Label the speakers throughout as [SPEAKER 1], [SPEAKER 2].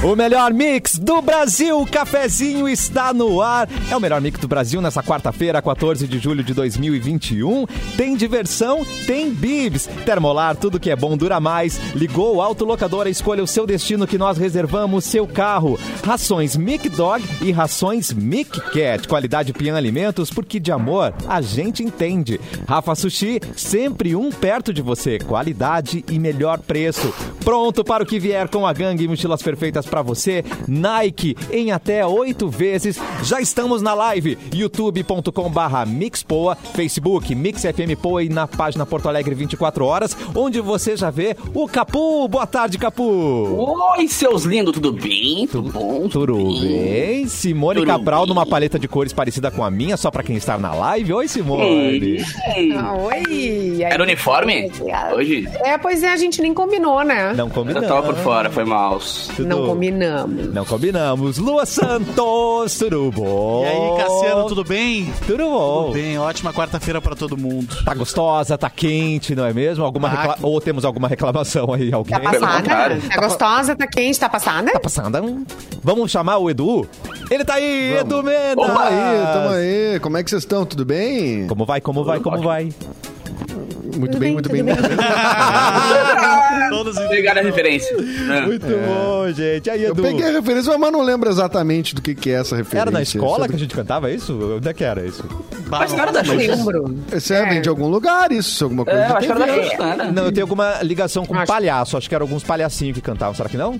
[SPEAKER 1] O melhor mix do Brasil, o cafezinho está no ar. É o melhor mix do Brasil nessa quarta-feira, 14 de julho de 2021. Tem diversão, tem bibs. Termolar, tudo que é bom dura mais. Ligou o autolocador, escolha o seu destino que nós reservamos seu carro. Rações Mic Dog e rações Mic Cat. Qualidade Pian Alimentos, porque de amor a gente entende. Rafa Sushi, sempre um perto de você. Qualidade e melhor preço. Pronto para o que vier com a gangue e mochilas perfeitas para você. Nike em até oito vezes. Já estamos na live youtube.com/barra mixpoa, Facebook mixfmpoa e na página Porto Alegre 24 horas, onde você já vê o Capu. Boa tarde, Capu.
[SPEAKER 2] Oi, seus lindos, tudo bem? Tudo bom?
[SPEAKER 1] Tudo bem? Simone
[SPEAKER 2] Tudo
[SPEAKER 1] Cabral
[SPEAKER 2] bem.
[SPEAKER 1] numa paleta de cores parecida com a minha, só para quem está na live. Oi, Simone.
[SPEAKER 2] Ei.
[SPEAKER 3] Ah, oi!
[SPEAKER 4] é
[SPEAKER 2] Era uniforme? Hoje?
[SPEAKER 3] É, pois é, a gente nem combinou, né?
[SPEAKER 1] Não
[SPEAKER 2] Mas
[SPEAKER 1] combinamos.
[SPEAKER 2] eu tava por fora, foi mal.
[SPEAKER 1] Tudo-
[SPEAKER 3] Não combinamos.
[SPEAKER 1] Não combinamos. Lua Santos, tudo bom?
[SPEAKER 5] E aí, Cassiano, tudo bem?
[SPEAKER 1] Tudo bom?
[SPEAKER 5] Tudo bem, ótima quarta-feira pra todo mundo.
[SPEAKER 1] Tá gostosa, tá quente, não é mesmo? Alguma
[SPEAKER 5] Tá.
[SPEAKER 1] recla- Ou temos alguma reclamação aí? Alguém?
[SPEAKER 3] Tá passada?
[SPEAKER 2] contrário.
[SPEAKER 3] Tá gostosa, tá quente, tá passada?
[SPEAKER 1] Tá passada? Hum. Vamos chamar o Edu? Ele tá aí, Edu Mena!
[SPEAKER 2] Opa!
[SPEAKER 6] Aí, tamo aí. Como é que vocês estão? Tudo bem?
[SPEAKER 1] Como vai, como vai, como vai?
[SPEAKER 6] Muito bem, muito bem. muito bem.
[SPEAKER 2] Ah,
[SPEAKER 5] Todas
[SPEAKER 2] Pegaram a referência.
[SPEAKER 1] Muito bom, gente. Aí,
[SPEAKER 6] Eu
[SPEAKER 1] Edu.
[SPEAKER 6] peguei a referência, mas não lembro exatamente do que, que é essa referência.
[SPEAKER 1] Era na escola
[SPEAKER 6] Isso
[SPEAKER 1] que a gente cantava isso? Onde é que era isso?
[SPEAKER 2] Mas não era da
[SPEAKER 3] Não
[SPEAKER 2] Xuxa.
[SPEAKER 3] lembro.
[SPEAKER 6] é- Isso é, vem de algum lugar, isso, alguma coisa.
[SPEAKER 2] É,
[SPEAKER 6] de
[SPEAKER 2] eu acho que era da
[SPEAKER 6] TV.
[SPEAKER 2] Xuxa, né? não era?
[SPEAKER 1] Não, eu tenho alguma ligação com
[SPEAKER 3] Acho-
[SPEAKER 1] palhaço. Acho que eram alguns palhacinhos que cantavam. Será que não?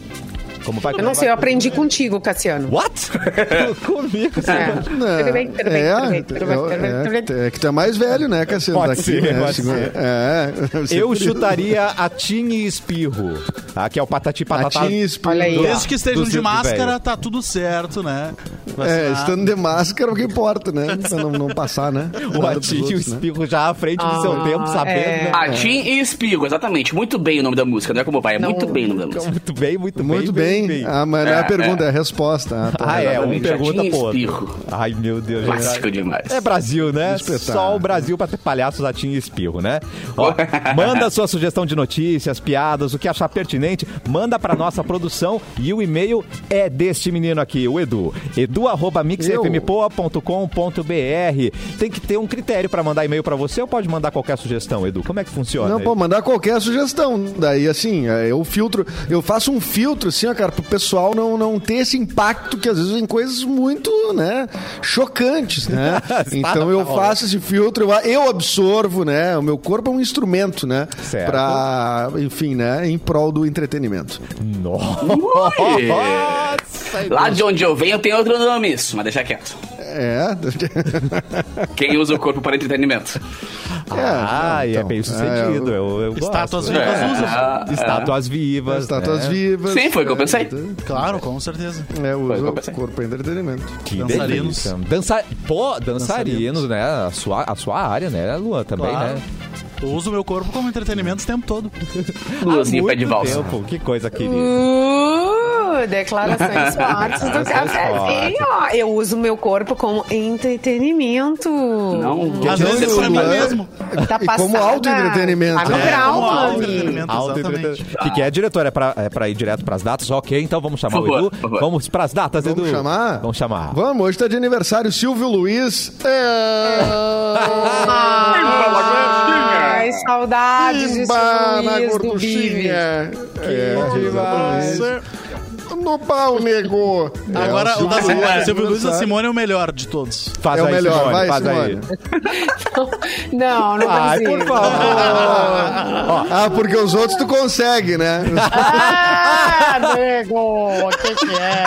[SPEAKER 1] Como vai?
[SPEAKER 3] Eu não sei, eu aprendi contigo, Cassiano.
[SPEAKER 1] What? Comigo,
[SPEAKER 3] É.
[SPEAKER 1] Simone.
[SPEAKER 6] Não,
[SPEAKER 3] Tudo bem, tudo bem, tudo bem, tudo bem, tudo bem, tudo
[SPEAKER 6] né? é,
[SPEAKER 3] bem.
[SPEAKER 6] é, é que tu é mais velho, né, Cassiano?
[SPEAKER 1] Pode ser,
[SPEAKER 6] né?
[SPEAKER 1] pode
[SPEAKER 6] Segunda-
[SPEAKER 1] ser.
[SPEAKER 6] É, deve ser
[SPEAKER 1] Eu
[SPEAKER 6] por isso.
[SPEAKER 1] chutaria a Tini Espirro. Aqui é o Patati Patatá.
[SPEAKER 6] Patinho espinho.
[SPEAKER 3] Olha aí.
[SPEAKER 5] Desde que
[SPEAKER 1] Do
[SPEAKER 5] estejam
[SPEAKER 1] circo
[SPEAKER 5] de
[SPEAKER 1] do
[SPEAKER 5] máscara,
[SPEAKER 1] velho.
[SPEAKER 5] tá tudo certo, né?
[SPEAKER 6] É,
[SPEAKER 5] Vacinar.
[SPEAKER 6] estando de máscara, o que importa, né? Pra não, não passar, né?
[SPEAKER 1] O
[SPEAKER 6] Nada dos
[SPEAKER 1] Atinho e o
[SPEAKER 6] outros, né?
[SPEAKER 1] Espirro já à frente do seu
[SPEAKER 3] Ah,
[SPEAKER 1] tempo, sabendo.
[SPEAKER 3] é.
[SPEAKER 1] né?
[SPEAKER 2] Patim Ah, e Espigo, exatamente. Muito bem o nome da música, não é como vai, é muito bem o nome da
[SPEAKER 1] Então,
[SPEAKER 2] música.
[SPEAKER 1] Muito bem, muito,
[SPEAKER 6] Muito
[SPEAKER 1] bem.
[SPEAKER 6] bem. Ah, mas não é a pergunta, é, a resposta. Ah, tá.
[SPEAKER 1] Ah, é, um
[SPEAKER 2] Exatamente.
[SPEAKER 1] pergunta
[SPEAKER 2] Jardim
[SPEAKER 1] pro outro.
[SPEAKER 2] Espirro.
[SPEAKER 1] Ai, meu Deus.
[SPEAKER 2] Clássico
[SPEAKER 1] gente.
[SPEAKER 2] demais.
[SPEAKER 1] É Brasil, né?
[SPEAKER 6] Espetáculo.
[SPEAKER 1] Só o Brasil pra ter palhaços atinho e espirro, né? Ó, manda sua sugestão de notícias, piadas, o que achar pertinente, manda pra nossa produção e o e-mail é deste menino aqui, o Edu. edu.mixfmpoa.com.br Tem que ter um critério pra mandar e-mail pra você ou pode mandar qualquer sugestão, Edu? Como é que funciona?
[SPEAKER 6] Não,
[SPEAKER 1] aí?
[SPEAKER 6] pô, mandar qualquer sugestão. Daí, assim, é, eu filtro, eu faço um filtro, assim, ó, cara, pro pessoal não, não ter esse impacto, que às vezes tem coisas muito, né, chocantes, né? então eu faço esse filtro, eu, eu absorvo, né? O meu corpo é um instrumento, né?
[SPEAKER 1] Certo.
[SPEAKER 6] Pra, enfim, né, em prol do entretenimento.
[SPEAKER 1] Nossa!
[SPEAKER 2] Lá de onde eu venho tem outro nome isso, mas deixa quieto.
[SPEAKER 6] É.
[SPEAKER 2] Quem usa o corpo para entretenimento?
[SPEAKER 1] Ah, e é
[SPEAKER 6] então,
[SPEAKER 1] bem sucedido.
[SPEAKER 6] é,
[SPEAKER 1] eu, eu
[SPEAKER 5] Estátuas
[SPEAKER 1] gosto.
[SPEAKER 5] vivas usam.
[SPEAKER 2] Ah, ah.
[SPEAKER 1] Estátuas vivas.
[SPEAKER 6] É, Estátuas
[SPEAKER 1] né?
[SPEAKER 6] vivas.
[SPEAKER 2] Sim, foi o que eu pensei.
[SPEAKER 5] Claro, com certeza.
[SPEAKER 6] É,
[SPEAKER 2] Foi o que
[SPEAKER 6] usa
[SPEAKER 2] eu pensei.
[SPEAKER 6] o É, corpo para entretenimento.
[SPEAKER 1] Que
[SPEAKER 5] Dançarinos.
[SPEAKER 1] delícia. Dança... Pô, dançarinos, né? A sua, a sua área, né, Luan? Também,
[SPEAKER 5] Claro.
[SPEAKER 1] né?
[SPEAKER 5] Eu uso o meu corpo como entretenimento o tempo todo.
[SPEAKER 2] Luzinho ah, pé de
[SPEAKER 1] Muito
[SPEAKER 2] valsa.
[SPEAKER 1] tempo, Que coisa querida.
[SPEAKER 3] Uh, declarações fortes do
[SPEAKER 1] Declarações
[SPEAKER 3] cafezinho. Eu uso meu corpo como entretenimento.
[SPEAKER 2] Não,
[SPEAKER 6] Que
[SPEAKER 5] Às
[SPEAKER 6] adianta
[SPEAKER 5] vezes é
[SPEAKER 6] o
[SPEAKER 5] pra mim
[SPEAKER 6] Luan-
[SPEAKER 5] mesmo.
[SPEAKER 3] Tá
[SPEAKER 6] E
[SPEAKER 3] passada.
[SPEAKER 6] como autoentretenimento.
[SPEAKER 3] Tá no
[SPEAKER 6] É,
[SPEAKER 3] grau,
[SPEAKER 5] como
[SPEAKER 3] Mauri.
[SPEAKER 5] autoentretenimento.
[SPEAKER 1] Alto e
[SPEAKER 5] Exatamente.
[SPEAKER 1] diretor. que, que é, diretor? É pra, é pra ir direto pras datas? Ok, então vamos chamar
[SPEAKER 2] Por favor,
[SPEAKER 1] o Edu.
[SPEAKER 2] por favor.
[SPEAKER 1] Vamos pras datas,
[SPEAKER 6] Vamos
[SPEAKER 1] Edu.
[SPEAKER 6] chamar?
[SPEAKER 1] Vamos chamar.
[SPEAKER 6] Vamos, hoje tá de aniversário Silvio Luiz. É...
[SPEAKER 3] Ai, saudades de Silvio
[SPEAKER 6] Pimba na
[SPEAKER 3] Luiz do Bives.
[SPEAKER 6] gorduchinha.
[SPEAKER 1] bom demais.
[SPEAKER 6] Silvio Luiz. No pau, nego.
[SPEAKER 5] É, Agora, o da Simone,
[SPEAKER 6] Luiz,
[SPEAKER 5] o Silvio Luiz da
[SPEAKER 6] sabe?
[SPEAKER 5] Simone é o melhor de todos.
[SPEAKER 1] Faz
[SPEAKER 6] É o
[SPEAKER 1] aí,
[SPEAKER 6] melhor,
[SPEAKER 1] Simone,
[SPEAKER 6] vai,
[SPEAKER 1] faz aí.
[SPEAKER 6] Simone.
[SPEAKER 3] Não, não
[SPEAKER 1] Ai,
[SPEAKER 3] consigo.
[SPEAKER 1] por favor.
[SPEAKER 6] Ah, porque os outros tu consegue, né?
[SPEAKER 3] Ah, nego, o que que é?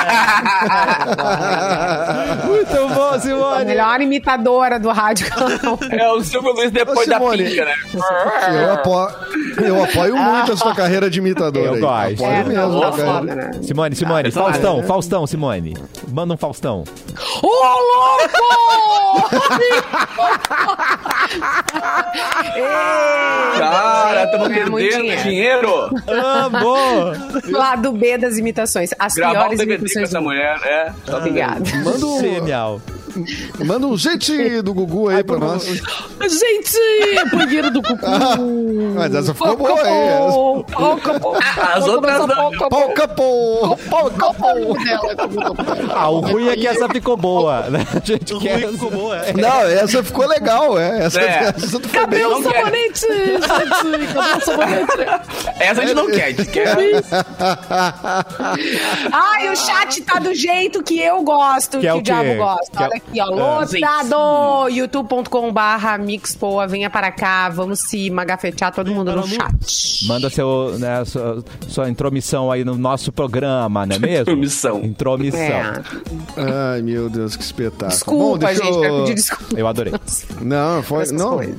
[SPEAKER 1] Muito bom,
[SPEAKER 3] A
[SPEAKER 1] Simone.
[SPEAKER 3] melhor imitadora do rádio.
[SPEAKER 2] É o Silvio Luiz depois
[SPEAKER 6] Ô, Simone.
[SPEAKER 2] da pinga, né?
[SPEAKER 6] Eu apoio, eu apoio muito a sua carreira de imitador.
[SPEAKER 1] Eu
[SPEAKER 6] aí.
[SPEAKER 1] gosto.
[SPEAKER 6] Apoio
[SPEAKER 3] É,
[SPEAKER 6] mesmo,
[SPEAKER 4] tá
[SPEAKER 3] não,
[SPEAKER 6] cara.
[SPEAKER 3] foda, né?
[SPEAKER 1] Simone, Simone, Faustão, Faustão, Simone. Manda um Faustão.
[SPEAKER 3] Ô, louco!
[SPEAKER 2] Cara, estamos
[SPEAKER 3] É muito
[SPEAKER 2] perdendo
[SPEAKER 3] dinheiro.
[SPEAKER 2] dinheiro.
[SPEAKER 1] Amor!
[SPEAKER 3] Lado B das imitações. As
[SPEAKER 2] Gravar um
[SPEAKER 3] piores
[SPEAKER 2] DVD com
[SPEAKER 3] imitações.
[SPEAKER 2] essa
[SPEAKER 3] do-
[SPEAKER 2] mulher, é.
[SPEAKER 3] Obrigada.
[SPEAKER 1] Manda um... Genial.
[SPEAKER 6] Manda um gente do Gugu aí pra nós.
[SPEAKER 3] Gente, banheiro do cucu.
[SPEAKER 6] Mas essa ficou boa aí.
[SPEAKER 2] Ah, as outras não.
[SPEAKER 6] Pouca, pô.
[SPEAKER 1] Ah, o ruim é que essa ficou boa, né? A gente
[SPEAKER 5] O
[SPEAKER 1] quer...
[SPEAKER 5] ruim ficou boa, é.
[SPEAKER 6] Não, essa ficou legal, é. Essa,
[SPEAKER 2] É.
[SPEAKER 6] essa tu foi bem.
[SPEAKER 2] Eu
[SPEAKER 3] Cabelo
[SPEAKER 2] não quero.
[SPEAKER 3] sabonete! Gente, cabelo sabonete!
[SPEAKER 2] Essa a gente não quer, a gente quer.
[SPEAKER 4] Ai, o chat tá do jeito que eu gosto, que,
[SPEAKER 1] é
[SPEAKER 4] o,
[SPEAKER 1] o quê?
[SPEAKER 4] diabo gosta.
[SPEAKER 1] Que é-
[SPEAKER 4] Olha aqui, ó.
[SPEAKER 1] Ah.
[SPEAKER 4] Lotado! youtube.com barra mixpoa, venha para cá, vamos se magafetear todo mundo no
[SPEAKER 5] para a
[SPEAKER 4] chat.
[SPEAKER 1] Manda seu, né, sua, sua intromissão aí no nosso programa, não é mesmo?
[SPEAKER 2] Intromissão.
[SPEAKER 1] Intromissão.
[SPEAKER 4] É.
[SPEAKER 6] Ai, meu Deus, que espetáculo. Bom,
[SPEAKER 4] Desculpa,
[SPEAKER 6] deixa
[SPEAKER 4] gente,
[SPEAKER 6] eu-
[SPEAKER 4] quero pedir desculpa.
[SPEAKER 1] Eu adorei.
[SPEAKER 6] Não, foi.
[SPEAKER 4] Essas
[SPEAKER 6] Não.
[SPEAKER 4] coisas.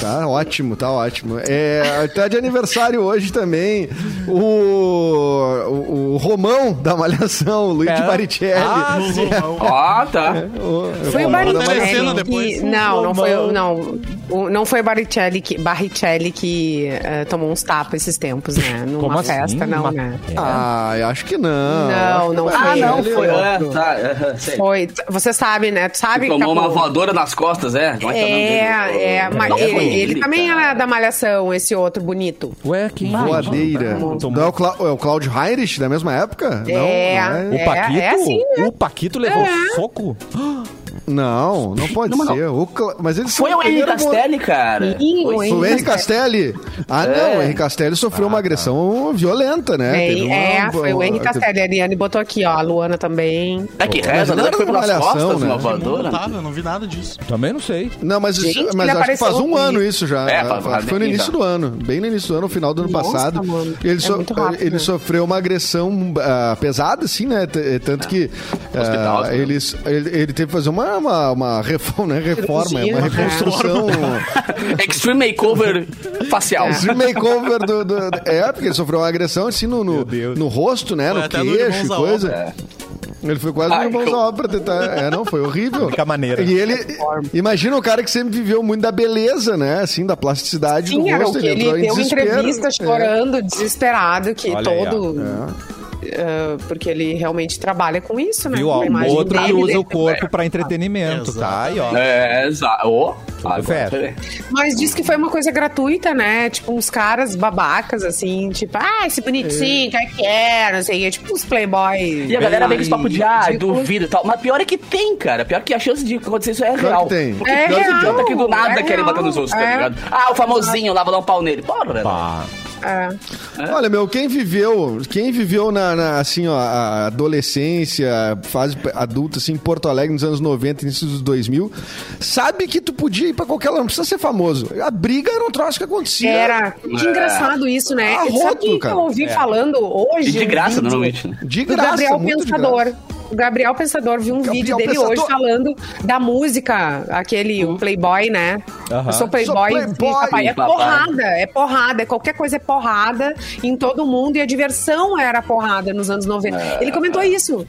[SPEAKER 6] Tá ótimo, tá ótimo. É, tá de aniversário hoje também o, o, o Romão da Malhação, o Luigi
[SPEAKER 1] É.
[SPEAKER 6] Baricelli.
[SPEAKER 1] Ah,
[SPEAKER 5] No
[SPEAKER 1] sim.
[SPEAKER 5] Romão.
[SPEAKER 2] Ó, tá.
[SPEAKER 6] O-
[SPEAKER 4] Foi o
[SPEAKER 5] Baricelli.
[SPEAKER 6] Romão da
[SPEAKER 4] Baricelli
[SPEAKER 5] Telecena
[SPEAKER 4] que...
[SPEAKER 5] depois.
[SPEAKER 4] Não, não foi,
[SPEAKER 1] Romão.
[SPEAKER 4] não, o- não foi o Baricelli que, Barricelli que eh, tomou uns tapas esses tempos, né? Numa
[SPEAKER 1] Como assim?
[SPEAKER 4] festa, não,
[SPEAKER 1] Uma-
[SPEAKER 4] né?
[SPEAKER 6] Ah, eu acho que não.
[SPEAKER 4] Não,
[SPEAKER 6] Acho que
[SPEAKER 4] não
[SPEAKER 6] o
[SPEAKER 4] foi.
[SPEAKER 2] Ah,
[SPEAKER 6] Baricelli
[SPEAKER 2] não,
[SPEAKER 6] é
[SPEAKER 2] foi. É,
[SPEAKER 6] outro.
[SPEAKER 2] tá, é, sei.
[SPEAKER 4] Foi, você sabe, né? Tu sabe
[SPEAKER 2] Tomou uma
[SPEAKER 4] Capô?
[SPEAKER 2] voadora nas costas, é? Como que o nome dele?
[SPEAKER 4] É, é, mas
[SPEAKER 2] Não
[SPEAKER 4] ele,
[SPEAKER 2] foi
[SPEAKER 4] ele também
[SPEAKER 2] cara.
[SPEAKER 4] era da Malhação, esse outro bonito.
[SPEAKER 1] Ué, quem
[SPEAKER 6] Voadeira.
[SPEAKER 1] Tomou.
[SPEAKER 6] Não é o, Cla- é o Claudio Heinrich da mesma época?
[SPEAKER 4] É.
[SPEAKER 6] Não, não,
[SPEAKER 1] O
[SPEAKER 4] É,
[SPEAKER 1] Paquito?
[SPEAKER 4] é assim, É.
[SPEAKER 1] O Paquito levou soco?
[SPEAKER 6] não, não pode ser. O Cla- Mas eles
[SPEAKER 2] Foi
[SPEAKER 6] são
[SPEAKER 2] o Henry
[SPEAKER 6] primeiro vo-
[SPEAKER 2] Castelli, cara.
[SPEAKER 4] Ih,
[SPEAKER 2] Foi
[SPEAKER 4] o
[SPEAKER 2] sim.
[SPEAKER 6] O Henry Castelli? Ah,
[SPEAKER 4] É.
[SPEAKER 6] não, o Henry Castelli sofreu uma agressão violenta, né?
[SPEAKER 4] Bem,
[SPEAKER 6] Teve uma-
[SPEAKER 4] é, foi o Henrique Castelli. A Ariane botou aqui, ó. A Luana também.
[SPEAKER 2] É que reza,
[SPEAKER 6] Mas não
[SPEAKER 2] né? Foi
[SPEAKER 6] era
[SPEAKER 2] pelas
[SPEAKER 6] malhação,
[SPEAKER 2] costas,
[SPEAKER 6] né?
[SPEAKER 2] uma
[SPEAKER 5] Não
[SPEAKER 2] voadora.
[SPEAKER 5] tava, eu não vi nada disso.
[SPEAKER 1] Também não sei.
[SPEAKER 6] Não, mas, isso-
[SPEAKER 4] Gente, ele
[SPEAKER 6] mas acho que
[SPEAKER 4] apareceu
[SPEAKER 6] faz um
[SPEAKER 4] comigo.
[SPEAKER 6] ano isso já.
[SPEAKER 2] É, faz- faz
[SPEAKER 6] foi no
[SPEAKER 2] bem
[SPEAKER 6] início
[SPEAKER 2] já.
[SPEAKER 6] do ano, bem no início do ano, final do ano
[SPEAKER 4] Nossa,
[SPEAKER 6] passado.
[SPEAKER 4] mano,
[SPEAKER 6] Ele,
[SPEAKER 4] é
[SPEAKER 6] so-
[SPEAKER 4] muito rápido,
[SPEAKER 6] ele
[SPEAKER 4] né?
[SPEAKER 6] sofreu uma agressão ah, pesada, assim, né? T- eh, Tanto que ah,
[SPEAKER 2] Hospital, né?
[SPEAKER 6] ele, ele, ele teve que fazer uma, uma, uma reforma, né? reforma,
[SPEAKER 4] Cirurgia,
[SPEAKER 6] uma
[SPEAKER 4] né?
[SPEAKER 6] reconstrução.
[SPEAKER 2] Extreme Makeover facial.
[SPEAKER 6] Esse makeover do, do- É, porque ele sofreu uma agressão assim no, no, no rosto, né?
[SPEAKER 5] Foi
[SPEAKER 6] No
[SPEAKER 5] até no
[SPEAKER 6] queixo e
[SPEAKER 5] Irmãos à
[SPEAKER 6] coisa.
[SPEAKER 2] Obra.
[SPEAKER 6] Ele foi quase um
[SPEAKER 2] Ai,
[SPEAKER 6] irmãos
[SPEAKER 2] eu-
[SPEAKER 6] à obra tentar. É, não, foi horrível.
[SPEAKER 1] Única maneira.
[SPEAKER 6] E ele. Imagina o cara que sempre viveu muito da beleza, né? Assim, da plasticidade do
[SPEAKER 4] Sim, era o
[SPEAKER 6] rosto.
[SPEAKER 4] que ele
[SPEAKER 6] entrou em
[SPEAKER 4] deu
[SPEAKER 6] desespero. É.
[SPEAKER 4] entrevista chorando, desesperado, que
[SPEAKER 1] Olha aí,
[SPEAKER 4] todo. eh, porque ele realmente trabalha com isso, né?
[SPEAKER 1] Viu?
[SPEAKER 4] Com a
[SPEAKER 1] Ó, um
[SPEAKER 4] imagem
[SPEAKER 1] outro que
[SPEAKER 4] dele.
[SPEAKER 1] usa o corpo pra entretenimento, tá? Aí, ó.
[SPEAKER 2] É, exato. Ô, agora,
[SPEAKER 1] certo.
[SPEAKER 2] peraí.
[SPEAKER 4] Mas diz que foi uma coisa gratuita, né? Tipo, uns caras babacas, assim, tipo, ah, esse bonitinho, que é que é, não sei, o quê, tipo uns playboys.
[SPEAKER 2] E a galera vem com esse papo de ah,
[SPEAKER 4] Ridículo.
[SPEAKER 2] duvido e tal. Mas pior é que tem, cara. Pior que a chance de acontecer isso é
[SPEAKER 6] que
[SPEAKER 2] real.
[SPEAKER 6] tem.
[SPEAKER 2] Porque
[SPEAKER 4] É
[SPEAKER 2] os
[SPEAKER 4] real,
[SPEAKER 2] idiotas que do nada
[SPEAKER 4] é
[SPEAKER 2] querem
[SPEAKER 4] real,
[SPEAKER 2] bater nos outros, tá
[SPEAKER 4] é.
[SPEAKER 2] ligado? Ah, o famosinho lá, vou dar um pau nele. Bora, né?
[SPEAKER 1] Pá.
[SPEAKER 4] É.
[SPEAKER 6] Olha, meu, quem viveu, quem viveu na, na, assim, ó, a adolescência, fase adulta, assim, em Porto Alegre, nos anos 90, início dos 2000, sabe que tu podia ir pra qualquer lugar, não precisa ser famoso. A briga era um troço que acontecia.
[SPEAKER 4] Era. Que engraçado isso, né?
[SPEAKER 6] Ah,
[SPEAKER 4] Sabe
[SPEAKER 6] roto,
[SPEAKER 4] quem que
[SPEAKER 6] cara.
[SPEAKER 4] eu ouvi falando hoje?
[SPEAKER 2] E de
[SPEAKER 4] um
[SPEAKER 2] graça,
[SPEAKER 4] vídeo
[SPEAKER 2] normalmente, né?
[SPEAKER 6] De
[SPEAKER 4] do
[SPEAKER 6] graça,
[SPEAKER 4] Gabriel
[SPEAKER 6] muito de
[SPEAKER 4] Pensador.
[SPEAKER 6] graça.
[SPEAKER 4] O Gabriel Pensador viu um
[SPEAKER 6] Gabriel
[SPEAKER 4] vídeo dele
[SPEAKER 6] Pensador. Uhum.
[SPEAKER 4] hoje falando da música, aquele o Playboy, né?
[SPEAKER 1] Aham.
[SPEAKER 4] Eu sou Playboy,
[SPEAKER 6] Sou playboy,
[SPEAKER 4] e, papai, é
[SPEAKER 2] papai.
[SPEAKER 4] porrada, é porrada, é qualquer coisa é porrada em todo mundo e a diversão era porrada nos anos 90.
[SPEAKER 6] É.
[SPEAKER 4] Ele comentou isso.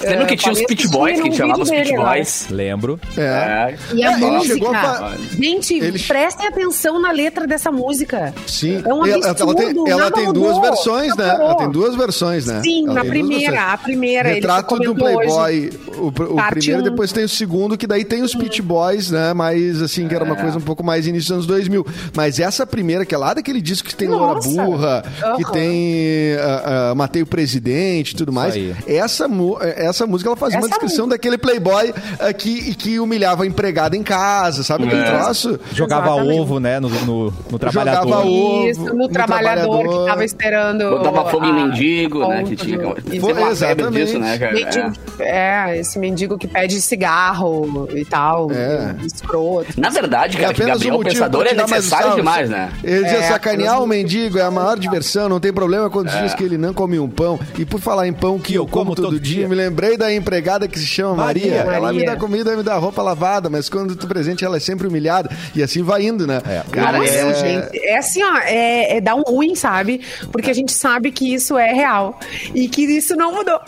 [SPEAKER 2] Lembra
[SPEAKER 4] Eh,
[SPEAKER 2] que tinha os
[SPEAKER 4] talvez
[SPEAKER 2] Pit
[SPEAKER 4] isso
[SPEAKER 2] Boys, que
[SPEAKER 4] num
[SPEAKER 2] a gente chamava
[SPEAKER 4] vídeo
[SPEAKER 2] os Pit
[SPEAKER 4] dele né? agora.
[SPEAKER 2] Boys?
[SPEAKER 1] Lembro.
[SPEAKER 6] É.
[SPEAKER 4] E a
[SPEAKER 6] É, ele chegou a
[SPEAKER 4] música.
[SPEAKER 6] fa-
[SPEAKER 4] Gente,
[SPEAKER 6] Ele-
[SPEAKER 4] prestem atenção na letra dessa música.
[SPEAKER 6] Sim.
[SPEAKER 4] É um
[SPEAKER 6] Ela-
[SPEAKER 4] absurdo,
[SPEAKER 6] ela tem, ela
[SPEAKER 4] nada
[SPEAKER 6] tem duas
[SPEAKER 4] mudou,
[SPEAKER 6] versões,
[SPEAKER 4] nada
[SPEAKER 6] né? Ela
[SPEAKER 4] mudou.
[SPEAKER 6] tem duas versões, né?
[SPEAKER 4] Sim,
[SPEAKER 6] Ela
[SPEAKER 4] na
[SPEAKER 6] tem duas
[SPEAKER 4] primeira,
[SPEAKER 6] versões.
[SPEAKER 4] a primeira, ele
[SPEAKER 6] Retrato do
[SPEAKER 4] comentou
[SPEAKER 6] Playboy, o, pr- o
[SPEAKER 4] Parte
[SPEAKER 6] primeiro,
[SPEAKER 4] um.
[SPEAKER 6] depois tem o segundo, que daí tem os Pit Boys, né? Mas assim, que era
[SPEAKER 4] É.
[SPEAKER 6] uma coisa um pouco mais início dos anos 2000. Mas essa primeira, que é lá daquele disco que tem Loura
[SPEAKER 4] Nossa.
[SPEAKER 6] Burra, que
[SPEAKER 4] Aham.
[SPEAKER 6] tem ah, ah, Matei o Presidente e tudo mais.
[SPEAKER 1] aí.
[SPEAKER 6] Essa, mu- eh, essa música, ela fazia uma
[SPEAKER 4] Essa
[SPEAKER 6] descrição daquele Playboy ah, que, que humilhava a empregada em casa, sabe?
[SPEAKER 2] É.
[SPEAKER 6] Aquele troço.
[SPEAKER 1] Jogava
[SPEAKER 4] Exatamente.
[SPEAKER 1] ovo, né, no, no, no trabalhador.
[SPEAKER 6] Jogava ovo.
[SPEAKER 4] Isso, no,
[SPEAKER 6] no
[SPEAKER 4] trabalhador,
[SPEAKER 6] um trabalhador.
[SPEAKER 4] que tava esperando.
[SPEAKER 2] Botava fogo em
[SPEAKER 4] a-
[SPEAKER 2] mendigo, né? Que
[SPEAKER 4] ponto
[SPEAKER 2] tinha.
[SPEAKER 4] do-
[SPEAKER 2] Tem
[SPEAKER 6] Foi-
[SPEAKER 2] uma febre
[SPEAKER 6] exatamente.
[SPEAKER 2] disso, né, cara?
[SPEAKER 4] Mendigo,
[SPEAKER 2] É.
[SPEAKER 4] é, esse mendigo que pede cigarro e tal,
[SPEAKER 6] É.
[SPEAKER 4] escroto.
[SPEAKER 2] Na verdade, cara, que Gabriel Pensador
[SPEAKER 6] um pra
[SPEAKER 2] é
[SPEAKER 6] te dar mais
[SPEAKER 2] necessário
[SPEAKER 6] salve.
[SPEAKER 2] demais, né?
[SPEAKER 6] Ele dizia,
[SPEAKER 4] É,
[SPEAKER 6] sacanear
[SPEAKER 4] apenas
[SPEAKER 6] o
[SPEAKER 4] um-
[SPEAKER 6] mendigo é a maior diversão, não tem problema quando
[SPEAKER 2] É.
[SPEAKER 6] diz que ele não come um pão. E por falar em pão que eu, como, todo dia, me lembrei da empregada que se chama Maria.
[SPEAKER 1] Maria.
[SPEAKER 6] Ela me
[SPEAKER 4] Maria.
[SPEAKER 6] dá comida, me dá roupa lavada, mas quando tu presente ela é sempre humilhada. E assim vai indo, né?
[SPEAKER 2] Cara,
[SPEAKER 4] Nossa,
[SPEAKER 2] é-
[SPEAKER 4] gente, é assim, ó, é, é dar um ruim, sabe? Porque a gente sabe que isso é real e que isso não mudou.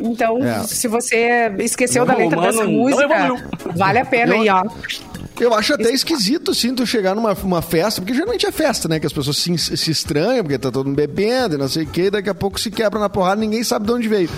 [SPEAKER 4] Então,
[SPEAKER 6] É.
[SPEAKER 4] se você esqueceu
[SPEAKER 2] Não,
[SPEAKER 4] da letra
[SPEAKER 2] mano,
[SPEAKER 4] dessa
[SPEAKER 2] não
[SPEAKER 4] música,
[SPEAKER 2] evoluiu.
[SPEAKER 4] vale a pena
[SPEAKER 6] Eu-
[SPEAKER 4] aí, ó.
[SPEAKER 6] Eu acho até esquisito, assim, tu chegar numa uma festa, porque geralmente é festa, né? Que as pessoas se, se estranham, porque tá todo mundo bebendo e não sei o quê, e daqui a pouco se quebra na porrada ninguém sabe de onde veio.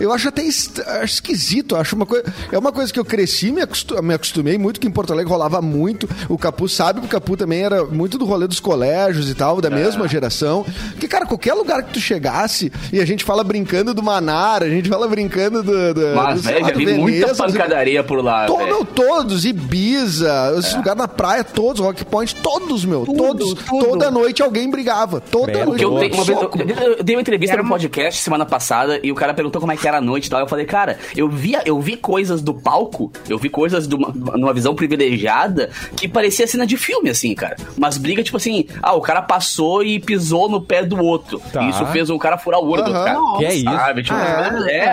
[SPEAKER 6] Eu acho até est- acho esquisito, acho uma coisa. É uma coisa que eu cresci, me, acostu- me acostumei muito, que em Porto Alegre rolava muito. O Capu sabe, o Capu também era muito do rolê dos colégios e tal, da
[SPEAKER 2] É.
[SPEAKER 6] mesma geração. Porque, cara, qualquer lugar que tu chegasse, e a gente fala brincando do Manar, a gente fala brincando do. do
[SPEAKER 2] Mas,
[SPEAKER 6] É, do
[SPEAKER 2] velho, já
[SPEAKER 6] Renato
[SPEAKER 2] vi
[SPEAKER 6] Veneza,
[SPEAKER 2] muita
[SPEAKER 6] não sei o quê.
[SPEAKER 2] pancadaria por lá,
[SPEAKER 6] To-
[SPEAKER 2] Ah, velho. É.
[SPEAKER 6] não, todos, Ibiza, esses lugares na praia, todos, Rock Point, todos, meu. todos.
[SPEAKER 4] tudo.
[SPEAKER 6] Toda noite alguém brigava. Toda
[SPEAKER 1] Credo.
[SPEAKER 2] O que
[SPEAKER 6] noite.
[SPEAKER 2] eu, dei, uma vez-
[SPEAKER 6] soco.
[SPEAKER 2] eu- eu dei uma entrevista
[SPEAKER 4] Era
[SPEAKER 2] no
[SPEAKER 4] uma-
[SPEAKER 2] podcast semana passada e o cara perguntou como é que era a noite e tal. Eu falei, cara, eu via, eu vi coisas do palco, eu vi coisas de uma- numa visão privilegiada que parecia cena de filme, assim, cara. Mas briga, tipo assim, ah, o cara passou e pisou no pé do outro.
[SPEAKER 1] Tá.
[SPEAKER 2] E isso fez o cara furar o olho do outro cara.
[SPEAKER 1] Que é isso?
[SPEAKER 2] Sabe? Tipo, é, é,
[SPEAKER 6] É,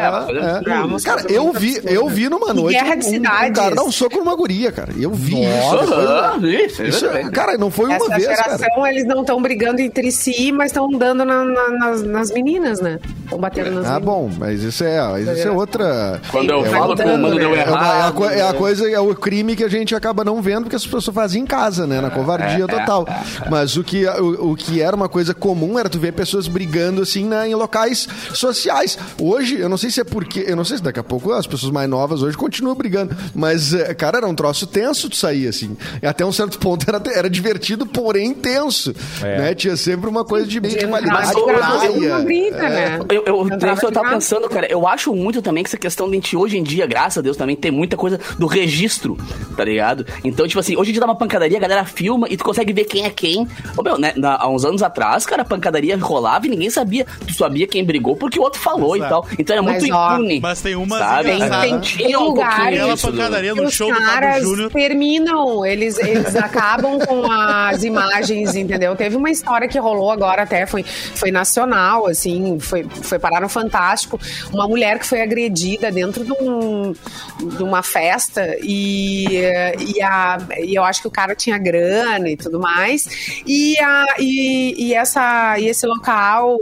[SPEAKER 6] é.
[SPEAKER 4] umas
[SPEAKER 6] Cara,
[SPEAKER 4] coisas
[SPEAKER 6] eu
[SPEAKER 4] muito
[SPEAKER 6] vi,
[SPEAKER 4] absurdas.
[SPEAKER 6] eu vi numa
[SPEAKER 4] E
[SPEAKER 6] noite
[SPEAKER 4] guerra de
[SPEAKER 6] um, um
[SPEAKER 4] cidades.
[SPEAKER 6] cara dar um soco numa guria, cara. Eu vi isso.
[SPEAKER 2] Aham, É isso,
[SPEAKER 6] depois- isso- é
[SPEAKER 2] exatamente.
[SPEAKER 6] cara, não foi uma
[SPEAKER 4] Essa é
[SPEAKER 6] vez,
[SPEAKER 4] geração,
[SPEAKER 6] cara.
[SPEAKER 4] eles não estão brigando entre si, mas estão dando na- na- nas, nas meninas, né? Estão batendo nas
[SPEAKER 6] Ah,
[SPEAKER 4] meninas.
[SPEAKER 6] bom, mas isso é, mas isso é outra.
[SPEAKER 2] Quando eu
[SPEAKER 6] é
[SPEAKER 2] falo que
[SPEAKER 6] outra-
[SPEAKER 2] o comando deu
[SPEAKER 6] é uma- É a,
[SPEAKER 2] errado. né?
[SPEAKER 6] co- é a coisa, é o crime que a gente acaba não vendo porque as pessoas fazem em casa, né? Na covardia total. Mas o que, o, o que era uma coisa comum era tu ver pessoas brigando assim né, em locais sociais. Hoje, eu não sei se é porque. Eu não sei se daqui a pouco as pessoas mais novas hoje continuam brigando. Mas, eh, cara, era um troço tenso de sair, assim. E Até um certo ponto era, era divertido, porém tenso.
[SPEAKER 1] É.
[SPEAKER 6] né? Tinha sempre uma coisa de É. meio que
[SPEAKER 4] Mas
[SPEAKER 6] rivalidade
[SPEAKER 2] eu- eu-
[SPEAKER 6] praia.
[SPEAKER 2] eu-
[SPEAKER 4] não briga, né?
[SPEAKER 2] Eu, eu, eu,
[SPEAKER 4] Não tava
[SPEAKER 2] eu tava
[SPEAKER 4] de
[SPEAKER 2] tá pensando, cara, eu acho muito também que essa questão de a gente hoje em dia, graças a Deus, também tem muita coisa do registro, tá ligado? Então, tipo assim, hoje em dia dá uma pancadaria, a galera filma e tu consegue ver quem é quem. Ô, meu, né, na- há uns anos atrás, cara, a pancadaria rolava e ninguém sabia. Tu sabia quem brigou porque o outro falou e
[SPEAKER 5] Exato.
[SPEAKER 2] tal. Então era
[SPEAKER 4] Mas,
[SPEAKER 2] muito
[SPEAKER 4] ó,
[SPEAKER 2] impune.
[SPEAKER 5] mas tem umas
[SPEAKER 2] sabe?
[SPEAKER 5] engraçadas.
[SPEAKER 2] Tem- tinha um
[SPEAKER 4] lugares-
[SPEAKER 2] pouquinho
[SPEAKER 5] Aquela
[SPEAKER 2] isso, né?
[SPEAKER 5] pancadaria
[SPEAKER 4] Que
[SPEAKER 5] no
[SPEAKER 4] os
[SPEAKER 5] show do Fábio
[SPEAKER 4] caras
[SPEAKER 5] Júnior.
[SPEAKER 4] terminam, eles, eles acabam com as imagens, entendeu? Teve uma história que rolou agora até, foi, foi nacional, assim, foi, foi parar no Fantástico, uma mulher que foi agredida dentro de, um, de uma festa e, eh, e, a, e eu acho que o cara tinha grana e tudo mais, e, a, e, e essa, e esse local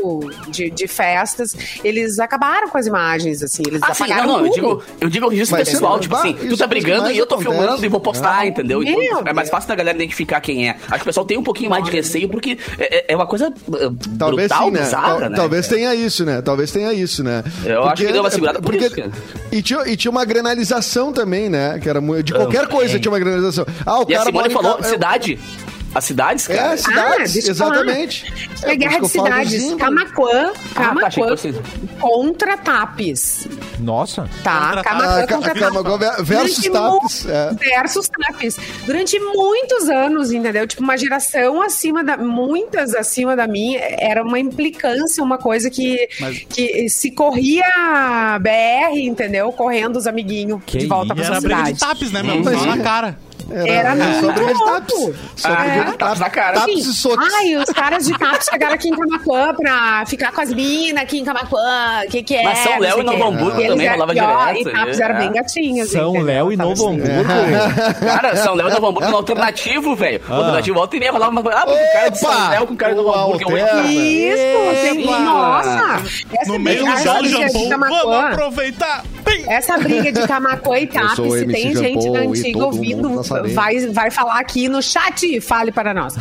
[SPEAKER 4] de, de festas, eles acabaram com as imagens, assim, eles
[SPEAKER 2] Ah, sim,
[SPEAKER 4] apagaram
[SPEAKER 2] não, não, eu
[SPEAKER 4] tudo.
[SPEAKER 2] digo, eu digo o registro
[SPEAKER 6] Mas
[SPEAKER 2] pessoal,
[SPEAKER 6] isso-
[SPEAKER 2] tipo
[SPEAKER 6] bah,
[SPEAKER 2] assim,
[SPEAKER 6] isso
[SPEAKER 2] tu tá
[SPEAKER 6] é o que
[SPEAKER 2] brigando
[SPEAKER 6] mais
[SPEAKER 2] e eu tô
[SPEAKER 6] acontece,
[SPEAKER 2] filmando e vou postar,
[SPEAKER 6] né?
[SPEAKER 2] entendeu? Então,
[SPEAKER 4] Meu
[SPEAKER 2] é mais
[SPEAKER 4] Deus.
[SPEAKER 2] fácil da galera identificar quem é. Acho que o pessoal tem um pouquinho mais de receio, porque é, é- é uma coisa eh,
[SPEAKER 6] Talvez
[SPEAKER 2] brutal,
[SPEAKER 6] sim, né?
[SPEAKER 2] bizarra,
[SPEAKER 6] Tal-
[SPEAKER 2] né?
[SPEAKER 6] Talvez tenha isso, né? Talvez tenha isso, né?
[SPEAKER 2] Eu acho que deu uma segurada por
[SPEAKER 6] porque,
[SPEAKER 2] isso, cara.
[SPEAKER 6] e, tinha, e tinha uma granalização também, né? Que era mu- de qualquer
[SPEAKER 2] Também.
[SPEAKER 6] coisa tinha uma granalização. Ah, o
[SPEAKER 2] E a
[SPEAKER 6] cara
[SPEAKER 2] Simone
[SPEAKER 6] mora em
[SPEAKER 2] falou,
[SPEAKER 6] ca-
[SPEAKER 2] cidade. Ah, As cidades,
[SPEAKER 6] É,
[SPEAKER 2] cara.
[SPEAKER 6] é cidades,
[SPEAKER 4] Ah, deixa eu falar.
[SPEAKER 6] exatamente.
[SPEAKER 4] É, guerra
[SPEAKER 6] por isso
[SPEAKER 4] de
[SPEAKER 6] que eu falo dos
[SPEAKER 4] cidades.
[SPEAKER 6] ímãs.
[SPEAKER 4] Camacuã,
[SPEAKER 2] Ah, tá, achei que
[SPEAKER 4] Camacuã
[SPEAKER 2] fosse-
[SPEAKER 4] contra Tapes,
[SPEAKER 1] Nossa.
[SPEAKER 4] tá?
[SPEAKER 5] Contra Tapes.
[SPEAKER 6] Ah,
[SPEAKER 4] Camacuã
[SPEAKER 6] Ca-
[SPEAKER 4] contra
[SPEAKER 6] Camacuã
[SPEAKER 4] Tapes.
[SPEAKER 6] ve- versus
[SPEAKER 4] Durante mu-
[SPEAKER 6] Tapes, é.
[SPEAKER 4] Versus Tapes. Durante muitos anos, entendeu? Tipo, uma geração acima da... Muitas acima da minha. Era uma implicância, uma coisa que,
[SPEAKER 5] Mas-
[SPEAKER 4] que se corria BR, entendeu? Correndo os amiguinhos
[SPEAKER 1] Que
[SPEAKER 4] de volta
[SPEAKER 1] isso.
[SPEAKER 5] E
[SPEAKER 4] pra
[SPEAKER 5] era
[SPEAKER 4] sua
[SPEAKER 5] briga de
[SPEAKER 4] cidade.
[SPEAKER 5] tapes, né,
[SPEAKER 2] Uhum.
[SPEAKER 5] meu? Só na cara.
[SPEAKER 4] Era
[SPEAKER 6] é,
[SPEAKER 4] muito
[SPEAKER 6] sobre
[SPEAKER 4] louco.
[SPEAKER 6] tapes. Sobre
[SPEAKER 2] Ah,
[SPEAKER 6] ah,
[SPEAKER 2] é? Tapes na cara.
[SPEAKER 6] Tapes e soques.
[SPEAKER 4] Ai, os caras de TAP chegaram aqui em Camacuã pra ficar com as minas aqui em Camacuã. O que, que é?
[SPEAKER 2] Mas São Léo e
[SPEAKER 4] sei o quê.
[SPEAKER 2] Novo Hamburgo
[SPEAKER 4] Eles
[SPEAKER 2] também
[SPEAKER 4] eram-
[SPEAKER 2] rolava
[SPEAKER 4] e, ó,
[SPEAKER 2] direto,
[SPEAKER 4] E TAPs
[SPEAKER 2] né?
[SPEAKER 4] eram bem
[SPEAKER 2] É.
[SPEAKER 4] gatinhos.
[SPEAKER 1] São
[SPEAKER 4] entendeu?
[SPEAKER 1] Léo e
[SPEAKER 4] Tava
[SPEAKER 1] Novo
[SPEAKER 4] assim.
[SPEAKER 1] Hamburgo.
[SPEAKER 2] Cara, São Léo tava no um alternativo, velho. O alternativo volta e meia rolava uma coisa. Ah, mas o cara de São
[SPEAKER 6] Ah. Opa!
[SPEAKER 2] Léo com o cara do
[SPEAKER 6] O
[SPEAKER 2] Hamburgo. eu-
[SPEAKER 6] Alterna.
[SPEAKER 4] Isso, tem...
[SPEAKER 2] Eba!
[SPEAKER 4] nossa! Essa
[SPEAKER 5] No meio
[SPEAKER 4] briga-
[SPEAKER 5] do
[SPEAKER 4] essa
[SPEAKER 5] Jolly
[SPEAKER 4] briga de
[SPEAKER 5] Jambon. Vamos
[SPEAKER 4] Camacuã,
[SPEAKER 5] aproveitar. Pim!
[SPEAKER 4] essa briga de Camacuã e TAP,
[SPEAKER 6] sou o
[SPEAKER 4] se
[SPEAKER 6] MC
[SPEAKER 4] tem
[SPEAKER 6] Jean
[SPEAKER 4] gente
[SPEAKER 6] Paul
[SPEAKER 4] da
[SPEAKER 6] e
[SPEAKER 4] antiga
[SPEAKER 6] todo mundo
[SPEAKER 4] ouvindo,
[SPEAKER 6] tá sabendo.
[SPEAKER 4] vai, vai falar aqui no chat, fale para nós.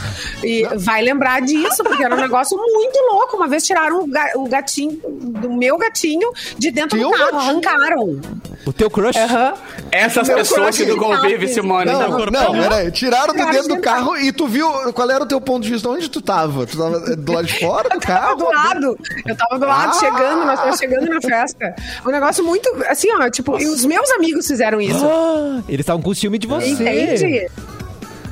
[SPEAKER 4] E vai lembrar disso, porque era um negócio muito louco. Uma vez tiraram o ga- o gatinho, do meu gatinho, de dentro
[SPEAKER 6] Teu
[SPEAKER 4] do carro,
[SPEAKER 6] um gatinho?
[SPEAKER 4] arrancaram.
[SPEAKER 1] O teu crush?
[SPEAKER 4] Aham.
[SPEAKER 2] Essas
[SPEAKER 6] Meu
[SPEAKER 2] pessoas que
[SPEAKER 6] coração. tá
[SPEAKER 2] não convivem, Simone.
[SPEAKER 6] Não, não,
[SPEAKER 5] corpão.
[SPEAKER 6] peraí. Tiraram
[SPEAKER 4] tá
[SPEAKER 6] do
[SPEAKER 4] Tiraram
[SPEAKER 6] dentro do
[SPEAKER 4] dentro.
[SPEAKER 6] carro e tu viu qual era o teu ponto de vista? Onde tu tava? Tu tava eh, do lado de fora do
[SPEAKER 4] tava
[SPEAKER 6] carro?
[SPEAKER 4] do lado. Eu tava do lado,
[SPEAKER 6] Ah!
[SPEAKER 4] chegando, nós tava chegando na festa. Um negócio muito, assim, ó, tipo, e os meus amigos fizeram isso.
[SPEAKER 1] Ah, eles estavam com ciúme de você.
[SPEAKER 4] Entende?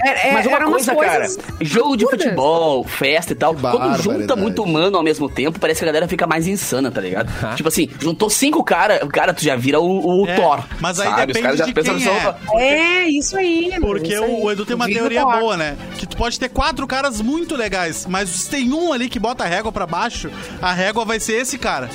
[SPEAKER 4] É, é,
[SPEAKER 2] Mas uma
[SPEAKER 4] eram umas
[SPEAKER 2] coisa, cara,
[SPEAKER 4] coisas
[SPEAKER 2] jogo de
[SPEAKER 4] absurdas.
[SPEAKER 2] futebol, festa e tal, quando junta
[SPEAKER 6] barbaridade.
[SPEAKER 2] muito humano ao mesmo tempo, parece que a galera fica mais insana, tá ligado? Tipo assim, juntou cinco caras, cara, tu já vira o, o
[SPEAKER 5] É,
[SPEAKER 2] Thor.
[SPEAKER 5] mas aí
[SPEAKER 2] sabe?
[SPEAKER 5] depende
[SPEAKER 2] Os caras já
[SPEAKER 5] de
[SPEAKER 2] pensam
[SPEAKER 5] quem
[SPEAKER 2] só-
[SPEAKER 5] é.
[SPEAKER 4] É, isso aí.
[SPEAKER 6] É
[SPEAKER 5] Porque
[SPEAKER 4] isso aí.
[SPEAKER 5] o Edu tem uma
[SPEAKER 4] Vivo
[SPEAKER 5] teoria
[SPEAKER 4] forte.
[SPEAKER 5] boa, né? Que tu pode ter quatro caras muito legais, mas se tem um ali que bota a régua pra baixo, a régua vai ser esse cara.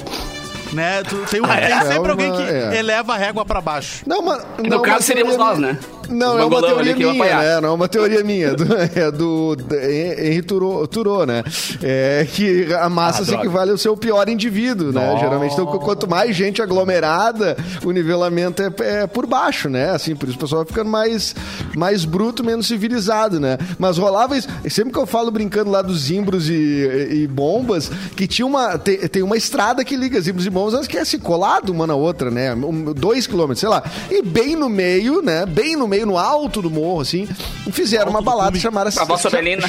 [SPEAKER 5] Né? Tu, tem, um- tem sempre
[SPEAKER 1] Ah,
[SPEAKER 6] uma-
[SPEAKER 5] alguém que
[SPEAKER 6] é.
[SPEAKER 5] eleva a régua pra baixo.
[SPEAKER 6] Não, mas,
[SPEAKER 2] No caso, seríamos nós, né?
[SPEAKER 6] Não, é uma
[SPEAKER 2] mangolão ali
[SPEAKER 6] teoria
[SPEAKER 2] que iam
[SPEAKER 6] minha,
[SPEAKER 2] apanhar.
[SPEAKER 6] né? Não é uma teoria minha. do- é do da- Hen- Henri Turou, Turou, né? É que a massa
[SPEAKER 2] Ah,
[SPEAKER 6] se equivale ao seu pior indivíduo, né? Geralmente, então, qu- quanto mais gente aglomerada, o nivelamento é, é por baixo, né? Assim, por isso o pessoal vai ficando mais, mais bruto, menos civilizado, né? Mas rolava isso. Sempre que eu falo brincando lá dos zimbros e, e- e bombas, que tinha uma... Tem, tem uma estrada que liga zimbros e bombas, elas que é assim, colado uma na outra, né? Um- dois quilômetros, sei lá. E bem no meio, né? Bem no meio, no alto do morro, assim, fizeram uma balada chamada...
[SPEAKER 2] Na Vossa Belina.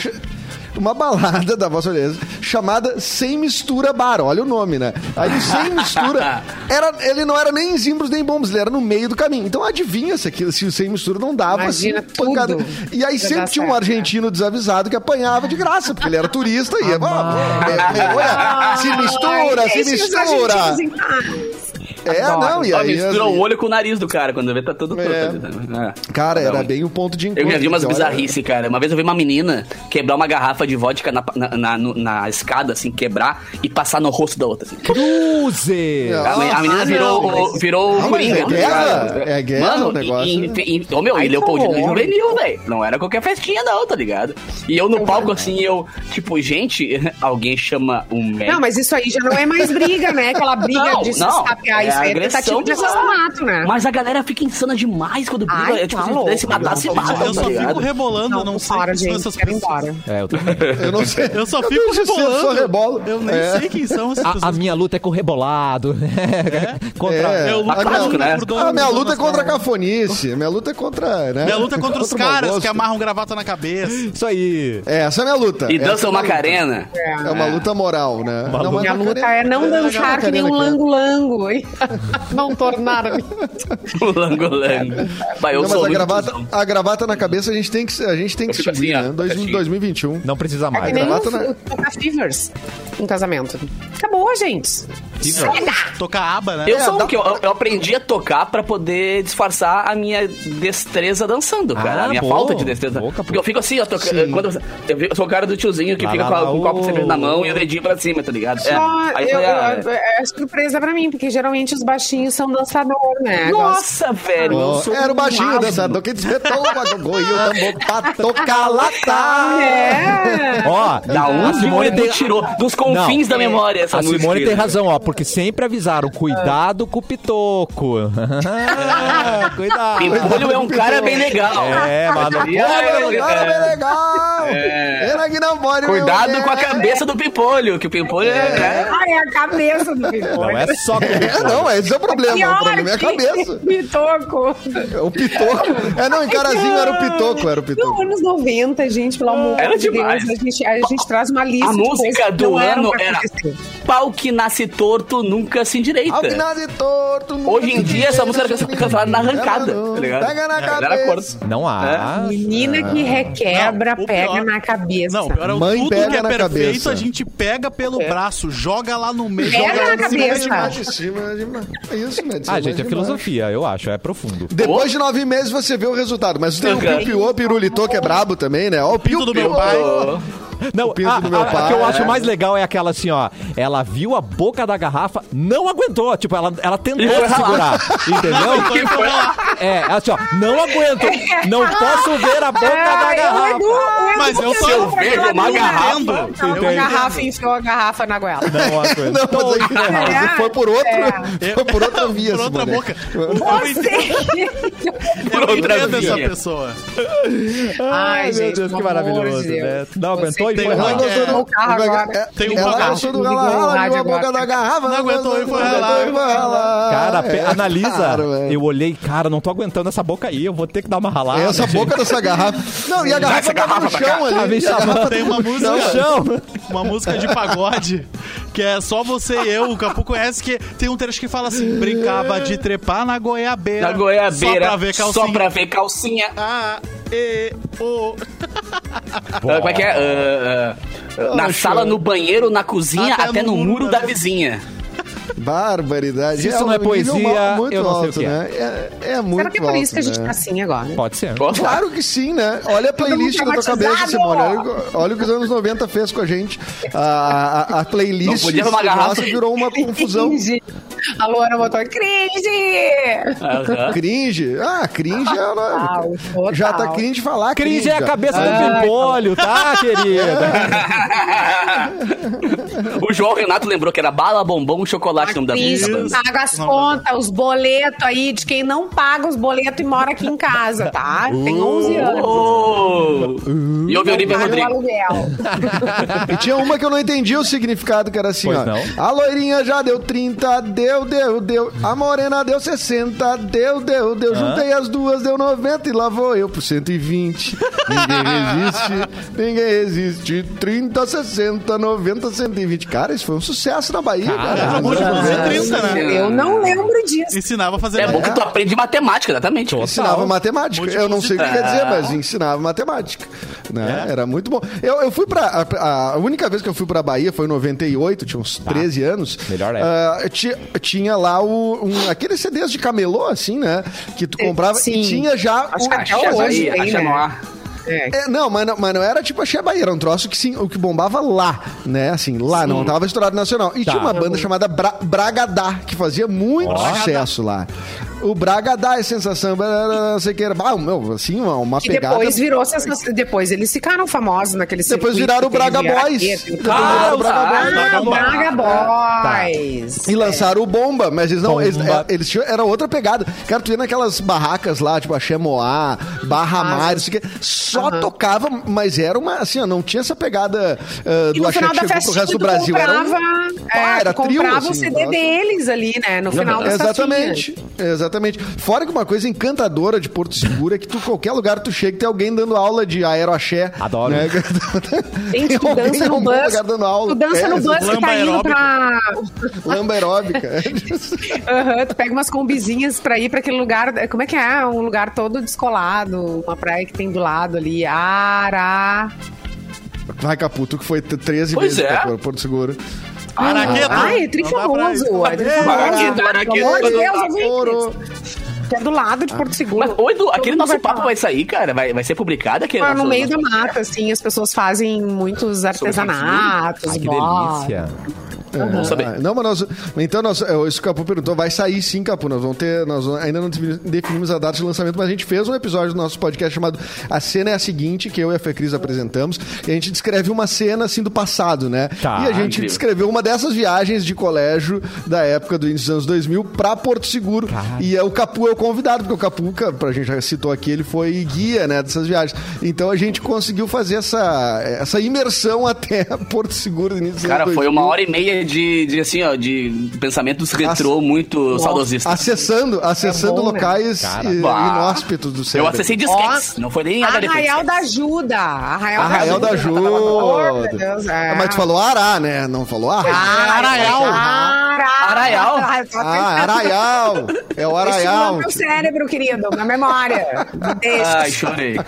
[SPEAKER 6] Uma balada da Vossa Beleza chamada Sem Mistura Bar. Olha o nome, né? Aí o Sem Mistura... Era, ele não era nem em Zimbros nem Bombas, ele era no meio do caminho. Então adivinha se, aquilo, se o Sem Mistura não dava,
[SPEAKER 4] Imagina
[SPEAKER 6] assim, pancada.
[SPEAKER 4] tudo.
[SPEAKER 6] E aí
[SPEAKER 4] Ia
[SPEAKER 6] sempre
[SPEAKER 4] dar
[SPEAKER 6] tinha um
[SPEAKER 4] certo,
[SPEAKER 6] argentino desavisado que apanhava de graça, porque ele era turista e ia... "Ó, é, é, olha,
[SPEAKER 5] Assim
[SPEAKER 6] se mistura,
[SPEAKER 4] Ai,
[SPEAKER 6] se
[SPEAKER 4] deixa os
[SPEAKER 6] mistura!
[SPEAKER 4] argentinos em paz.
[SPEAKER 6] É,
[SPEAKER 4] Adoro.
[SPEAKER 6] não, e
[SPEAKER 2] Só
[SPEAKER 6] aí...
[SPEAKER 2] Ah, mistura
[SPEAKER 6] assim,
[SPEAKER 2] o olho com o nariz do cara, quando vê tá todo torto.
[SPEAKER 6] É.
[SPEAKER 2] ali, né? É.
[SPEAKER 6] Cara,
[SPEAKER 2] Não,
[SPEAKER 6] era bem o ponto de encontro. então,
[SPEAKER 2] Eu já vi umas
[SPEAKER 6] Olha,
[SPEAKER 2] bizarrices, cara. Uma vez eu vi uma menina quebrar uma garrafa de vodka na, na, na- no- na escada, assim, quebrar e passar no rosto da outra. assim.
[SPEAKER 1] Cruze!
[SPEAKER 6] Não.
[SPEAKER 2] A, me- a menina
[SPEAKER 4] Ah,
[SPEAKER 2] virou,
[SPEAKER 4] não,
[SPEAKER 2] o-
[SPEAKER 4] mas-
[SPEAKER 2] virou o
[SPEAKER 6] Não, mas
[SPEAKER 2] Coringa.
[SPEAKER 6] é guerra,
[SPEAKER 2] cara.
[SPEAKER 6] é guerra
[SPEAKER 2] Mano,
[SPEAKER 6] o negócio,
[SPEAKER 2] E,
[SPEAKER 6] né?
[SPEAKER 2] e, e- ô, meu,
[SPEAKER 4] Ai,
[SPEAKER 2] e Leopoldina
[SPEAKER 4] que horror.
[SPEAKER 2] juvenil, velho. Não era qualquer festinha, não, tá ligado? E eu no palco, assim, eu, tipo, gente, alguém chama um médico.
[SPEAKER 4] Não, mas isso aí já não é mais briga, né? Aquela briga
[SPEAKER 2] Não,
[SPEAKER 4] de se
[SPEAKER 2] não.
[SPEAKER 4] escapear.
[SPEAKER 2] É
[SPEAKER 4] isso aí é
[SPEAKER 2] agressão
[SPEAKER 4] tentativa de
[SPEAKER 2] bizarra.
[SPEAKER 4] assassinato, né?
[SPEAKER 2] Mas a galera fica insana demais quando briga.
[SPEAKER 4] Ai,
[SPEAKER 2] é tipo,
[SPEAKER 4] tá
[SPEAKER 2] se
[SPEAKER 4] louco.
[SPEAKER 2] quiser se matar, se
[SPEAKER 4] Eu
[SPEAKER 2] mata,
[SPEAKER 5] Eu
[SPEAKER 2] tá
[SPEAKER 5] só fico
[SPEAKER 2] ligado?
[SPEAKER 5] rebolando, eu não sei
[SPEAKER 4] para,
[SPEAKER 5] quem são
[SPEAKER 4] gente,
[SPEAKER 5] essas
[SPEAKER 4] quero ir
[SPEAKER 5] pessoas.
[SPEAKER 4] embora.
[SPEAKER 1] É, eu também.
[SPEAKER 6] Eu não sei.
[SPEAKER 5] Eu só
[SPEAKER 6] não
[SPEAKER 5] fico
[SPEAKER 6] sei se eu só rebolo.
[SPEAKER 5] rebolando. Eu nem
[SPEAKER 6] É.
[SPEAKER 5] sei quem são essas
[SPEAKER 1] A, a
[SPEAKER 5] pessoas.
[SPEAKER 1] minha luta é com o rebolado. né? Contra.
[SPEAKER 6] É.
[SPEAKER 5] Eu luto
[SPEAKER 6] A
[SPEAKER 5] por
[SPEAKER 2] minha-
[SPEAKER 5] por dois
[SPEAKER 6] Ah, minha
[SPEAKER 5] minutos
[SPEAKER 6] luta é
[SPEAKER 5] nas
[SPEAKER 6] contra a
[SPEAKER 5] costas.
[SPEAKER 6] cafonice. Minha luta é contra. Né?
[SPEAKER 5] Minha luta é contra os
[SPEAKER 6] o mau
[SPEAKER 5] caras
[SPEAKER 6] gosto.
[SPEAKER 5] que amarram gravata na cabeça.
[SPEAKER 1] Isso aí.
[SPEAKER 6] É, essa é a minha luta.
[SPEAKER 2] E
[SPEAKER 6] Essa
[SPEAKER 2] dança
[SPEAKER 6] é a
[SPEAKER 2] o
[SPEAKER 6] minha luta.
[SPEAKER 2] Macarena.
[SPEAKER 6] É uma luta moral, né? Não, mas
[SPEAKER 4] Minha luta
[SPEAKER 6] Macarena-
[SPEAKER 4] é não dançar que nem um
[SPEAKER 6] Macarena,
[SPEAKER 4] lango-lango. hein? É não tornar.
[SPEAKER 2] O Lango Lango.
[SPEAKER 4] É.
[SPEAKER 2] Vai, Ah, eu
[SPEAKER 6] Não, mas
[SPEAKER 2] sou
[SPEAKER 6] a
[SPEAKER 2] muito
[SPEAKER 6] gravata,
[SPEAKER 2] cuzão.
[SPEAKER 6] a gravata na cabeça a gente tem que, a gente tem que
[SPEAKER 2] Eu fico
[SPEAKER 6] seguir,
[SPEAKER 2] assim, ó,
[SPEAKER 6] né? Dois-
[SPEAKER 2] certinho.
[SPEAKER 6] 2021.
[SPEAKER 1] Não precisa
[SPEAKER 4] É que
[SPEAKER 1] mais. né?
[SPEAKER 4] nem
[SPEAKER 6] gravata
[SPEAKER 4] o
[SPEAKER 6] na-
[SPEAKER 5] né?
[SPEAKER 4] o Toca Fevers em casamento. Acabou, gente.
[SPEAKER 5] Tocar aba, né?
[SPEAKER 2] Eu
[SPEAKER 6] É,
[SPEAKER 2] sou
[SPEAKER 6] dá-
[SPEAKER 2] um que eu, eu aprendi a tocar pra poder disfarçar a minha destreza dançando, cara.
[SPEAKER 1] Ah,
[SPEAKER 2] a minha
[SPEAKER 1] boa.
[SPEAKER 2] falta de destreza.
[SPEAKER 1] Boa, capô.
[SPEAKER 2] Porque eu fico assim, eu, toco, quando eu, eu fico- eu sou o cara do tiozinho que
[SPEAKER 1] Lá,
[SPEAKER 2] fica
[SPEAKER 1] lá,
[SPEAKER 2] com, a-
[SPEAKER 1] lá,
[SPEAKER 2] com o copo
[SPEAKER 1] ô.
[SPEAKER 2] de cerveja na mão e o dedinho pra cima, tá ligado? É.
[SPEAKER 4] Só,
[SPEAKER 2] Aí
[SPEAKER 4] eu-
[SPEAKER 2] foi a-
[SPEAKER 4] eu- é surpresa pra mim, porque geralmente os baixinhos são dançador, né?
[SPEAKER 2] Nossa, velho. eu
[SPEAKER 6] Ó,
[SPEAKER 2] sou
[SPEAKER 6] Era o baixinho
[SPEAKER 2] um
[SPEAKER 6] dançador que despetou o bagulho e o tambor pra tocar
[SPEAKER 4] Gosto-
[SPEAKER 6] lata.
[SPEAKER 4] É.
[SPEAKER 1] Ó,
[SPEAKER 2] Da
[SPEAKER 1] a
[SPEAKER 2] onde
[SPEAKER 1] Simone
[SPEAKER 2] Simone
[SPEAKER 1] tem-
[SPEAKER 2] tirou? Dos confins da memória essa
[SPEAKER 1] A
[SPEAKER 2] música.
[SPEAKER 1] Simone tem razão, ó, porque sempre avisaram, cuidado com o pitoco. Ah, cuidado.
[SPEAKER 2] Pimpolho é um cara bem legal.
[SPEAKER 1] É, mas não
[SPEAKER 2] Aí,
[SPEAKER 6] Olha,
[SPEAKER 2] aí,
[SPEAKER 6] cara,
[SPEAKER 2] é.
[SPEAKER 6] bem legal. Era que não pode.
[SPEAKER 2] Cuidado
[SPEAKER 6] meu
[SPEAKER 2] com a
[SPEAKER 6] bem.
[SPEAKER 2] cabeça do Pimpolho, que o Pimpolho é... né?
[SPEAKER 4] Ai, a cabeça do Fevers.
[SPEAKER 1] Não é só com o
[SPEAKER 6] É,
[SPEAKER 1] pitoco.
[SPEAKER 6] não, esse é o problema. O
[SPEAKER 4] Pior
[SPEAKER 6] problema é a
[SPEAKER 4] que
[SPEAKER 6] cabeça.
[SPEAKER 4] Me toco.
[SPEAKER 6] É O pitoco. É, não, encarazinho era o pitoco, era
[SPEAKER 4] Não,
[SPEAKER 6] o pitoco.
[SPEAKER 4] anos 90, gente, pelo amor
[SPEAKER 2] Era
[SPEAKER 4] de
[SPEAKER 2] demais.
[SPEAKER 4] Deus. A gente, a gente traz uma lista
[SPEAKER 2] A
[SPEAKER 4] de coisas
[SPEAKER 2] música
[SPEAKER 4] que
[SPEAKER 2] do
[SPEAKER 4] não eram
[SPEAKER 2] ano
[SPEAKER 4] pra
[SPEAKER 2] era
[SPEAKER 4] acontecer.
[SPEAKER 2] Pau que nasce torto nunca se endireita.
[SPEAKER 6] Alvinado torto.
[SPEAKER 2] Hoje em dia, essa música era cancelada na arrancada, tá ligado?
[SPEAKER 6] Pega na
[SPEAKER 2] A galera
[SPEAKER 6] cabeça.
[SPEAKER 2] corta.
[SPEAKER 1] Não há. É.
[SPEAKER 4] Menina que requebra,
[SPEAKER 5] Não, o
[SPEAKER 4] pega
[SPEAKER 5] pior-
[SPEAKER 4] na cabeça.
[SPEAKER 5] Não, pior é o
[SPEAKER 6] Mãe
[SPEAKER 5] tudo
[SPEAKER 6] pega
[SPEAKER 5] que é
[SPEAKER 6] na
[SPEAKER 5] perfeito,
[SPEAKER 6] cabeça.
[SPEAKER 5] a gente pega pelo braço, joga lá no meio.
[SPEAKER 4] Pega
[SPEAKER 5] joga
[SPEAKER 4] na
[SPEAKER 5] lá no meio.
[SPEAKER 6] É
[SPEAKER 4] cabeça.
[SPEAKER 6] demais de cima, é demais. É isso, né? De
[SPEAKER 1] Ah,
[SPEAKER 6] cima,
[SPEAKER 1] gente, é
[SPEAKER 6] demais.
[SPEAKER 1] filosofia, eu acho, é profundo.
[SPEAKER 6] Depois de nove meses você vê o resultado. Mas tem o
[SPEAKER 2] Aham.
[SPEAKER 4] Uhum.
[SPEAKER 6] Piu Piu, Pirulitô, que é brabo também, né? Ó, o Piu
[SPEAKER 5] Pinto do meu
[SPEAKER 6] Piu.
[SPEAKER 5] pai. Então,
[SPEAKER 1] Não,
[SPEAKER 6] pinto
[SPEAKER 1] a,
[SPEAKER 6] do meu
[SPEAKER 1] a- a
[SPEAKER 6] pai,
[SPEAKER 1] que eu
[SPEAKER 6] é.
[SPEAKER 1] acho mais legal é aquela assim, ó. Ela viu a boca da garrafa, não aguentou. Tipo, ela, ela tentou
[SPEAKER 2] E foi ralar.
[SPEAKER 1] segurar. Entendeu?
[SPEAKER 5] Então, foi lá.
[SPEAKER 1] É, assim, ó, não aguento. Não posso ver a boca da
[SPEAKER 4] Ai, o Edu,
[SPEAKER 1] garrafa.
[SPEAKER 4] o Edu
[SPEAKER 5] Mas eu
[SPEAKER 4] começou
[SPEAKER 5] sou-
[SPEAKER 4] com
[SPEAKER 2] eu
[SPEAKER 4] aquela
[SPEAKER 2] vejo uma
[SPEAKER 4] menina.
[SPEAKER 2] garrafa.
[SPEAKER 4] Não,
[SPEAKER 5] Entendo.
[SPEAKER 4] uma garrafa enfiou a garrafa na goela.
[SPEAKER 1] Não aguento.
[SPEAKER 6] Não, mas é que-
[SPEAKER 4] errado.
[SPEAKER 6] foi por outro.
[SPEAKER 5] É.
[SPEAKER 6] Foi por outra via,
[SPEAKER 5] Por outra
[SPEAKER 6] Simone.
[SPEAKER 5] boca. Eu entendo,
[SPEAKER 2] Por
[SPEAKER 5] eu
[SPEAKER 2] outra
[SPEAKER 5] entendo essa
[SPEAKER 2] via.
[SPEAKER 5] pessoa.
[SPEAKER 1] Ai,
[SPEAKER 4] Ai,
[SPEAKER 1] meu
[SPEAKER 4] gente,
[SPEAKER 1] Deus, que
[SPEAKER 4] pelo amor
[SPEAKER 1] maravilhoso,
[SPEAKER 4] de Deus.
[SPEAKER 1] né? Não aguentou
[SPEAKER 5] Vocês
[SPEAKER 1] e foi
[SPEAKER 5] têm
[SPEAKER 6] Ela
[SPEAKER 1] lá.
[SPEAKER 5] razão.
[SPEAKER 6] gostou do-
[SPEAKER 4] É.
[SPEAKER 6] é
[SPEAKER 4] O carro
[SPEAKER 6] do-
[SPEAKER 4] agora.
[SPEAKER 1] É
[SPEAKER 5] Tem um
[SPEAKER 6] Ela
[SPEAKER 5] carro.
[SPEAKER 6] gostou do
[SPEAKER 4] Ligou o
[SPEAKER 6] rala, viu a
[SPEAKER 4] rádio
[SPEAKER 6] boca
[SPEAKER 4] agora.
[SPEAKER 6] da garrafa.
[SPEAKER 5] Não aguentou e foi ralar.
[SPEAKER 6] e foi ralar.
[SPEAKER 1] Cara, pe-
[SPEAKER 6] É,
[SPEAKER 1] analisa.
[SPEAKER 6] claro, velho.
[SPEAKER 1] eu olhei, cara, não tô aguentando essa boca aí, eu vou ter que dar uma ralada.
[SPEAKER 6] É essa boca dessa garrafa. Não, e a garrafa
[SPEAKER 2] essa
[SPEAKER 6] tava no
[SPEAKER 2] garrafa pra
[SPEAKER 6] chão
[SPEAKER 1] Ah,
[SPEAKER 6] ali.
[SPEAKER 1] vem
[SPEAKER 6] E a
[SPEAKER 1] chamando.
[SPEAKER 6] garrafa
[SPEAKER 5] Tem uma música.
[SPEAKER 1] no chão.
[SPEAKER 5] uma música de pagode que é só você e eu, o Capu conhece, que tem um trecho que fala assim: brincava de trepar na goiabeira.
[SPEAKER 2] Na goiabeira,
[SPEAKER 5] Só pra ver calcinha.
[SPEAKER 2] só pra ver calcinha.
[SPEAKER 5] Ah, e, o.
[SPEAKER 2] Ah, Como é que é? Ah, ah, ah, na
[SPEAKER 6] Ah,
[SPEAKER 2] sala,
[SPEAKER 6] show.
[SPEAKER 2] no banheiro, na cozinha, até, no, muro da,
[SPEAKER 5] vi-
[SPEAKER 2] vizinha.
[SPEAKER 6] Barbaridade.
[SPEAKER 1] Se isso não é
[SPEAKER 6] um nível
[SPEAKER 1] poesia,
[SPEAKER 6] muito
[SPEAKER 1] eu não sei o
[SPEAKER 6] alto,
[SPEAKER 1] que é.
[SPEAKER 6] Né? É, é muito
[SPEAKER 4] Será que é por isso que a
[SPEAKER 6] alto,
[SPEAKER 4] gente
[SPEAKER 6] né?
[SPEAKER 4] tá assim agora?
[SPEAKER 1] Pode ser.
[SPEAKER 2] Gosto.
[SPEAKER 6] Claro que sim, né? Olha a playlist
[SPEAKER 4] mundo
[SPEAKER 6] na tua cabeça,
[SPEAKER 4] traumatizado!
[SPEAKER 6] Simone. Olha, o- olha o que os anos 90 fez com a gente. A, a- a playlist
[SPEAKER 2] Não podia tomar garrafa.
[SPEAKER 6] nossa virou uma confusão.
[SPEAKER 4] Cringe. A Luana botou cringe!
[SPEAKER 2] Aham.
[SPEAKER 6] Cringe. Ah, cringe é.
[SPEAKER 4] Total.
[SPEAKER 6] Já tá cringe de falar cringe.
[SPEAKER 1] Cris é a
[SPEAKER 6] já.
[SPEAKER 1] cabeça do pimpolho, tá, querida?
[SPEAKER 2] O João Renato lembrou que era bala, bombom, chocolate o nome da
[SPEAKER 4] Isso,
[SPEAKER 2] música.
[SPEAKER 4] paga as contas, os boletos aí de quem não paga os boletos e mora aqui em casa, tá? Tem 11 anos.
[SPEAKER 2] Oh! E ouviu o Olivia
[SPEAKER 4] Paga o
[SPEAKER 2] Rodrigo.
[SPEAKER 4] aluguel.
[SPEAKER 6] E tinha uma que eu não entendi o significado, que era assim,
[SPEAKER 1] Pois
[SPEAKER 6] ó.
[SPEAKER 1] não.
[SPEAKER 6] A loirinha já deu 30, deu, deu, deu. A morena deu 60, deu, deu, deu. Juntei as duas, deu 90 e lá vou eu pro 120. ninguém resiste, ninguém resiste. 30, 60, 90, 120. Cara, isso foi um sucesso na Bahia, cara.
[SPEAKER 5] Era bom É, de fazer 30, né?
[SPEAKER 4] Eu não lembro disso.
[SPEAKER 5] Ensinava a fazer.
[SPEAKER 2] É bom que tu aprende matemática, exatamente.
[SPEAKER 6] Ensinava matemática. Eu não sei o que quer dizer, mas ensinava matemática. Né? Era muito bom. Eu, eu fui pra. A, a única vez que eu fui pra Bahia foi em 98, tinha uns 13 anos.
[SPEAKER 1] Melhor
[SPEAKER 6] Ah, ti- tinha lá o, um, aqueles CDs de camelô, assim, né? Que tu comprava
[SPEAKER 4] Sim.
[SPEAKER 6] e tinha já.
[SPEAKER 4] Acho
[SPEAKER 6] o-
[SPEAKER 4] que
[SPEAKER 2] Acha
[SPEAKER 4] até hoje
[SPEAKER 2] aí,
[SPEAKER 4] tem,
[SPEAKER 2] acha
[SPEAKER 4] né?
[SPEAKER 2] no ar.
[SPEAKER 4] É.
[SPEAKER 6] é, não, mas não, mas não era tipo a Bahia, era um troço que sim, o que bombava lá, né? Assim, lá, não tava estourado nacional. E tinha uma banda chamada Bra Bragadá, que fazia muito sucesso lá. O Bragadá é sensação, barará, não sei o que era. Ah, meu, assim, uma, uma
[SPEAKER 4] Que
[SPEAKER 6] pegada.
[SPEAKER 4] depois virou sensação. Depois eles ficaram famosos naquele
[SPEAKER 6] Depois
[SPEAKER 4] circuito
[SPEAKER 6] viraram o
[SPEAKER 4] que teve
[SPEAKER 6] Braga
[SPEAKER 4] a-
[SPEAKER 6] Boys.
[SPEAKER 4] Ah,
[SPEAKER 6] Depois viraram o Braga
[SPEAKER 2] tá.
[SPEAKER 6] Boys.
[SPEAKER 5] Braga Boys.
[SPEAKER 4] Braga Boys.
[SPEAKER 6] E lançaram o Bomba, mas eles não.
[SPEAKER 1] Bomba.
[SPEAKER 6] Eles, é, eles tinham- era outra pegada. Cara, tu ia naquelas barracas lá, tipo a Chemoá,
[SPEAKER 4] Ah,
[SPEAKER 6] Barra Mar, isso aqui, só tocava, mas era uma. Assim, ó, não tinha essa pegada ah,
[SPEAKER 4] E
[SPEAKER 6] do
[SPEAKER 4] no
[SPEAKER 6] Axé
[SPEAKER 4] final
[SPEAKER 6] que
[SPEAKER 4] da
[SPEAKER 6] chegou pro
[SPEAKER 4] festinha
[SPEAKER 6] resto
[SPEAKER 4] tu
[SPEAKER 6] do Brasil.
[SPEAKER 4] comprava,
[SPEAKER 6] era um- Ah,
[SPEAKER 4] é,
[SPEAKER 6] era
[SPEAKER 4] tu comprava
[SPEAKER 6] trio,
[SPEAKER 4] o
[SPEAKER 6] assim,
[SPEAKER 4] CD
[SPEAKER 6] nossa.
[SPEAKER 4] deles ali, né? No final da
[SPEAKER 6] Exatamente, exatamente. Fora que uma coisa encantadora de Porto Seguro é que tu, qualquer lugar tu chega, tem alguém dando aula de aeroaxé.
[SPEAKER 1] Adoro.
[SPEAKER 6] Né?
[SPEAKER 4] Gente, tu
[SPEAKER 6] Tem alguém
[SPEAKER 4] dança
[SPEAKER 6] em
[SPEAKER 4] no
[SPEAKER 6] algum
[SPEAKER 4] bus.
[SPEAKER 6] lugar dando aula.
[SPEAKER 4] Tu dança
[SPEAKER 6] É,
[SPEAKER 4] no bus que
[SPEAKER 5] lamba
[SPEAKER 4] tá indo pra.
[SPEAKER 6] Lamba aeróbica.
[SPEAKER 4] Aham, tu pega umas combizinhas pra ir pra aquele lugar. Como é que é? Um lugar todo descolado, uma praia que tem do lado ali. Ara.
[SPEAKER 6] Vai, Caputo, que foi t- 13
[SPEAKER 2] Pois
[SPEAKER 6] vezes
[SPEAKER 2] é.
[SPEAKER 6] pra Porto Seguro.
[SPEAKER 5] Araqueta.
[SPEAKER 4] Ai, é trifamoso. É
[SPEAKER 2] Maraquita, maraquita.
[SPEAKER 4] trifamoso. Pelo amor de Deus,
[SPEAKER 6] Ouro.
[SPEAKER 4] ouvintes. Que é do lado de Porto Seguro.
[SPEAKER 2] Mas, ô, Edu, aquele
[SPEAKER 4] Todo mundo
[SPEAKER 2] nosso papo é né?
[SPEAKER 4] falar.
[SPEAKER 2] vai sair, cara? Vai, vai ser publicado aquele
[SPEAKER 4] Ah,
[SPEAKER 2] nosso-
[SPEAKER 4] no meio da
[SPEAKER 2] nosso-
[SPEAKER 4] mata, assim, as pessoas fazem muitos artesanatos,
[SPEAKER 1] Ai, que
[SPEAKER 4] bolas.
[SPEAKER 1] delícia.
[SPEAKER 6] Bom
[SPEAKER 2] saber.
[SPEAKER 6] Não, mas nós. Então, nós, é, isso que o Capu perguntou, vai sair sim, Capu. Nós vamos ter. Nós vamos- ainda não defini- definimos a data de lançamento, mas a gente fez um episódio do nosso podcast chamado A Cena é a Seguinte, que eu e a Fê Cris apresentamos. E a gente descreve uma cena assim do passado, né?
[SPEAKER 1] Tá,
[SPEAKER 6] e a gente
[SPEAKER 2] incrível.
[SPEAKER 6] descreveu uma dessas viagens de colégio da época do início dos anos 2000 pra Porto Seguro. E é, o Capu é o convidado, porque o Capu, ca- pra gente já citou aqui, ele foi guia, né, dessas viagens. Então a gente conseguiu fazer essa, essa imersão até Porto Seguro do início dos
[SPEAKER 2] Cara,
[SPEAKER 6] anos
[SPEAKER 2] foi
[SPEAKER 6] 2000.
[SPEAKER 2] uma hora e meia de, de assim, ó, de pensamentos retrô muito saudosistas.
[SPEAKER 6] Acessando, acessando
[SPEAKER 4] É bom, né?
[SPEAKER 6] locais
[SPEAKER 1] Cara,
[SPEAKER 6] eh,
[SPEAKER 2] bah.
[SPEAKER 6] inóspitos do
[SPEAKER 2] Eu
[SPEAKER 6] cérebro.
[SPEAKER 2] acessei disquetes, não foi nem nada de
[SPEAKER 4] Arraial
[SPEAKER 2] disquetes.
[SPEAKER 4] da Ajuda. Arraial,
[SPEAKER 6] Arraial da Ju.
[SPEAKER 4] Pelo amor de Deus. É.
[SPEAKER 6] Ah, Mas tu falou Ará, né? Não falou Ará.
[SPEAKER 4] Ah,
[SPEAKER 5] Araial.
[SPEAKER 4] Arraial.
[SPEAKER 2] Araial.
[SPEAKER 4] tá
[SPEAKER 6] Ah, Araial. É o Araial.
[SPEAKER 4] Estimula meu cérebro, querido, minha memória. Me Deixa.
[SPEAKER 2] Ai, chorei.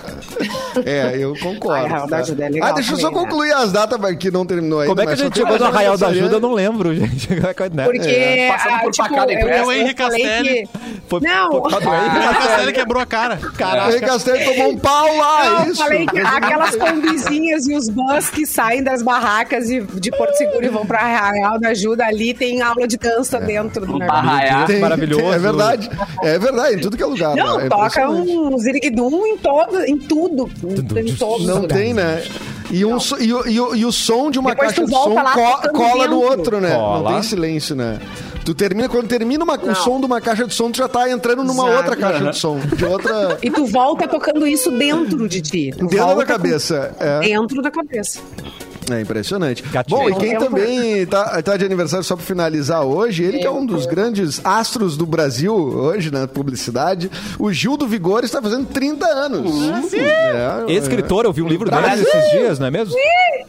[SPEAKER 6] É, eu concordo.
[SPEAKER 4] Arraial da
[SPEAKER 6] tá?
[SPEAKER 4] Ajuda é legal
[SPEAKER 6] Ah, deixa eu só
[SPEAKER 4] também, né?
[SPEAKER 6] concluir as datas mas que não terminou ainda.
[SPEAKER 1] Como é que a
[SPEAKER 6] mas só
[SPEAKER 1] gente
[SPEAKER 6] tem
[SPEAKER 1] chegou no
[SPEAKER 6] mais
[SPEAKER 1] Arraial
[SPEAKER 6] uma
[SPEAKER 1] da Ajuda? Eu
[SPEAKER 6] cena.
[SPEAKER 1] não lembro, gente. Né?
[SPEAKER 4] Porque. ah, tipo,
[SPEAKER 2] É, passando por facada e pressa.
[SPEAKER 4] eu
[SPEAKER 5] Henri
[SPEAKER 4] falei
[SPEAKER 5] Castelli.
[SPEAKER 4] que-
[SPEAKER 1] Foi-
[SPEAKER 4] Não,
[SPEAKER 1] foi Ah, por causa do Henri
[SPEAKER 5] A Castela quebrou a cara.
[SPEAKER 6] O
[SPEAKER 1] É.
[SPEAKER 6] Rei Castelo tomou um pau lá,
[SPEAKER 4] eu
[SPEAKER 6] isso.
[SPEAKER 4] falei que aquelas combizinhas e os bus que saem das barracas de, de Porto Seguro e vão pra Arraial da Ajuda, ali tem aula de dança dentro do
[SPEAKER 2] Um
[SPEAKER 4] negócio.
[SPEAKER 2] barraial.
[SPEAKER 1] Tem- maravilhoso.
[SPEAKER 6] É verdade. É verdade, em tudo que é lugar.
[SPEAKER 4] Não,
[SPEAKER 6] né? É
[SPEAKER 4] toca
[SPEAKER 6] impressionante.
[SPEAKER 4] um ziriguidum em todo, em tudo. Em todos
[SPEAKER 6] Não
[SPEAKER 4] os lugares.
[SPEAKER 6] tem, né? E, um, so- e, o- e, o- e o som de uma
[SPEAKER 4] Depois
[SPEAKER 6] caixa
[SPEAKER 4] tu
[SPEAKER 6] de som
[SPEAKER 4] volta lá
[SPEAKER 6] co-
[SPEAKER 4] tocando
[SPEAKER 6] cola no
[SPEAKER 4] dentro.
[SPEAKER 6] outro, né?
[SPEAKER 1] Cola.
[SPEAKER 6] Não tem silêncio, né? Tu termina, quando termina uma- o som de uma caixa de som, tu já tá entrando numa
[SPEAKER 4] Exato.
[SPEAKER 6] outra caixa de som. De outra.
[SPEAKER 4] E tu volta tocando isso dentro de ti. Tu
[SPEAKER 6] Dentro
[SPEAKER 4] volta
[SPEAKER 6] da cabeça.
[SPEAKER 4] com-
[SPEAKER 6] É,
[SPEAKER 4] Dentro da cabeça.
[SPEAKER 6] é impressionante.
[SPEAKER 1] Gatilho.
[SPEAKER 6] Bom, e quem
[SPEAKER 4] É um-
[SPEAKER 6] também tá, tá de aniversário, só pra finalizar hoje, ele que é um dos grandes astros do Brasil hoje na publicidade, o Gil do Vigor está fazendo 30 anos.
[SPEAKER 4] Uhum.
[SPEAKER 6] É,
[SPEAKER 1] Escritor, eu vi um livro dele esses dias, não é mesmo?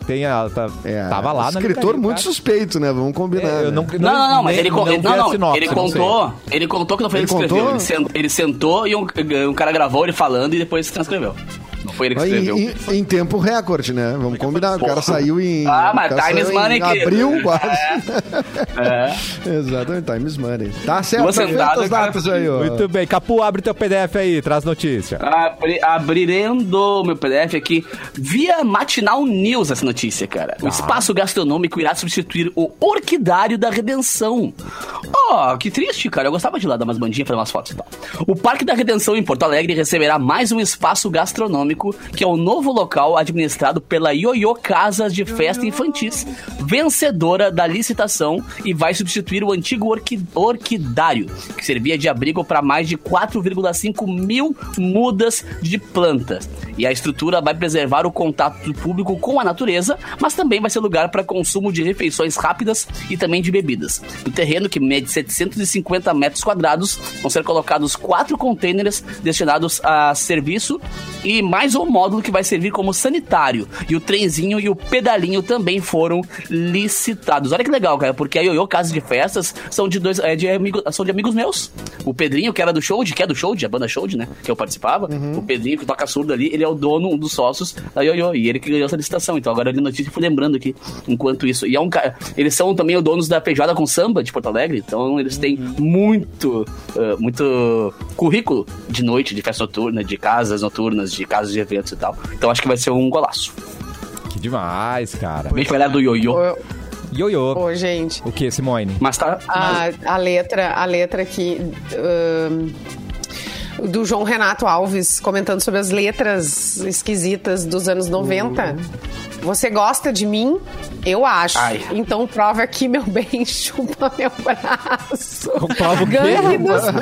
[SPEAKER 1] Tem a, tá-
[SPEAKER 6] é,
[SPEAKER 1] tava lá na
[SPEAKER 6] Escritor
[SPEAKER 1] livraria,
[SPEAKER 6] muito
[SPEAKER 1] cara.
[SPEAKER 6] suspeito, né? Vamos combinar.
[SPEAKER 1] É, eu
[SPEAKER 6] né?
[SPEAKER 1] não,
[SPEAKER 2] Não, não, não, mas
[SPEAKER 1] nem-
[SPEAKER 2] ele, con-
[SPEAKER 1] vi
[SPEAKER 2] não,
[SPEAKER 1] a
[SPEAKER 2] não,
[SPEAKER 1] sinopse,
[SPEAKER 2] ele
[SPEAKER 1] não sei.
[SPEAKER 2] contou, ele contou que não foi ele
[SPEAKER 6] Ele
[SPEAKER 2] que escreveu,
[SPEAKER 6] contou?
[SPEAKER 2] ele, sen- ele sentou e um, um cara gravou ele falando e depois transcreveu. foi ele que
[SPEAKER 6] Aí,
[SPEAKER 2] escreveu.
[SPEAKER 6] em, em tempo recorde, né? Vamos combinar. O cara saiu em.
[SPEAKER 2] Ah, mas
[SPEAKER 6] o cara
[SPEAKER 2] time is
[SPEAKER 6] saiu em
[SPEAKER 2] money, querido.
[SPEAKER 6] Abril, quase.
[SPEAKER 2] É.
[SPEAKER 6] Exatamente, time is money. Tá certo,
[SPEAKER 2] Duas
[SPEAKER 6] perfeito
[SPEAKER 2] andadas,
[SPEAKER 6] as
[SPEAKER 2] cara.
[SPEAKER 6] datas aí, ó.
[SPEAKER 1] Muito bem. Capu, abre teu PDF aí, traz notícia.
[SPEAKER 2] Abri, abrirendo meu PDF aqui via Matinal News essa notícia, cara. O espaço gastronômico irá substituir o Orquidário da Redenção. Oh, que triste, cara. Eu gostava de ir lá dar umas bandinhas, fazer umas fotos e tal. O Parque da Redenção em Porto Alegre receberá mais um espaço gastronômico, que é o novo local administrado pela Yoyo Casas de Festa Infantis, vencedora da licitação e vai substituir o antigo orqui- orquidário, que servia de abrigo para mais de 4,5 mil mudas de plantas. E a estrutura vai preservar o contato do público com a natureza, mas também vai ser lugar para consumo de refeições rápidas e também de bebidas. No terreno, que mede 750 metros quadrados, vão ser colocados quatro contêineres destinados a serviço e mais um módulo que vai servir como sanitário. E o trenzinho e o pedalinho também foram licitados. Olha que legal, cara, porque a Yoyo Casa de Festas são de dois é, de amigo- são de amigos meus. O Pedrinho, que era do Show, que é do Show, a banda Show, né, que eu participava. O Pedrinho, que toca surdo ali, ele é o dono, um dos sócios da Yoyo, e ele que ganhou essa licitação. Então agora eu li notícia e fui lembrando aqui, enquanto isso. E é um cara, eles são também os donos da Feijoada com Samba de Porto Alegre, então eles têm muito, eh, muito currículo de noite, de festa noturna, de casas noturnas, de casas de eventos e tal. Então acho que vai ser um golaço.
[SPEAKER 1] Que demais, cara.
[SPEAKER 2] Bem galera do Yoyo.
[SPEAKER 4] Ô,
[SPEAKER 1] Ioiô.
[SPEAKER 4] ô, gente,
[SPEAKER 1] O que, Simone?
[SPEAKER 2] Mas tá.
[SPEAKER 4] a, a letra, a letra aqui. ahn, do João Renato Alves comentando sobre as letras esquisitas dos anos 90. Você gosta de mim? Eu acho.
[SPEAKER 2] Ai.
[SPEAKER 4] Então prova aqui, meu bem, chupa meu braço.
[SPEAKER 1] Prova o quê?
[SPEAKER 4] Gangue do samba!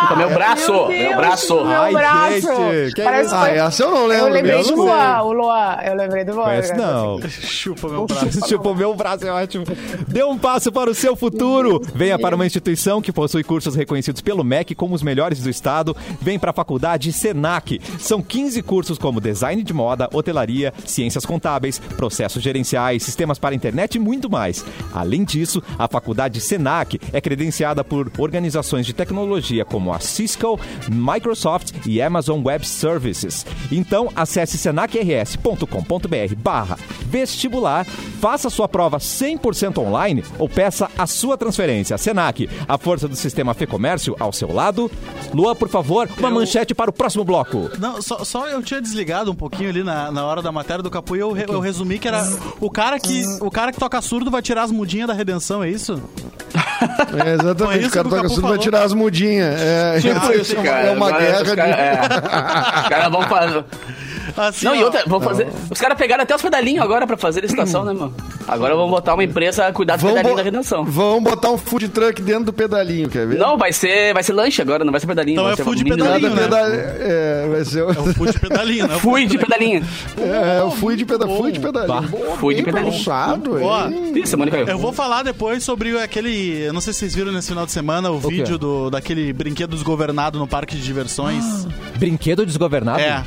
[SPEAKER 2] Chupa meu braço, meu
[SPEAKER 4] Deus,
[SPEAKER 2] braço.
[SPEAKER 4] chupa Meu
[SPEAKER 1] Ai,
[SPEAKER 4] braço!
[SPEAKER 1] gente, que
[SPEAKER 4] Parece
[SPEAKER 6] Ah,
[SPEAKER 4] foi-
[SPEAKER 6] essa eu não lembro.
[SPEAKER 4] Eu lembrei
[SPEAKER 6] mesmo.
[SPEAKER 4] do Luan, o Luan. Eu lembrei do Luan.
[SPEAKER 1] Conhece
[SPEAKER 4] né?
[SPEAKER 1] não.
[SPEAKER 5] Chupa meu braço.
[SPEAKER 1] Tipo, meu braço é ótimo. Dê um passo para o seu futuro. Venha para uma instituição que possui cursos reconhecidos pelo MEC como os melhores do estado. Vem para a faculdade Senac. São 15 cursos como design de moda, hotelaria, ciências contábeis, processos gerenciais, sistemas para internet e muito mais. Além disso, a faculdade Senac é credenciada por organizações de tecnologia como a Cisco, Microsoft e Amazon Web Services. Então, acesse senacrs.com.br barra vestibular, faça sua prova 100% online ou peça a sua transferência. Senac, a força do sistema Fê Comércio ao seu lado. Luan, por favor, uma manchete para o próximo bloco.
[SPEAKER 5] Não, só, só eu tinha desligado um pouquinho ali na, na hora da matéria do Capu e eu, re- eu resumi que era o cara que, o cara que toca surdo vai tirar as mudinhas da redenção, é isso?
[SPEAKER 6] É,
[SPEAKER 5] Foi
[SPEAKER 6] exatamente.
[SPEAKER 5] isso
[SPEAKER 6] O
[SPEAKER 5] que
[SPEAKER 6] cara
[SPEAKER 5] o
[SPEAKER 6] toca
[SPEAKER 5] Capu
[SPEAKER 6] surdo vai
[SPEAKER 5] falou.
[SPEAKER 6] tirar as mudinhas. É,
[SPEAKER 2] Tipo isso,
[SPEAKER 6] é uma-
[SPEAKER 2] cara.
[SPEAKER 6] é uma
[SPEAKER 2] Agora
[SPEAKER 6] guerra
[SPEAKER 2] Os
[SPEAKER 6] de.
[SPEAKER 2] caras é. Os caras vão fazer.
[SPEAKER 5] Assim,
[SPEAKER 2] Não, e
[SPEAKER 5] ó,
[SPEAKER 2] outra, vão fazer. Os caras pegaram até os pedalinhos agora pra fazer licitação, né, mano? Agora vão botar uma empresa a cuidar dos
[SPEAKER 6] Vão,
[SPEAKER 2] pedalinhos
[SPEAKER 6] bo-
[SPEAKER 2] da redenção.
[SPEAKER 6] vão botar um food truck dentro do pedalinho, quer ver?
[SPEAKER 2] Não, vai ser, vai ser lanche agora, não vai ser pedalinho.
[SPEAKER 5] Então
[SPEAKER 2] vai
[SPEAKER 5] é
[SPEAKER 2] ser
[SPEAKER 5] food
[SPEAKER 2] mini
[SPEAKER 5] pedalinho,
[SPEAKER 6] Cada
[SPEAKER 2] lanche.
[SPEAKER 5] né?
[SPEAKER 6] peda... é, vai ser...
[SPEAKER 5] É o fute pedalinho, né?
[SPEAKER 2] Fui de pedalinho.
[SPEAKER 6] É, eu fui de peda... fui de pedalinho. Bom,
[SPEAKER 2] Fui de
[SPEAKER 6] bem
[SPEAKER 2] pedalinho.
[SPEAKER 6] pensado,
[SPEAKER 5] Ó,
[SPEAKER 6] hein?
[SPEAKER 2] Ih, Simone caiu.
[SPEAKER 5] Eu vou falar depois sobre aquele. eu Não sei se vocês viram nesse final de semana o
[SPEAKER 1] quê?
[SPEAKER 5] vídeo do, daquele brinquedo desgovernado no parque de diversões.
[SPEAKER 1] Brinquedo desgovernado?
[SPEAKER 5] É.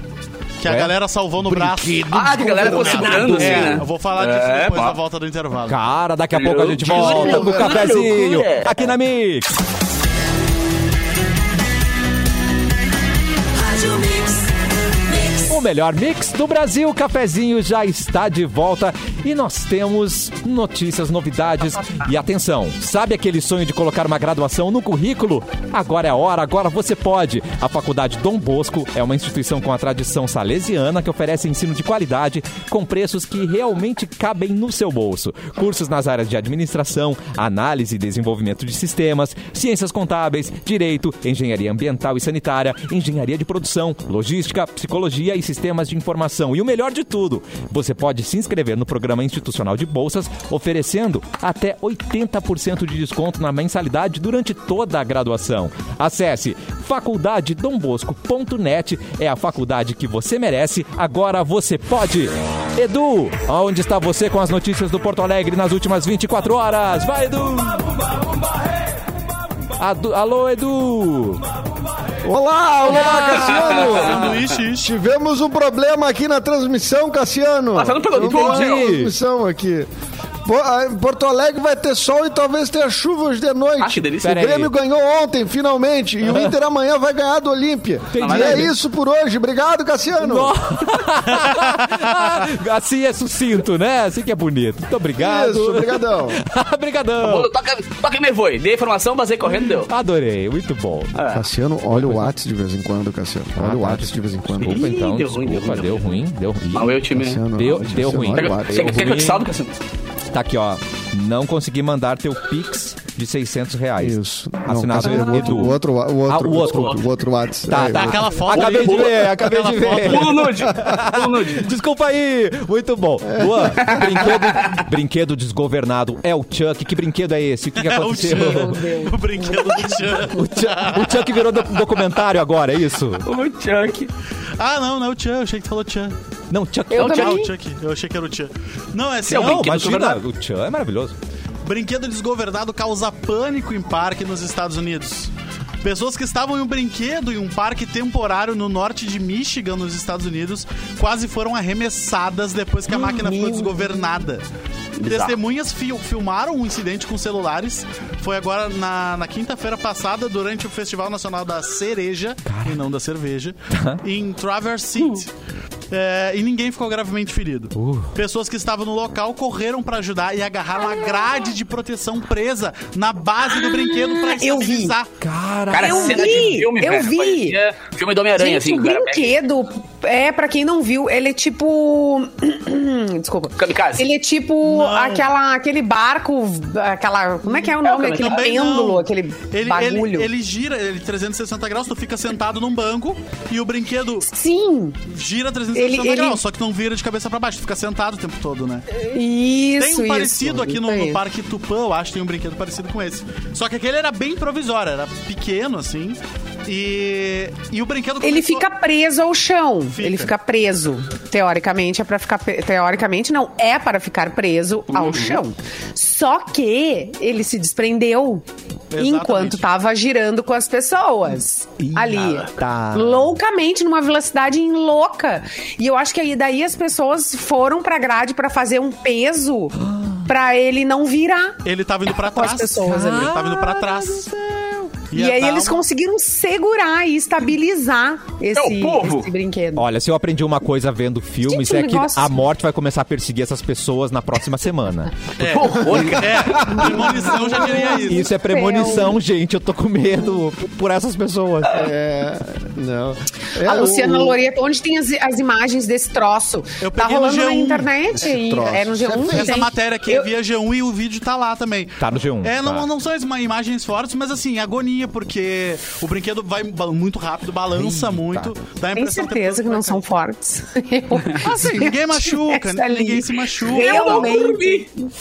[SPEAKER 5] Que a
[SPEAKER 1] Ué?
[SPEAKER 5] galera salvou no braço.
[SPEAKER 2] Ah, que a galera ficou segurando assim,
[SPEAKER 5] É,
[SPEAKER 2] né?
[SPEAKER 5] eu vou falar disso
[SPEAKER 2] É,
[SPEAKER 5] depois
[SPEAKER 2] pá.
[SPEAKER 5] da volta do intervalo.
[SPEAKER 1] Cara, daqui a pouco a gente
[SPEAKER 2] Loucura,
[SPEAKER 1] volta com o
[SPEAKER 2] loucura,
[SPEAKER 1] cafezinho
[SPEAKER 2] loucura.
[SPEAKER 1] aqui na Mix.
[SPEAKER 7] Rádio Mix, Mix.
[SPEAKER 1] O melhor mix do Brasil, o cafezinho já está de volta e nós temos notícias, novidades e atenção. Sabe aquele sonho de colocar uma graduação no currículo? Agora é a hora, agora você pode. A Faculdade Dom Bosco é uma instituição com a tradição salesiana que oferece ensino de qualidade com preços que realmente cabem no seu bolso. Cursos nas áreas de administração, análise e desenvolvimento de sistemas, ciências contábeis, direito, engenharia ambiental e sanitária, engenharia de produção, logística, psicologia e sistemas de informação. E o melhor de tudo, você pode se inscrever no programa institucional de bolsas, oferecendo até 80% de desconto na mensalidade durante toda a graduação. Acesse faculdadedombosco.net, é a faculdade que você merece, agora você pode. Edu, onde está você com as notícias do Porto Alegre nas últimas 24 horas? Vai, Edu! Adu- Alô, Edu!
[SPEAKER 6] Olá, olá, Cassiano!
[SPEAKER 5] Sanduíche, ishi.
[SPEAKER 6] Tivemos um problema aqui na transmissão, Cassiano.
[SPEAKER 2] Passando pelo
[SPEAKER 6] Vamos lá,
[SPEAKER 2] entendi.
[SPEAKER 6] transmissão aqui. Po- ah, Porto Alegre vai ter sol e talvez tenha chuva hoje de noite.
[SPEAKER 2] Ah, que delícia.
[SPEAKER 6] O
[SPEAKER 1] Pera aí.
[SPEAKER 6] Grêmio ganhou ontem, finalmente. E o Inter amanhã vai ganhar do Olímpia.
[SPEAKER 1] Entendi.
[SPEAKER 6] E é isso por hoje. Obrigado, Cassiano.
[SPEAKER 1] assim é sucinto, né? Assim que é bonito. Muito obrigado.
[SPEAKER 6] Isso, obrigadão.
[SPEAKER 1] Obrigadão.
[SPEAKER 2] Pô, Toca, toca e me foi. Dei informação, basei correndo, deu.
[SPEAKER 1] Adorei, muito bom.
[SPEAKER 2] Ah,
[SPEAKER 6] Cassiano, olha o WhatsApp de vez em quando, Cassiano. Olha o WhatsApp de vez em quando.
[SPEAKER 1] Desculpa, então.
[SPEAKER 2] deu ruim,
[SPEAKER 1] desculpa, deu
[SPEAKER 2] deu
[SPEAKER 1] ruim, deu ruim.
[SPEAKER 2] Mal eu time. né?
[SPEAKER 6] Cassiano,
[SPEAKER 1] Deu-
[SPEAKER 6] olha,
[SPEAKER 1] deu
[SPEAKER 6] Cassiano,
[SPEAKER 1] ruim.
[SPEAKER 6] olha o
[SPEAKER 2] Pega-
[SPEAKER 6] WhatsApp.
[SPEAKER 2] Chega chega
[SPEAKER 1] ruim.
[SPEAKER 2] que saldo, Cassiano.
[SPEAKER 1] Tá aqui, ó. Não consegui mandar teu Pix de 600 reais.
[SPEAKER 6] Isso. Não,
[SPEAKER 1] Assinado
[SPEAKER 6] Cassiano,
[SPEAKER 1] Edu.
[SPEAKER 6] o outro, o outro, o
[SPEAKER 1] é Ah,
[SPEAKER 6] outro,
[SPEAKER 1] o outro.
[SPEAKER 6] o outro WhatsApp.
[SPEAKER 1] Tá,
[SPEAKER 6] É,
[SPEAKER 1] tá.
[SPEAKER 6] o outro.
[SPEAKER 5] Aquela foto.
[SPEAKER 1] Acabei de
[SPEAKER 5] ali.
[SPEAKER 1] ver, acabei de
[SPEAKER 5] Aquela
[SPEAKER 1] ver.
[SPEAKER 2] Pulo nude. Pulo nude.
[SPEAKER 1] Desculpa aí, muito bom. Luan, brinquedo, brinquedo desgovernado é o Chuck. Que brinquedo é esse? O que, que
[SPEAKER 5] É o
[SPEAKER 1] aconteceu?
[SPEAKER 5] Chan. O brinquedo do Chan.
[SPEAKER 1] O Chuck, o Chuck virou do- documentário agora, é isso?
[SPEAKER 2] O Chuck.
[SPEAKER 5] Ah, não, não é o Chan. Eu achei que falou Chan.
[SPEAKER 1] Não, Chuck.
[SPEAKER 2] Eu
[SPEAKER 1] não,
[SPEAKER 5] Ah,
[SPEAKER 2] também.
[SPEAKER 5] o Chuck. Eu achei que era o Chan. Não, é assim,
[SPEAKER 2] Seu
[SPEAKER 5] ó,
[SPEAKER 1] não,
[SPEAKER 2] brinquedo
[SPEAKER 1] imagina,
[SPEAKER 2] desgovernado.
[SPEAKER 1] o Chuck é maravilhoso.
[SPEAKER 5] Brinquedo desgovernado causa pânico em parque nos Estados Unidos. Pessoas que estavam em um brinquedo em um parque temporário no norte de Michigan, nos Estados Unidos, quase foram arremessadas depois que a máquina ficou desgovernada. Testemunhas fil- filmaram um incidente com celulares. Foi agora na, na quinta-feira passada, durante o Festival Nacional da Cereja, e não da cerveja, em Traverse City. É, e ninguém ficou gravemente ferido. Pessoas que estavam no local correram pra ajudar e agarraram a grade de proteção presa na base do brinquedo pra
[SPEAKER 4] eu vi.
[SPEAKER 5] estabilizar.
[SPEAKER 2] Cara,
[SPEAKER 4] Eu
[SPEAKER 2] cena
[SPEAKER 4] vi,
[SPEAKER 2] de filme,
[SPEAKER 4] eu
[SPEAKER 2] velho.
[SPEAKER 4] vi.
[SPEAKER 2] Parecia Filme do Homem-Aranha,
[SPEAKER 4] Gente,
[SPEAKER 2] assim.
[SPEAKER 4] o
[SPEAKER 2] cara.
[SPEAKER 4] brinquedo, é, pra quem não viu, ele é tipo. Desculpa.
[SPEAKER 2] Kamikaze.
[SPEAKER 4] Ele é tipo aquela, aquele barco, aquela. Como é que é o nome?
[SPEAKER 2] cara,
[SPEAKER 4] aquele
[SPEAKER 5] Também
[SPEAKER 4] pêndulo,
[SPEAKER 5] não.
[SPEAKER 4] aquele
[SPEAKER 5] ele,
[SPEAKER 4] bagulho.
[SPEAKER 5] Ele, ele gira, ele 360 graus, tu fica sentado num banco e o brinquedo
[SPEAKER 4] Sim,
[SPEAKER 5] gira 360
[SPEAKER 4] Ele- ele-
[SPEAKER 5] graus, só que não vira de cabeça pra baixo, tu fica sentado o tempo todo, né?
[SPEAKER 4] isso.
[SPEAKER 5] Tem um parecido
[SPEAKER 4] isso,
[SPEAKER 5] aqui no,
[SPEAKER 4] isso
[SPEAKER 5] no
[SPEAKER 4] aí.
[SPEAKER 5] Parque Tupã, eu acho, tem um brinquedo parecido com esse. Só que aquele era bem provisório, era pequeno, assim. E, e o brinquedo
[SPEAKER 4] Ele
[SPEAKER 5] começou-
[SPEAKER 4] fica preso ao chão.
[SPEAKER 5] Fica.
[SPEAKER 4] Ele fica preso. Teoricamente é para ficar pe- teoricamente não é para ficar preso ao chão. Só que ele se desprendeu
[SPEAKER 5] Exatamente.
[SPEAKER 4] enquanto tava girando com as pessoas ali, loucamente numa velocidade louca. E eu acho que aí daí as pessoas foram pra grade para fazer um peso pra ele não virar.
[SPEAKER 5] Ele tava indo pra
[SPEAKER 4] Com as
[SPEAKER 5] trás.
[SPEAKER 4] pessoas ali. Ah,
[SPEAKER 5] Ele tava indo pra trás.
[SPEAKER 4] E, aí eles conseguiram segurar e estabilizar esse,
[SPEAKER 2] povo.
[SPEAKER 4] esse brinquedo.
[SPEAKER 1] Olha, se eu aprendi uma coisa vendo filmes,
[SPEAKER 4] Gente, um
[SPEAKER 1] é que
[SPEAKER 4] negócio-
[SPEAKER 1] a
[SPEAKER 2] assim.
[SPEAKER 1] morte vai começar a perseguir essas pessoas na próxima semana.
[SPEAKER 5] É, é premonição já diria isso.
[SPEAKER 1] Isso é premonição, gente. Eu tô com medo por essas pessoas.
[SPEAKER 6] É, não. É,
[SPEAKER 4] A
[SPEAKER 6] o-
[SPEAKER 4] Luciana Loreto, onde tem as, as imagens desse troço?
[SPEAKER 5] Eu
[SPEAKER 4] Tá
[SPEAKER 5] peguei no
[SPEAKER 4] rolando na
[SPEAKER 5] G1.
[SPEAKER 4] internet? e-
[SPEAKER 6] troço.
[SPEAKER 4] É no G1?
[SPEAKER 6] Essa
[SPEAKER 5] Essa
[SPEAKER 4] tem.
[SPEAKER 5] matéria aqui é
[SPEAKER 4] Eu-
[SPEAKER 5] via G1 e o vídeo tá lá também.
[SPEAKER 1] Tá no G1,
[SPEAKER 5] É, não,
[SPEAKER 1] tá.
[SPEAKER 5] não são isma- imagens fortes, mas assim, agonia, porque o brinquedo vai ba- muito rápido, balança muito. Dá a
[SPEAKER 4] Tem
[SPEAKER 5] impressão é
[SPEAKER 4] certeza que não são fortes. Eu-
[SPEAKER 5] Ah, sim,
[SPEAKER 4] se
[SPEAKER 5] ninguém
[SPEAKER 4] eu
[SPEAKER 5] machuca,
[SPEAKER 4] tivesse ali,
[SPEAKER 5] ninguém se machuca.
[SPEAKER 2] Eu não
[SPEAKER 4] realmente,
[SPEAKER 2] dormi.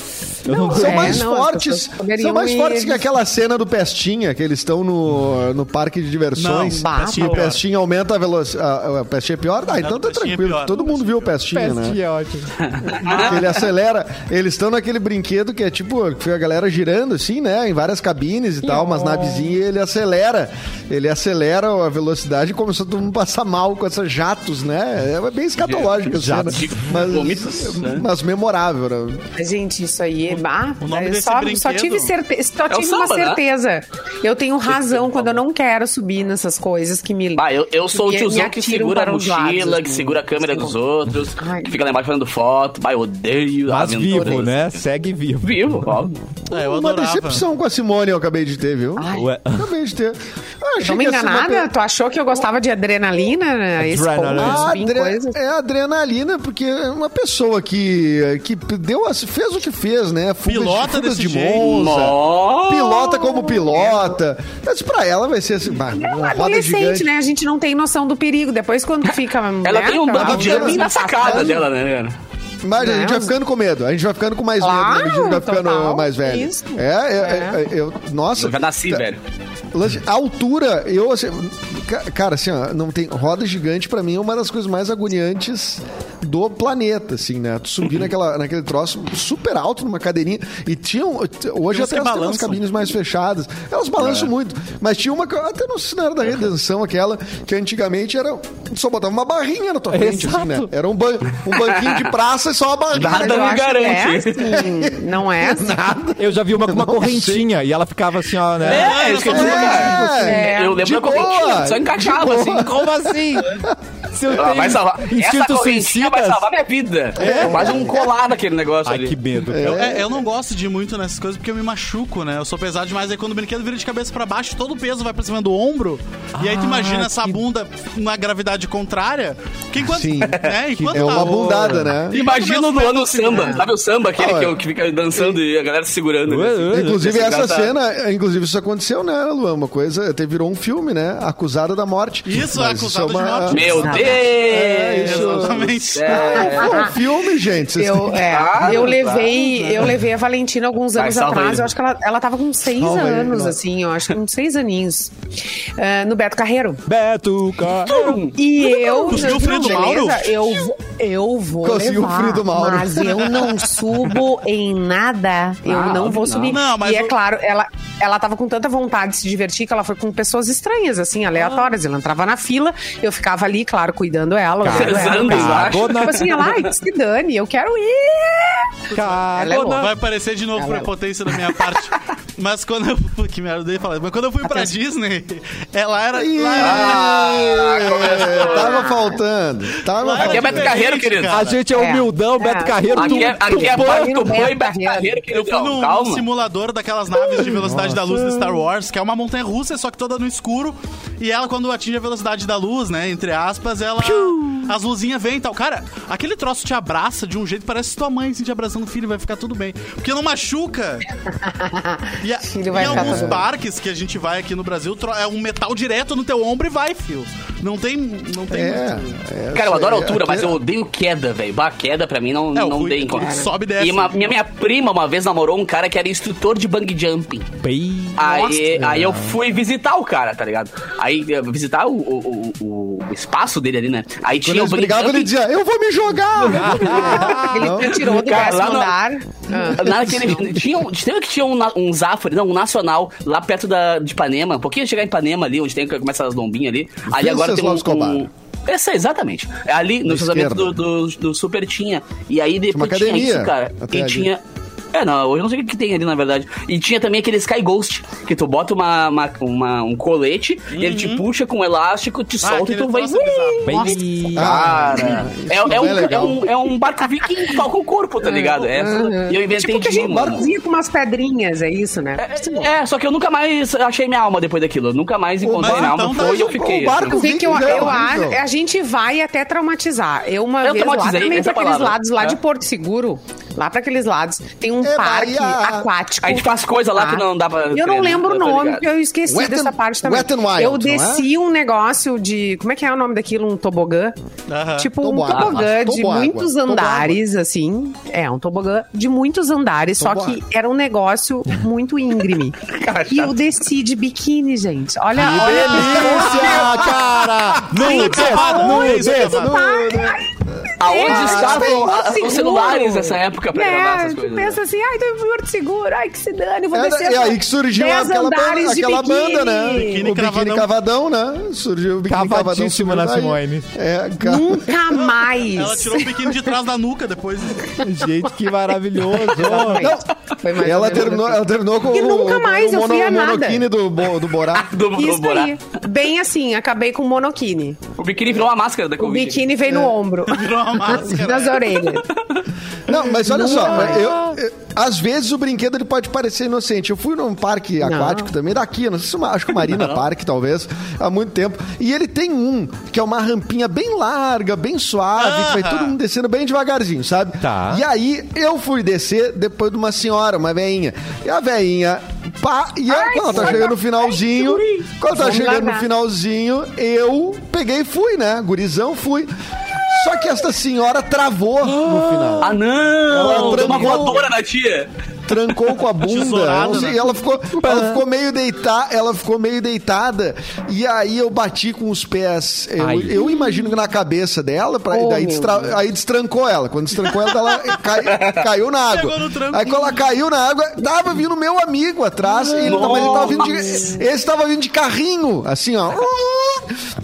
[SPEAKER 1] Eu não-
[SPEAKER 6] São
[SPEAKER 4] É,
[SPEAKER 6] mais
[SPEAKER 4] não, as
[SPEAKER 6] fortes.
[SPEAKER 4] pessoas poderiam
[SPEAKER 6] São mais
[SPEAKER 4] ir-
[SPEAKER 6] fortes que aquela cena do Pestinha, que eles estão no, no parque de diversões.
[SPEAKER 5] Não,
[SPEAKER 6] e
[SPEAKER 5] Pestinha
[SPEAKER 6] o
[SPEAKER 5] é pior.
[SPEAKER 6] Pestinha aumenta a velocidade. O Pestinha é pior? Ah, então tá
[SPEAKER 5] Pestinha é
[SPEAKER 6] tranquilo.
[SPEAKER 5] pior.
[SPEAKER 6] Todo mundo viu o Pestinha, né?
[SPEAKER 1] Pestinha é ótimo.
[SPEAKER 6] Porque ele acelera. Eles estão naquele brinquedo que é tipo, que a galera girando assim, né? Em várias cabines e tal, umas navezinhas, e ele acelera. Ele acelera a velocidade e começou todo mundo passar mal com essas jatos, né? É bem escatológico essa cena.
[SPEAKER 2] Jatos de vomitos, né?
[SPEAKER 6] Mas, mas memorável, né?
[SPEAKER 4] Gente, isso aí é. Ah,
[SPEAKER 5] o nome
[SPEAKER 4] eu
[SPEAKER 5] desse
[SPEAKER 4] só,
[SPEAKER 5] brinquedo-
[SPEAKER 4] só tive, certe... só
[SPEAKER 2] É o
[SPEAKER 4] tive uma
[SPEAKER 2] samba, né?
[SPEAKER 4] certeza. Eu tenho
[SPEAKER 5] é
[SPEAKER 4] razão quando eu não quero subir nessas coisas que me.
[SPEAKER 2] Bah, eu, eu sou o
[SPEAKER 4] que me
[SPEAKER 2] tiozão que
[SPEAKER 4] atiram
[SPEAKER 2] segura a
[SPEAKER 4] para os
[SPEAKER 2] mochila,
[SPEAKER 4] lados,
[SPEAKER 2] que
[SPEAKER 4] assim.
[SPEAKER 2] segura a câmera dos outros,
[SPEAKER 4] Ai.
[SPEAKER 2] que fica lá embaixo fazendo foto. Bah, eu odeio
[SPEAKER 1] Mas
[SPEAKER 2] aventuras.
[SPEAKER 1] vivo, né? Segue vivo.
[SPEAKER 2] Vivo, óbvio.
[SPEAKER 5] É, eu
[SPEAKER 6] Uma
[SPEAKER 5] adorava.
[SPEAKER 6] decepção com a Simone eu acabei de ter, viu?
[SPEAKER 4] Ai,
[SPEAKER 1] Ué.
[SPEAKER 6] Acabei de ter. Ah,
[SPEAKER 2] assim,
[SPEAKER 6] achei
[SPEAKER 4] Tô me
[SPEAKER 6] que ia ser uma
[SPEAKER 4] enganada?
[SPEAKER 6] pe-
[SPEAKER 4] Tu achou que eu gostava de adrenalina? né? Esse ponto de
[SPEAKER 1] Adrenalina.
[SPEAKER 6] A
[SPEAKER 4] subir em
[SPEAKER 6] adre-
[SPEAKER 4] coisas?
[SPEAKER 6] É adrenalina, porque é uma pessoa que, que deu, as- fez o que fez, né? Fuga
[SPEAKER 5] Pilota
[SPEAKER 6] de, fugas
[SPEAKER 5] desse
[SPEAKER 6] de
[SPEAKER 5] jeito.
[SPEAKER 6] Monza.
[SPEAKER 2] Nossa.
[SPEAKER 6] Pilota como pilota. Mas pra ela vai ser assim, bah, uma roda
[SPEAKER 4] Adolescente,
[SPEAKER 6] gigante.
[SPEAKER 4] né? A gente não tem noção do perigo. Depois, quando fica.
[SPEAKER 2] Ela
[SPEAKER 4] né,
[SPEAKER 2] tem um
[SPEAKER 4] aquela
[SPEAKER 2] bando de
[SPEAKER 4] altura
[SPEAKER 2] amigos na
[SPEAKER 4] mais
[SPEAKER 2] sacada
[SPEAKER 4] afastada,
[SPEAKER 2] dela, né, cara?
[SPEAKER 6] Mas a gente
[SPEAKER 4] Não.
[SPEAKER 6] vai ficando com medo. A gente vai ficando com mais medo.
[SPEAKER 4] Claro,
[SPEAKER 6] né? A gente vai ficando
[SPEAKER 4] total,
[SPEAKER 6] mais velho.
[SPEAKER 4] isso.
[SPEAKER 6] É, é, é, eu. Nossa.
[SPEAKER 2] Eu já nasci,
[SPEAKER 6] tá-
[SPEAKER 2] velho.
[SPEAKER 6] Lance, a altura, eu assim, ca- cara, assim, ó, não tem roda gigante pra mim é uma das coisas mais agoniantes do planeta, assim, né? Tu
[SPEAKER 5] Uhum.
[SPEAKER 6] subir naquela, naquele troço super alto numa cadeirinha. E tinham. Hoje
[SPEAKER 5] Tem uns que
[SPEAKER 6] até elas têm umas
[SPEAKER 5] balançam. É.
[SPEAKER 6] cabines mais fechadas. Elas balançam muito. Mas tinha uma. que eu Até não sei se não era da redenção aquela, que antigamente era. Só botava uma barrinha na tua frente, assim, né? Era um, ban- um banquinho de praça e só uma barrinha.
[SPEAKER 2] Nada
[SPEAKER 4] Eu
[SPEAKER 2] me
[SPEAKER 4] acho que é
[SPEAKER 2] garante.
[SPEAKER 4] assim, não é assim.
[SPEAKER 1] Eu já vi uma com uma correntinha e ela ficava assim, ó, né?
[SPEAKER 2] É, isso que eu digo.
[SPEAKER 5] assim, né?
[SPEAKER 6] É,
[SPEAKER 2] Eu lembro
[SPEAKER 6] de
[SPEAKER 2] da correntinha,
[SPEAKER 6] boa,
[SPEAKER 2] só encaixava
[SPEAKER 6] de
[SPEAKER 2] assim.
[SPEAKER 1] Como assim? Se eu
[SPEAKER 2] Ah, vai
[SPEAKER 1] tenho
[SPEAKER 2] salvar. Essa
[SPEAKER 1] instintos
[SPEAKER 2] correntinha vai
[SPEAKER 1] suicidas...
[SPEAKER 2] salvar minha vida. É quase um colar naquele negócio
[SPEAKER 1] Ai,
[SPEAKER 2] ali.
[SPEAKER 1] que medo.
[SPEAKER 5] Eu, é, eu não gosto de ir muito nessas coisas porque eu me machuco, né? Eu sou pesado demais. Aí quando o brinquedo vira de cabeça pra baixo, todo o peso vai pra cima do ombro. e
[SPEAKER 2] Ah,
[SPEAKER 5] aí tu imagina essa bunda na gravidade contrária. Que enquanto,
[SPEAKER 6] Sim.
[SPEAKER 5] né? enquanto
[SPEAKER 6] É
[SPEAKER 5] tá-
[SPEAKER 6] uma bundada, né?
[SPEAKER 2] Imagina no ano o samba, sabe o samba, aquele
[SPEAKER 6] Ah,
[SPEAKER 2] que,
[SPEAKER 6] é.
[SPEAKER 2] eu- que fica dançando e a galera se segurando. né, assim.
[SPEAKER 6] Inclusive,
[SPEAKER 2] Esse
[SPEAKER 6] essa
[SPEAKER 2] cara tá-
[SPEAKER 6] cena, inclusive, isso aconteceu, né, Luan? Uma coisa, até virou um filme, né? Acusada da morte.
[SPEAKER 5] Isso,
[SPEAKER 6] Mas
[SPEAKER 5] acusada de morte.
[SPEAKER 2] assim, Meu Deus!
[SPEAKER 6] É, isso.
[SPEAKER 5] Exatamente.
[SPEAKER 2] É.
[SPEAKER 6] Foi um filme, gente. Vocês
[SPEAKER 4] Eu, é,
[SPEAKER 2] Claro,
[SPEAKER 4] eu levei, eu levei a Valentina alguns
[SPEAKER 2] Vai,
[SPEAKER 4] anos
[SPEAKER 2] salva
[SPEAKER 4] atrás.
[SPEAKER 2] ele.
[SPEAKER 4] Eu acho que ela, ela tava com seis
[SPEAKER 6] Salva ele,
[SPEAKER 4] anos,
[SPEAKER 6] nossa.
[SPEAKER 4] assim, eu acho que uns seis aninhos. Ah, no Beto Carreiro.
[SPEAKER 1] Beto, cara.
[SPEAKER 4] E eu.
[SPEAKER 5] Conseguiu o Freio do
[SPEAKER 4] Não,
[SPEAKER 5] Mauro?
[SPEAKER 4] beleza, Eu, vou- eu vou.
[SPEAKER 6] Conseguiu o
[SPEAKER 4] levar,
[SPEAKER 6] Freio do Mauro.
[SPEAKER 4] Mas eu não subo em nada. Eu
[SPEAKER 2] Ah,
[SPEAKER 4] não vou
[SPEAKER 2] não.
[SPEAKER 4] subir.
[SPEAKER 5] Não, mas
[SPEAKER 4] e é
[SPEAKER 5] o-
[SPEAKER 4] claro, ela. Ela tava com tanta vontade de se divertir que ela foi com pessoas estranhas, assim, aleatórias. Ela entrava na fila, eu ficava ali, claro, cuidando ela. olhando ela,
[SPEAKER 2] Pesando
[SPEAKER 4] pra-
[SPEAKER 2] embaixo.
[SPEAKER 1] Cagou na,
[SPEAKER 4] Tipo assim, ela, ai, que se dane, eu quero ir. Ela é
[SPEAKER 1] cagou
[SPEAKER 4] louca.
[SPEAKER 1] na
[SPEAKER 5] Vai aparecer de novo
[SPEAKER 4] Ela-
[SPEAKER 5] prepotência da minha parte. Mas quando eu. Que merda eu dei falar. Mas quando eu fui pra Disney, ela era. lá era-
[SPEAKER 6] É, tava faltando. Tava
[SPEAKER 5] lá era
[SPEAKER 2] Aqui é Beto
[SPEAKER 5] diferente,
[SPEAKER 2] Carreiro, querido.
[SPEAKER 1] A
[SPEAKER 5] cara.
[SPEAKER 1] gente é
[SPEAKER 4] É.
[SPEAKER 1] humildão, Beto
[SPEAKER 4] É.
[SPEAKER 1] Carreiro.
[SPEAKER 2] Aqui é,
[SPEAKER 1] tu-
[SPEAKER 2] aqui é
[SPEAKER 1] tu-
[SPEAKER 2] Porto
[SPEAKER 4] no
[SPEAKER 2] Banho e
[SPEAKER 4] Beto
[SPEAKER 2] Beto Carreiro,
[SPEAKER 4] Carreiro.
[SPEAKER 5] Eu
[SPEAKER 2] querido.
[SPEAKER 5] fui num, num
[SPEAKER 2] Calma.
[SPEAKER 5] simulador daquelas naves de velocidade da luz do Star Wars, que é uma montanha russa, só que toda no escuro. E ela, quando atinge a velocidade da luz, né? Entre aspas, ela. As luzinhas vêm e tal. Cara, aquele troço te abraça de um jeito, parece tua mãe assim, te abraçando o filho, vai ficar tudo bem. Porque não machuca. e a-
[SPEAKER 4] Filho vai
[SPEAKER 5] e
[SPEAKER 4] ficar
[SPEAKER 5] alguns
[SPEAKER 4] tudo bem.
[SPEAKER 5] parques que a gente vai aqui no Brasil, tro- é um metal direto no teu ombro e vai, fio. Não tem. Não tem
[SPEAKER 6] É,
[SPEAKER 5] muito.
[SPEAKER 6] é,
[SPEAKER 2] Cara, eu adoro
[SPEAKER 6] isso aí.
[SPEAKER 2] altura, mas eu
[SPEAKER 6] Aquele-
[SPEAKER 2] odeio queda, velho. Bah, queda pra mim não,
[SPEAKER 5] É, eu
[SPEAKER 2] não
[SPEAKER 5] fui-
[SPEAKER 2] tem como.
[SPEAKER 5] sobe e desce.
[SPEAKER 2] E uma- minha, minha prima uma vez namorou um cara que era instrutor de bang jumping.
[SPEAKER 1] Bem-
[SPEAKER 2] Aí, aí eu fui visitar o cara, tá ligado? Aí eh, visitar o, o, o- o espaço dele ali, né? Aí
[SPEAKER 6] Quando
[SPEAKER 2] tinha o
[SPEAKER 6] eles
[SPEAKER 2] bang
[SPEAKER 6] brigavam, ele
[SPEAKER 2] jumping.
[SPEAKER 6] dizia, eu vou me jogar.
[SPEAKER 4] Ele
[SPEAKER 6] Ah, Não.
[SPEAKER 4] me tirou do
[SPEAKER 2] Cara,
[SPEAKER 4] décimo
[SPEAKER 2] lá no-
[SPEAKER 4] andar. Ah.
[SPEAKER 2] Nada que ele, tinha, um- tinha que tinha um, na- um Zafari, não, um Nacional, lá perto da, de Ipanema. Um pouquinho de chegar em Ipanema ali, onde tem começa as lombinhas ali. Ali agora tem um.
[SPEAKER 6] Venceslau Escobar.
[SPEAKER 2] um essa, exatamente. É Ali no
[SPEAKER 6] Na
[SPEAKER 2] estacionamento do,
[SPEAKER 6] esquerda.
[SPEAKER 2] do, do Super tinha. E aí depois
[SPEAKER 6] Tinha uma
[SPEAKER 2] tinha isso,
[SPEAKER 6] academia
[SPEAKER 2] cara.
[SPEAKER 6] até
[SPEAKER 2] E
[SPEAKER 6] ali.
[SPEAKER 2] tinha. É, não, hoje eu não sei o que que tem ali, na verdade. E tinha também aquele Sky Ghost, que tu bota uma, uma- uma- um colete, e ele te puxa com um elástico, te solta e
[SPEAKER 5] Uhum. aquele
[SPEAKER 2] tu vai.
[SPEAKER 5] troço é bizarro.
[SPEAKER 1] bem-
[SPEAKER 2] Cara, é,
[SPEAKER 6] isso
[SPEAKER 2] é
[SPEAKER 6] não
[SPEAKER 2] um,
[SPEAKER 6] é
[SPEAKER 2] é,
[SPEAKER 6] legal.
[SPEAKER 2] um, é um barco viking que toca o corpo, tá ligado? É, essa- e eu inventei
[SPEAKER 4] Tipo que a
[SPEAKER 2] de
[SPEAKER 4] gente
[SPEAKER 2] mim, mano.
[SPEAKER 4] barcozinho com umas pedrinhas, é isso, né?
[SPEAKER 2] É, é, só que eu nunca mais achei minha alma depois daquilo. Eu nunca mais encontrei
[SPEAKER 5] mas
[SPEAKER 2] minha alma.
[SPEAKER 5] então tá
[SPEAKER 2] Foi e eu
[SPEAKER 5] junto
[SPEAKER 2] fiquei.
[SPEAKER 6] com o barco.
[SPEAKER 2] assim.
[SPEAKER 4] Eu sei que eu,
[SPEAKER 6] Horrível,
[SPEAKER 4] eu
[SPEAKER 6] horrível.
[SPEAKER 4] acho- a gente vai até traumatizar. Eu uma
[SPEAKER 2] Eu
[SPEAKER 4] vez lá
[SPEAKER 2] traumatizei,
[SPEAKER 4] também
[SPEAKER 2] essa
[SPEAKER 4] pra aqueles
[SPEAKER 2] palavra.
[SPEAKER 4] lados, lá
[SPEAKER 2] É.
[SPEAKER 4] de Porto Seguro, lá pra aqueles lados, tem um
[SPEAKER 6] É,
[SPEAKER 4] parque
[SPEAKER 6] Bahia.
[SPEAKER 4] aquático. tá?
[SPEAKER 2] A gente faz coisa
[SPEAKER 4] Ah.
[SPEAKER 2] lá que não dá pra
[SPEAKER 4] Eu não
[SPEAKER 2] crer, né?
[SPEAKER 4] lembro
[SPEAKER 2] Eu
[SPEAKER 4] o
[SPEAKER 2] tô
[SPEAKER 4] nome,
[SPEAKER 2] ligado.
[SPEAKER 4] porque eu esqueci
[SPEAKER 6] Wet and-
[SPEAKER 4] dessa parte também.
[SPEAKER 6] Wet and Wild, não
[SPEAKER 4] eu
[SPEAKER 6] é?
[SPEAKER 4] desci um negócio de. Como é que é o nome daquilo? Um tobogã?
[SPEAKER 5] Aham.
[SPEAKER 4] Tipo um
[SPEAKER 6] Toboágua.
[SPEAKER 4] tobogã de
[SPEAKER 6] Toboágua.
[SPEAKER 4] muitos
[SPEAKER 6] Toboágua.
[SPEAKER 4] andares, assim. É, um tobogã de muitos andares, só
[SPEAKER 6] Toboágua.
[SPEAKER 4] que era um negócio muito íngreme. e eu desci de biquíni, gente. Olha, olha.
[SPEAKER 1] Denúncia, cara!
[SPEAKER 5] acabado, não é
[SPEAKER 1] Nudes!
[SPEAKER 5] isso,
[SPEAKER 1] Nudes!
[SPEAKER 5] acabado.
[SPEAKER 6] né?
[SPEAKER 2] Aonde
[SPEAKER 4] Ah,
[SPEAKER 2] estavam
[SPEAKER 4] tem
[SPEAKER 2] a-
[SPEAKER 4] seguro.
[SPEAKER 2] os celulares nessa éporca pra gravar
[SPEAKER 4] né?
[SPEAKER 2] essas
[SPEAKER 4] Tu
[SPEAKER 2] coisas?
[SPEAKER 4] pensa assim, ai, tô em Porto Seguro, ai, que se dane, eu vou
[SPEAKER 6] Era-
[SPEAKER 4] descer.
[SPEAKER 6] é aí que surgiu
[SPEAKER 4] dez
[SPEAKER 6] aquela,
[SPEAKER 4] andares de
[SPEAKER 6] aquela
[SPEAKER 4] biquíni.
[SPEAKER 6] banda, né?
[SPEAKER 5] Biquíni
[SPEAKER 6] o Biquíni
[SPEAKER 5] Cavadão.
[SPEAKER 6] Cavadão, né? Surgiu o Biquíni Cavadão.
[SPEAKER 1] Cavatíssimo
[SPEAKER 6] surgiu
[SPEAKER 1] na
[SPEAKER 6] daí.
[SPEAKER 1] Simone.
[SPEAKER 6] É, cara.
[SPEAKER 4] Nunca mais.
[SPEAKER 5] Ela tirou um pequeno de trás da nuca depois.
[SPEAKER 1] Gente, que maravilhoso!
[SPEAKER 4] Foi mais ou
[SPEAKER 6] Ela
[SPEAKER 4] menos
[SPEAKER 6] terminou,
[SPEAKER 4] assim.
[SPEAKER 6] ela terminou com
[SPEAKER 4] E
[SPEAKER 6] o,
[SPEAKER 4] nunca mais
[SPEAKER 6] com o
[SPEAKER 4] eu fui a nada.
[SPEAKER 6] monoquine do, Bo- do Borá.
[SPEAKER 2] Do, do
[SPEAKER 4] Isso
[SPEAKER 2] Borá.
[SPEAKER 4] aí. Bem assim, acabei com o monoquine.
[SPEAKER 2] O biquíni virou uma máscara da
[SPEAKER 4] O
[SPEAKER 2] Covid.
[SPEAKER 4] biquíni veio
[SPEAKER 6] É.
[SPEAKER 4] no ombro, assim,
[SPEAKER 5] Virou uma máscara.
[SPEAKER 4] nas orelhas.
[SPEAKER 6] Não, mas olha só, mas eu, eu- às vezes o brinquedo ele pode parecer inocente. Eu fui num parque aquático também, daqui, não sei se uma- acho que o Marina Parque, talvez, há muito tempo. E ele tem um, que é uma rampinha bem larga, bem suave, que vai
[SPEAKER 5] Ah.
[SPEAKER 6] todo mundo descendo bem devagarzinho, sabe?
[SPEAKER 1] Tá.
[SPEAKER 6] E aí eu fui descer depois de uma senhora, uma veinha. E a veinha, pá, e ela, quando ela tá chegando no finalzinho, quando tá
[SPEAKER 4] Vamos
[SPEAKER 6] chegando no
[SPEAKER 4] largar.
[SPEAKER 6] finalzinho, eu peguei e fui, né? Gurizão, fui. Só que esta senhora travou no final.
[SPEAKER 2] Ah, não!
[SPEAKER 6] Ela
[SPEAKER 2] Deu uma
[SPEAKER 6] trancou.
[SPEAKER 2] voadora na tia.
[SPEAKER 6] trancou com a bunda.
[SPEAKER 5] Tesourada,
[SPEAKER 6] não sei,
[SPEAKER 5] né?
[SPEAKER 6] ela, ficou, ela
[SPEAKER 4] É.
[SPEAKER 6] ficou meio deitada, ela ficou meio deitada. E aí eu bati com os pés. Eu,
[SPEAKER 1] Ai.
[SPEAKER 6] eu imagino que na cabeça dela, pra,
[SPEAKER 4] Oh,
[SPEAKER 6] daí
[SPEAKER 4] meu
[SPEAKER 6] destra-
[SPEAKER 4] Deus.
[SPEAKER 6] aí destrancou ela. Quando destrancou ela, ela cai- caiu na água.
[SPEAKER 5] Chegou no tranco.
[SPEAKER 6] Aí quando ela caiu na água, tava vindo meu amigo atrás. e ele, tava, ele tava vindo de, esse tava vindo de carrinho, assim, ó.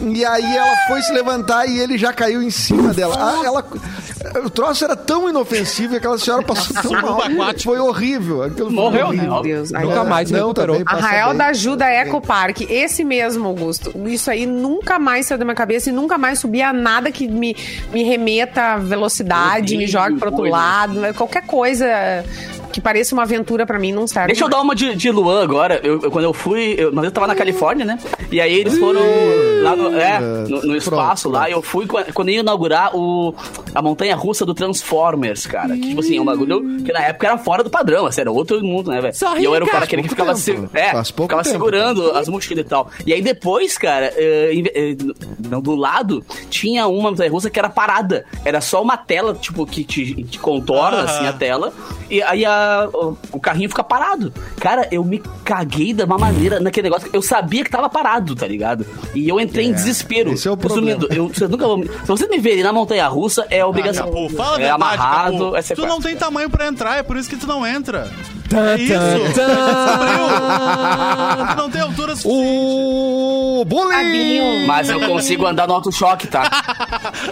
[SPEAKER 6] E aí ela foi se levantar e ele já caiu em cima dela. Ah, ela, o troço era tão inofensivo e aquela senhora passou tão
[SPEAKER 5] Suruba
[SPEAKER 6] mal.
[SPEAKER 5] aquático.
[SPEAKER 6] Foi horrível. Aquilo foi
[SPEAKER 2] Morreu,
[SPEAKER 6] horrível. É,
[SPEAKER 2] né?
[SPEAKER 4] Meu Deus. ai,
[SPEAKER 1] Nunca
[SPEAKER 4] não.
[SPEAKER 1] mais se
[SPEAKER 6] Não,
[SPEAKER 1] recuperou.
[SPEAKER 6] também passa
[SPEAKER 4] Arraial
[SPEAKER 6] bem.
[SPEAKER 4] da Ajuda Eco Park, esse mesmo, Augusto. Isso aí nunca mais saiu da minha cabeça e nunca mais subia nada que me, me remeta à velocidade, me jogue pro outro
[SPEAKER 2] Coisa.
[SPEAKER 4] lado, né? qualquer coisa que pareça uma aventura pra mim não
[SPEAKER 6] Tá,
[SPEAKER 4] serve.
[SPEAKER 2] Deixa eu dar um uma de, de Luan agora. Eu, eu- quando eu fui, eu, mas eu
[SPEAKER 6] Hum.
[SPEAKER 2] tava na Califórnia, né? E aí eles foram lá no, é, no- no espaço
[SPEAKER 6] Pronto,
[SPEAKER 2] lá.
[SPEAKER 6] pronto.
[SPEAKER 2] Eu fui qua- quando ia inaugurar o, a montanha russa do Transformers, cara. Que, tipo assim, é um bagulho que na época era fora do padrão, assim, era outro mundo, né, velho?
[SPEAKER 1] Só
[SPEAKER 2] E eu era o
[SPEAKER 1] rica.
[SPEAKER 2] cara aquele que ficava,
[SPEAKER 6] Pouco
[SPEAKER 2] se-
[SPEAKER 6] tempo.
[SPEAKER 2] é,
[SPEAKER 6] Faz pouco
[SPEAKER 2] ficava
[SPEAKER 6] tempo.
[SPEAKER 2] segurando as mochilas e tal. E aí depois, cara, eh, em ve- eh, no- do lado tinha uma montanha russa que era parada. Era só uma tela, tipo, que te, te contorna,
[SPEAKER 5] Aham.
[SPEAKER 2] assim, a tela e aí a- o, o carrinho fica parado. Cara, eu me caguei da mamadeira naquele negócio. Eu sabia que tava parado, tá ligado? E eu entrei em desespero.
[SPEAKER 6] esse é o
[SPEAKER 2] Resumindo, eu, vocês nunca vão. Se vocês me verem na montanha russa, é obrigação.
[SPEAKER 5] Ah, Capu, fala a
[SPEAKER 2] é
[SPEAKER 5] verdade,
[SPEAKER 2] amarrado,
[SPEAKER 5] Capu.
[SPEAKER 2] é
[SPEAKER 5] Tu
[SPEAKER 2] sequestro.
[SPEAKER 5] não tem tamanho pra entrar, é por isso que tu não entra.
[SPEAKER 1] Tá,
[SPEAKER 5] É isso. Tu não tem altura suficiente.
[SPEAKER 6] O bullying!
[SPEAKER 2] Mas eu consigo
[SPEAKER 5] né?
[SPEAKER 2] andar no auto-choque, tá?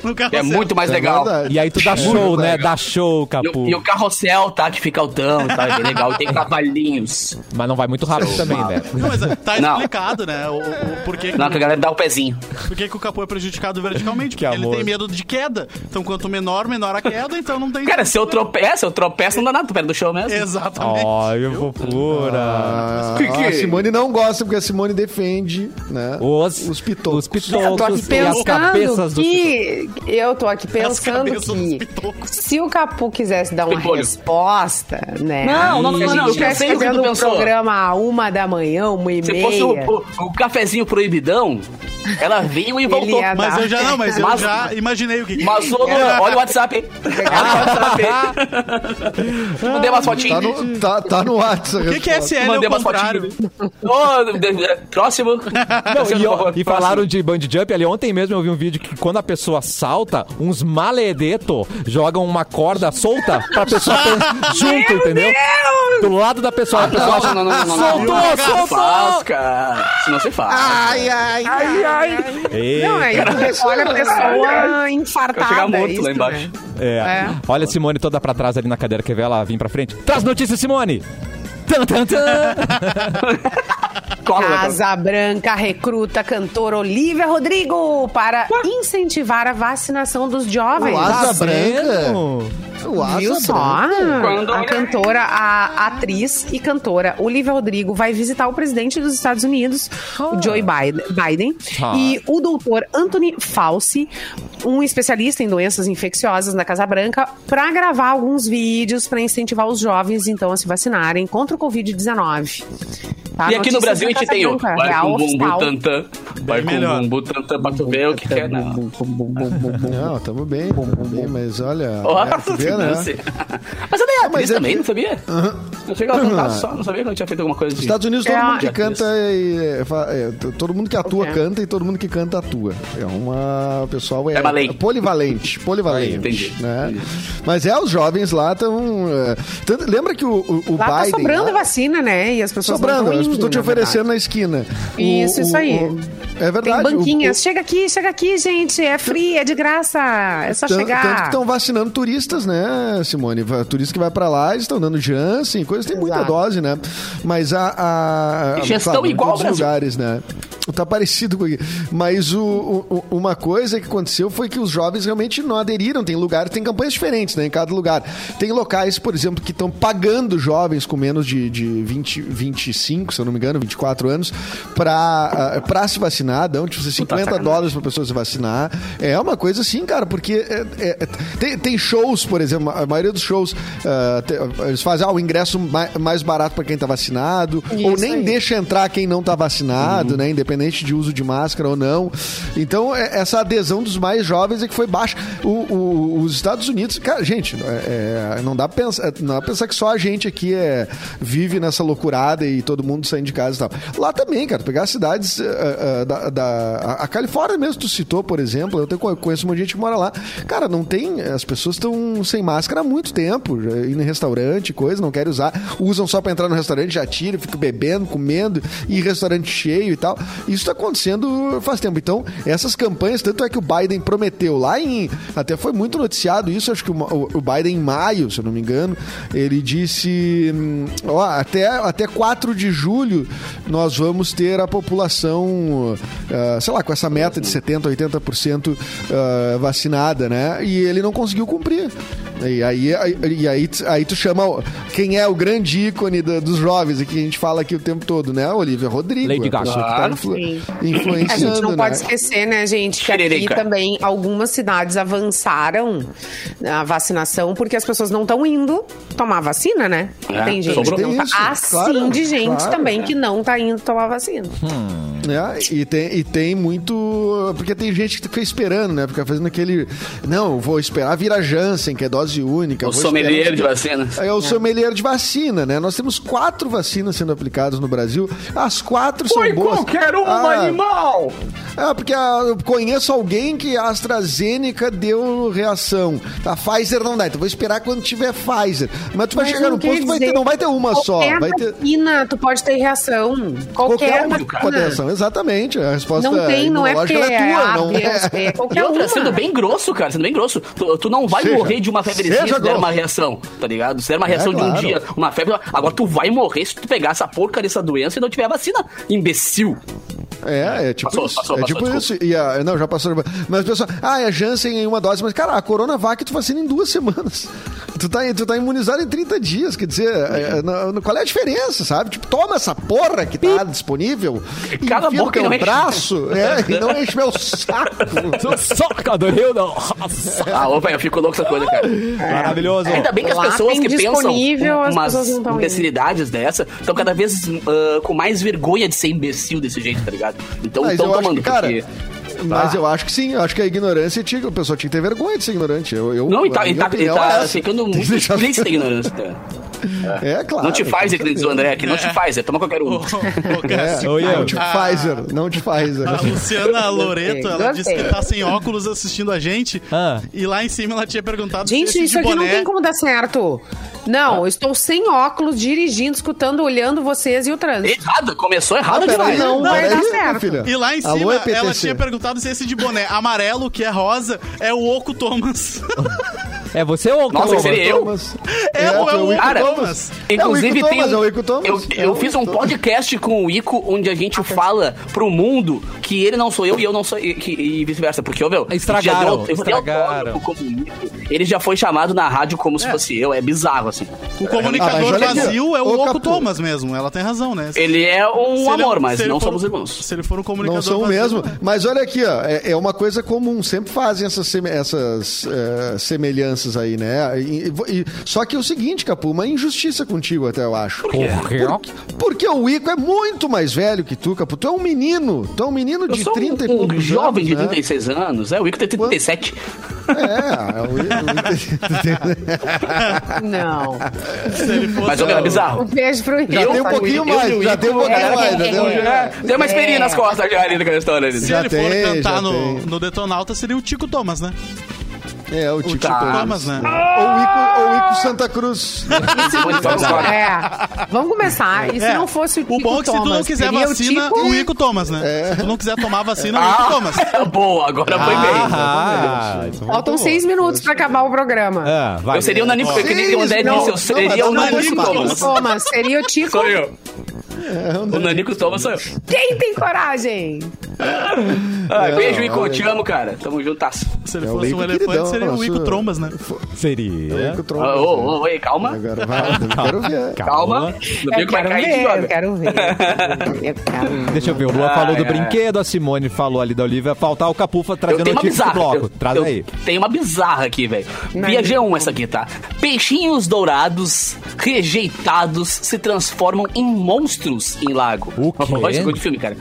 [SPEAKER 5] No
[SPEAKER 2] Que é
[SPEAKER 5] carrossel.
[SPEAKER 2] muito mais
[SPEAKER 6] É
[SPEAKER 2] legal.
[SPEAKER 6] verdade.
[SPEAKER 1] E aí tu dá show, né? Dá show,
[SPEAKER 2] E
[SPEAKER 1] Capu.
[SPEAKER 2] o, e o carrossel, tá? Que fica altão, tá? É bem legal. E tem cavalinhos.
[SPEAKER 1] Mas não vai muito rápido também, né?
[SPEAKER 5] Não, mas tá
[SPEAKER 2] Não.
[SPEAKER 5] explicado, né? O, o, por que, que,
[SPEAKER 2] Não, que a galera dá o pezinho.
[SPEAKER 5] por que que o capô é prejudicado verticalmente?
[SPEAKER 1] Que
[SPEAKER 5] Porque ele
[SPEAKER 1] amor.
[SPEAKER 5] tem medo de queda. Então, quanto menor, menor a queda, então não tem.
[SPEAKER 2] Cara, se eu tropeço, eu tropeço, não dá nada, tu perde do chão mesmo.
[SPEAKER 5] Exatamente.
[SPEAKER 1] Ai, fofura.
[SPEAKER 6] Ah,
[SPEAKER 2] Que que-
[SPEAKER 6] A Simone não gosta porque a Simone defende né,
[SPEAKER 1] Os,
[SPEAKER 6] os pitocos.
[SPEAKER 1] Os pitocos e as cabeças
[SPEAKER 4] pensando
[SPEAKER 1] dos pitocos.
[SPEAKER 4] que eu tô aqui
[SPEAKER 5] As
[SPEAKER 4] pensando
[SPEAKER 5] cabeças dos
[SPEAKER 4] que
[SPEAKER 5] pitocos.
[SPEAKER 4] se o Capu quisesse dar uma
[SPEAKER 2] Pimpolho.
[SPEAKER 4] resposta, né?
[SPEAKER 2] Não, não, não,
[SPEAKER 4] se
[SPEAKER 2] não, não,
[SPEAKER 4] a gente
[SPEAKER 2] eu
[SPEAKER 4] estivesse
[SPEAKER 2] pensei o que tu
[SPEAKER 4] fazendo um
[SPEAKER 2] pensou.
[SPEAKER 4] programa a uma da manhã, uma e
[SPEAKER 2] Se
[SPEAKER 4] meia.
[SPEAKER 2] fosse o, o- o cafezinho proibidão, ela veio e voltou.
[SPEAKER 4] ia
[SPEAKER 5] Mas
[SPEAKER 4] dar.
[SPEAKER 5] eu já não, mas eu
[SPEAKER 2] Mas-
[SPEAKER 5] já imaginei o que. que-
[SPEAKER 2] Mas, ô, Luan, olha o WhatsApp, hein? Olha o WhatsApp, hein? Mandei umas
[SPEAKER 6] Tá
[SPEAKER 2] fotinhas.
[SPEAKER 6] no, tá, tá no WhatsApp.
[SPEAKER 5] O que, que é SL
[SPEAKER 2] Mandei
[SPEAKER 5] ao
[SPEAKER 1] tá
[SPEAKER 2] umas fotinhas.
[SPEAKER 5] contrário?
[SPEAKER 2] Ô, de- de- próximo.
[SPEAKER 1] Não,
[SPEAKER 2] Próximo,
[SPEAKER 1] e,
[SPEAKER 2] por favor,
[SPEAKER 1] e
[SPEAKER 2] próximo.
[SPEAKER 1] falaram de bungee jump ali. Ontem mesmo eu vi um vídeo que quando a pessoa salta, uns maledeto jogam uma corda solta pra pessoa pe- junto, entendeu? Do lado da pessoa. A pessoa
[SPEAKER 2] Não, não, não, não, não.
[SPEAKER 1] soltou,
[SPEAKER 2] Não se faz,
[SPEAKER 1] soltou!
[SPEAKER 2] cara. Isso não se faz.
[SPEAKER 4] Ah,
[SPEAKER 6] Ai, ai,
[SPEAKER 1] Ai, ai. Ei,
[SPEAKER 4] Não, aí tu recolhe a pessoa infartada.
[SPEAKER 2] Vai chegar morto
[SPEAKER 4] isso,
[SPEAKER 2] lá
[SPEAKER 4] né?
[SPEAKER 2] embaixo.
[SPEAKER 1] é.
[SPEAKER 4] É.
[SPEAKER 1] Olha a Simone toda pra trás ali na cadeira. Quer ver ela vir pra frente? Traz notícias, Simone! Tan, tan, tan.
[SPEAKER 2] Cola, né, cara?
[SPEAKER 4] Casa Branca recruta cantor Olivia Rodrigo para incentivar a vacinação dos jovens.
[SPEAKER 6] O
[SPEAKER 1] Tá
[SPEAKER 6] Asa Branca.
[SPEAKER 1] Sério?
[SPEAKER 6] O Asa
[SPEAKER 4] Viu só?
[SPEAKER 6] Branca.
[SPEAKER 2] Quando
[SPEAKER 4] A
[SPEAKER 2] olhar.
[SPEAKER 4] cantora, a atriz e cantora Olivia Rodrigo vai visitar o presidente dos Estados Unidos,
[SPEAKER 6] Ah.
[SPEAKER 4] o Joe Biden, Biden,
[SPEAKER 1] Ah.
[SPEAKER 4] e o doutor Anthony Fauci, um especialista em doenças infecciosas na Casa Branca, para gravar alguns vídeos para incentivar os jovens, então, a se vacinarem contra o Covid-19. Tá?
[SPEAKER 2] E aqui no
[SPEAKER 4] Notícias
[SPEAKER 2] Brasil a
[SPEAKER 4] da
[SPEAKER 2] gente
[SPEAKER 4] Casa
[SPEAKER 2] tem o
[SPEAKER 4] Branca,
[SPEAKER 2] vai
[SPEAKER 4] Real
[SPEAKER 2] com bumbu
[SPEAKER 4] Oficial.
[SPEAKER 2] tantã, vai com
[SPEAKER 5] melhor.
[SPEAKER 2] bumbu tantã pra tu ver o que que é. Não.
[SPEAKER 6] Não, tamo bem, tamo bem, mas olha.
[SPEAKER 2] Ó,
[SPEAKER 6] é, tu vê, né?
[SPEAKER 2] não sei. Mas ela é atriz
[SPEAKER 6] é
[SPEAKER 2] também,
[SPEAKER 6] que-
[SPEAKER 2] não sabia? Eu cheguei lá cantar só, não sabia que ela tinha feito alguma coisa de...
[SPEAKER 6] Nos Estados Unidos, todo
[SPEAKER 4] É,
[SPEAKER 6] mundo que
[SPEAKER 2] é,
[SPEAKER 6] canta e- é, fa- é, t- todo mundo que atua
[SPEAKER 4] Ok.
[SPEAKER 6] canta e todo mundo que canta atua. É uma. O pessoal é,
[SPEAKER 2] É uma lei.
[SPEAKER 6] polivalente. Polivalente.
[SPEAKER 2] Aí, Ah, entendi,
[SPEAKER 6] né? Mas é, os jovens lá estão. lembra que o, o, o
[SPEAKER 4] Lá tá
[SPEAKER 6] Biden.
[SPEAKER 4] sobrando
[SPEAKER 6] lá-
[SPEAKER 4] vacina, né? E as pessoas não tão
[SPEAKER 6] Sobrando, as pessoas
[SPEAKER 4] indo,
[SPEAKER 6] estão te
[SPEAKER 4] na verdade.
[SPEAKER 6] oferecendo na esquina. O-
[SPEAKER 4] Isso, isso
[SPEAKER 6] o-
[SPEAKER 4] aí.
[SPEAKER 6] o- é
[SPEAKER 4] Tem
[SPEAKER 6] verdade. o-
[SPEAKER 4] banquinhas. Chega aqui, chega aqui, gente. É free, é de graça. É só
[SPEAKER 6] Tan-
[SPEAKER 4] chegar.
[SPEAKER 6] Tanto que estão vacinando turistas, né, Simone? Va- Turista que vai pra lá, eles estão dando Janssen, coisa, tem muita
[SPEAKER 4] Exato.
[SPEAKER 6] dose, né? Mas a. a, a
[SPEAKER 2] E gestão
[SPEAKER 6] em
[SPEAKER 2] igual
[SPEAKER 6] todos
[SPEAKER 2] ao
[SPEAKER 6] os
[SPEAKER 2] Brasil.
[SPEAKER 6] lugares, né? Tá parecido com aqui. Mas o, o- o- uma coisa que aconteceu foi que os jovens realmente não aderiram. Tem lugares, tem campanhas diferentes, né? Em cada lugar. Tem locais, por exemplo, que estão pagando jovens com menos de, de 20, 25, se eu não me engano, 24 anos, pra, ah, pra se vacinar, dão tipo 50
[SPEAKER 2] sacanagem.
[SPEAKER 6] dólares dólares para pessoa se vacinar. É uma coisa assim, cara, porque é- é- tem, tem shows, por exemplo, a maioria dos shows ah, te- eles fazem ah, o ingresso mai- mais barato para quem tá vacinado, ou
[SPEAKER 4] Isso
[SPEAKER 6] nem
[SPEAKER 4] aí.
[SPEAKER 6] deixa entrar quem não tá vacinado, né? independente de uso de máscara ou não. Então, é- essa adesão dos mais jovens é que foi baixa. O- o- os Estados Unidos, cara, gente, é- é, não, dá pra pensar, não dá pra pensar que só a gente aqui é, vive nessa loucurada e todo mundo saindo de casa e tal. Lá também, cara, pegar as cidades eh, eh, da, da- a- a Califórnia mesmo, tu citou, por exemplo, eu tenho, eu conheço um monte de gente que mora lá. Cara, não tem, as pessoas estão sem máscara há muito tempo, já indo em restaurante, coisa, não querem usar, usam só pra entrar no restaurante, já tiram, ficam bebendo, comendo, e restaurante cheio e tal. Isso tá acontecendo faz tempo. Então, essas campanhas, tanto é que o Biden prometeu lá em, até foi muito noticiado isso, acho que o, Ma- o o Biden em maio, se eu não me engano, ele disse, hum, ó, até, até 4 de julho nós vamos ter a população, ah, sei lá, com essa meta de 70, 80% ah, vacinada, né? E ele não conseguiu cumprir. E aí, aí- e aí, t- aí tu chama o- quem é o grande ícone da- dos jovens, e que a gente fala aqui o tempo todo, né? Olivia Rodrigo.
[SPEAKER 1] Lady
[SPEAKER 6] a pessoa
[SPEAKER 1] Gaga.
[SPEAKER 6] que tá influ-
[SPEAKER 4] Sim.
[SPEAKER 6] influenciando,
[SPEAKER 4] A gente não
[SPEAKER 6] né?
[SPEAKER 4] pode esquecer, né, gente, que aqui
[SPEAKER 2] Xererica.
[SPEAKER 4] também algumas cidades avançaram a vacinação porque as pessoas não estão indo tomar vacina, né?
[SPEAKER 2] É,
[SPEAKER 4] tem gente
[SPEAKER 2] sobrou.
[SPEAKER 4] que não tá.
[SPEAKER 6] Tem isso,
[SPEAKER 4] Assim
[SPEAKER 6] claro,
[SPEAKER 4] de gente
[SPEAKER 6] claro.
[SPEAKER 4] também que não tá indo tomar vacina.
[SPEAKER 6] né? E tem, e tem muito. Porque tem gente que fica esperando, né? Fica fazendo aquele. Não, eu vou esperar vir a Janssen, que é dose única.
[SPEAKER 2] O
[SPEAKER 6] eu vou esperar-
[SPEAKER 2] sommelier de vacinas.
[SPEAKER 6] É o sommelier de vacina, né? Nós temos quatro vacinas sendo aplicadas no Brasil. As quatro são boas.
[SPEAKER 8] qualquer um,
[SPEAKER 6] Ah,
[SPEAKER 8] animal!
[SPEAKER 6] ah, porque ah, eu conheço alguém que a AstraZeneca deu reação. A Pfizer não dá, então vou esperar quando tiver Pfizer. Mas tu vai
[SPEAKER 4] Mas
[SPEAKER 6] chegar
[SPEAKER 4] não
[SPEAKER 6] no
[SPEAKER 4] quer
[SPEAKER 6] posto, vai
[SPEAKER 4] dizer
[SPEAKER 6] ter, não vai ter uma só.
[SPEAKER 4] Qualquer
[SPEAKER 6] Vai ter
[SPEAKER 4] vacina, tu pode ter reação. Qualquer,
[SPEAKER 6] uma
[SPEAKER 4] vacina.
[SPEAKER 6] pode ter reação. Exatamente. A resposta
[SPEAKER 4] é Não tem, não é porque
[SPEAKER 6] imunológica, ela
[SPEAKER 4] é
[SPEAKER 6] tua,
[SPEAKER 4] A,
[SPEAKER 6] não
[SPEAKER 4] B,
[SPEAKER 6] é.
[SPEAKER 4] C,
[SPEAKER 2] E
[SPEAKER 4] qualquer
[SPEAKER 2] outra,
[SPEAKER 4] uma.
[SPEAKER 2] sendo bem grosso, cara, sendo bem grosso, tu, tu não vai
[SPEAKER 6] Seja.
[SPEAKER 2] morrer de uma febrezinha
[SPEAKER 6] Seja
[SPEAKER 2] se der
[SPEAKER 6] grosso. É,
[SPEAKER 2] uma reação, tá ligado? Se der uma reação de
[SPEAKER 6] claro.
[SPEAKER 2] um dia, uma febre, agora tu vai morrer se tu pegar essa porca dessa doença e não tiver vacina, imbecil.
[SPEAKER 6] É, é tipo
[SPEAKER 2] Passou,
[SPEAKER 6] isso.
[SPEAKER 2] passou,
[SPEAKER 6] é
[SPEAKER 2] passou,
[SPEAKER 6] tipo
[SPEAKER 2] desculpa.
[SPEAKER 6] isso. E a- não, já passou. Mas pessoal, ah, é a Janssen em uma dose, mas cara, a Coronavac tu vacina em duas semanas. Tu tá, tu tá imunizado em 30 dias, quer dizer, é, na- na- qual é a diferença, sabe? Tipo, toma essa porra que tá disponível e
[SPEAKER 2] Cala a
[SPEAKER 6] enfia no
[SPEAKER 2] boca e
[SPEAKER 6] teu
[SPEAKER 2] não enche.
[SPEAKER 6] braço, é, e não enche meu saco.
[SPEAKER 1] Soca do Rio da Roça.
[SPEAKER 6] É.
[SPEAKER 2] Ah, ô, velho, eu fico louco com essa coisa, cara.
[SPEAKER 1] Maravilhoso.
[SPEAKER 2] Ainda bem que as
[SPEAKER 4] Lá
[SPEAKER 2] pessoas
[SPEAKER 4] tem
[SPEAKER 2] que pensam
[SPEAKER 4] disponível, as
[SPEAKER 2] umas
[SPEAKER 4] pessoas não tão indo.
[SPEAKER 2] imbecilidades dessa estão cada vez ah, com mais vergonha de ser imbecil desse jeito, tá ligado? Então
[SPEAKER 6] Mas
[SPEAKER 2] estão
[SPEAKER 6] eu acho
[SPEAKER 2] tomando,
[SPEAKER 6] que, cara,
[SPEAKER 2] porque... tá.
[SPEAKER 6] Mas eu acho que sim, eu acho que a ignorância tinha, o pessoal tinha que ter vergonha de ser ignorante. Eu, eu,
[SPEAKER 2] Não, e
[SPEAKER 6] a
[SPEAKER 2] tá, e
[SPEAKER 6] minha
[SPEAKER 2] tá, e
[SPEAKER 6] opinião é
[SPEAKER 2] tá
[SPEAKER 6] essa.
[SPEAKER 2] ficando
[SPEAKER 6] Tem que
[SPEAKER 2] muito
[SPEAKER 6] deixar-
[SPEAKER 2] explícito a ignorância. cara.
[SPEAKER 6] É,
[SPEAKER 2] né,
[SPEAKER 6] claro.
[SPEAKER 2] Não te faz, é que nem diz o André aqui, não te
[SPEAKER 5] É.
[SPEAKER 2] faz, é toma qualquer um.
[SPEAKER 6] É,
[SPEAKER 1] Ô, Ian.
[SPEAKER 6] não te Pfizer, não te Pfizer.
[SPEAKER 5] A Luciana Loreto, ela
[SPEAKER 4] Gostei.
[SPEAKER 5] disse que tá sem óculos assistindo a gente.
[SPEAKER 1] Ah.
[SPEAKER 5] E lá em cima ela tinha perguntado se
[SPEAKER 4] Gente,
[SPEAKER 5] esse
[SPEAKER 4] isso
[SPEAKER 5] de
[SPEAKER 4] aqui não
[SPEAKER 5] boné- Ah.
[SPEAKER 4] tem como dar certo. Não, eu estou sem óculos, dirigindo, escutando, olhando vocês e o trânsito.
[SPEAKER 2] Errado, começou errado
[SPEAKER 6] Ah, peraí,
[SPEAKER 2] demais.
[SPEAKER 4] não
[SPEAKER 6] não,
[SPEAKER 4] vai
[SPEAKER 6] peraí,
[SPEAKER 4] dar
[SPEAKER 6] minha
[SPEAKER 4] certo.
[SPEAKER 6] filha.
[SPEAKER 5] E lá em cima,
[SPEAKER 6] Alô, EPTC.
[SPEAKER 5] ela tinha perguntado se esse de boné amarelo, que é rosa, é o Oco Thomas.
[SPEAKER 1] É você ou
[SPEAKER 2] Nossa,
[SPEAKER 1] Clodovil?
[SPEAKER 2] seria eu?
[SPEAKER 6] Thomas.
[SPEAKER 5] É, ou é
[SPEAKER 6] tu
[SPEAKER 5] o
[SPEAKER 6] Ico
[SPEAKER 2] Cara,
[SPEAKER 6] Thomas.
[SPEAKER 2] Inclusive
[SPEAKER 6] é o Ico
[SPEAKER 2] tem.
[SPEAKER 6] Thomas,
[SPEAKER 2] um-
[SPEAKER 6] é o Ico Thomas.
[SPEAKER 2] eu
[SPEAKER 6] É
[SPEAKER 2] eu
[SPEAKER 6] o Ah, tá.
[SPEAKER 2] fiz
[SPEAKER 6] Ico
[SPEAKER 2] um
[SPEAKER 6] Thomas.
[SPEAKER 2] podcast com o Ico, onde a gente fala pro mundo que ele não sou eu e eu não sou. E, que- e vice-versa. Porque, ô, meu.
[SPEAKER 1] Estragaram,
[SPEAKER 2] já deu- eu dei
[SPEAKER 1] estragaram.
[SPEAKER 2] autógrafo como Ico. Ele já foi chamado na rádio como se fosse eu. É bizarro, assim.
[SPEAKER 5] O
[SPEAKER 6] Ah, mas
[SPEAKER 5] comunicador
[SPEAKER 6] olha aqui,
[SPEAKER 5] vazio é o
[SPEAKER 6] ô,
[SPEAKER 5] Oco
[SPEAKER 6] Capu.
[SPEAKER 5] Thomas mesmo. Ela tem razão, né?
[SPEAKER 2] Ele é um
[SPEAKER 5] Se ele-
[SPEAKER 2] amor,
[SPEAKER 5] se
[SPEAKER 2] mas
[SPEAKER 5] ele
[SPEAKER 2] não
[SPEAKER 5] for-
[SPEAKER 2] somos irmãos.
[SPEAKER 5] Se ele for um comunicador
[SPEAKER 6] Não são o
[SPEAKER 5] vazio,
[SPEAKER 6] mesmo. Mas olha aqui, ó, é, é uma coisa comum. Sempre fazem essas, seme- essas, eh, semelhanças aí, né? E- e- e- só que é o seguinte, Capu, uma injustiça contigo até, eu acho.
[SPEAKER 1] Porra.
[SPEAKER 6] Porque o Ico é muito mais velho que tu, Capu. Tu é um menino. Tu é um menino
[SPEAKER 2] Eu
[SPEAKER 6] de
[SPEAKER 2] sou
[SPEAKER 6] 30 e
[SPEAKER 2] um, um
[SPEAKER 6] poucos
[SPEAKER 2] jovem de
[SPEAKER 6] anos, né?
[SPEAKER 2] 36 anos. É, o Ico tem 37.
[SPEAKER 6] É, é o Ico.
[SPEAKER 4] Não.
[SPEAKER 5] se ele fosse-
[SPEAKER 2] Mas, ô, meu, é bizarro.
[SPEAKER 4] Um beijo pro Ian.
[SPEAKER 6] Já tem um pouquinho mais, já tem um
[SPEAKER 2] é,
[SPEAKER 6] pouquinho mais. já tem um-
[SPEAKER 2] Tem uma esperinha nas costas já ali né? naquela história. ali.
[SPEAKER 5] Se
[SPEAKER 6] Já
[SPEAKER 5] ele
[SPEAKER 6] tem,
[SPEAKER 5] for
[SPEAKER 6] já
[SPEAKER 5] cantar no,
[SPEAKER 6] tem.
[SPEAKER 5] no Detonauta, seria o Tico Thomas, né?
[SPEAKER 6] É, o
[SPEAKER 5] O
[SPEAKER 6] Tico
[SPEAKER 5] Tico Thomas, né?
[SPEAKER 6] Ou o
[SPEAKER 2] Ah!
[SPEAKER 6] Ico, ou o Ico Santa Cruz.
[SPEAKER 2] Muito bom.
[SPEAKER 4] É. Vamos começar. E se
[SPEAKER 5] É.
[SPEAKER 4] não fosse o Tico
[SPEAKER 5] O bom é que se tu não
[SPEAKER 4] Thomas,
[SPEAKER 5] quiser
[SPEAKER 4] seria
[SPEAKER 5] vacina,
[SPEAKER 4] o Tico...
[SPEAKER 5] o Ico Thomas, né? Se tu não quiser tomar vacina, é o Ico Thomas.
[SPEAKER 2] Ah, boa, agora foi bem.
[SPEAKER 1] Ah,
[SPEAKER 2] então
[SPEAKER 1] isso foi
[SPEAKER 4] Faltam
[SPEAKER 1] muito
[SPEAKER 4] seis minutos pra acabar o
[SPEAKER 5] É.
[SPEAKER 4] programa.
[SPEAKER 1] Ah, vai.
[SPEAKER 2] Eu seria o Nanico, eu queria que o André
[SPEAKER 6] Não,
[SPEAKER 2] disse, eu
[SPEAKER 6] não,
[SPEAKER 2] seria
[SPEAKER 6] mas
[SPEAKER 2] o
[SPEAKER 6] não é
[SPEAKER 2] Nanico
[SPEAKER 6] Nanico,
[SPEAKER 2] Thomas.
[SPEAKER 4] Thomas, seria o Tico.
[SPEAKER 2] Sou eu. O Nanico Thomas sou eu.
[SPEAKER 4] Quem tem coragem?
[SPEAKER 2] Ah, beijo,
[SPEAKER 6] não,
[SPEAKER 2] Ico,
[SPEAKER 6] é.
[SPEAKER 2] te amo, cara. Tamo juntas.
[SPEAKER 5] Se ele
[SPEAKER 6] É o
[SPEAKER 5] fosse
[SPEAKER 6] Ico
[SPEAKER 5] um elefante,
[SPEAKER 6] queridão,
[SPEAKER 5] seria o
[SPEAKER 6] nosso-
[SPEAKER 5] Ico Trombas, né?
[SPEAKER 1] Seria.
[SPEAKER 6] Ico
[SPEAKER 2] Ô,
[SPEAKER 6] Thomas, né?
[SPEAKER 2] Ah, ô, ô, ei, calma.
[SPEAKER 6] Agora vai, eu quero ver.
[SPEAKER 2] Calma. Não
[SPEAKER 4] Eu
[SPEAKER 2] fica com a
[SPEAKER 4] quero
[SPEAKER 2] cara
[SPEAKER 4] ver, é
[SPEAKER 2] de
[SPEAKER 4] eu
[SPEAKER 2] jovem.
[SPEAKER 4] quero ver. Eu quero ver.
[SPEAKER 1] Deixa eu ver, o Lua
[SPEAKER 2] Ah,
[SPEAKER 1] falou do
[SPEAKER 2] cara.
[SPEAKER 1] brinquedo, a Simone falou ali da Olivia. Faltar o Capufa
[SPEAKER 2] Eu
[SPEAKER 1] trazendo
[SPEAKER 2] tenho uma
[SPEAKER 1] notícias do
[SPEAKER 2] bizarra.
[SPEAKER 1] bloco.
[SPEAKER 2] eu-
[SPEAKER 1] Traz
[SPEAKER 2] eu
[SPEAKER 1] aí.
[SPEAKER 2] tenho uma bizarra aqui, velho.
[SPEAKER 4] Não.
[SPEAKER 2] Via G1 essa aqui, tá? Peixinhos dourados, rejeitados, se transformam em monstros em lago.
[SPEAKER 1] O quê?
[SPEAKER 2] Olha isso, coisa de filme, cara.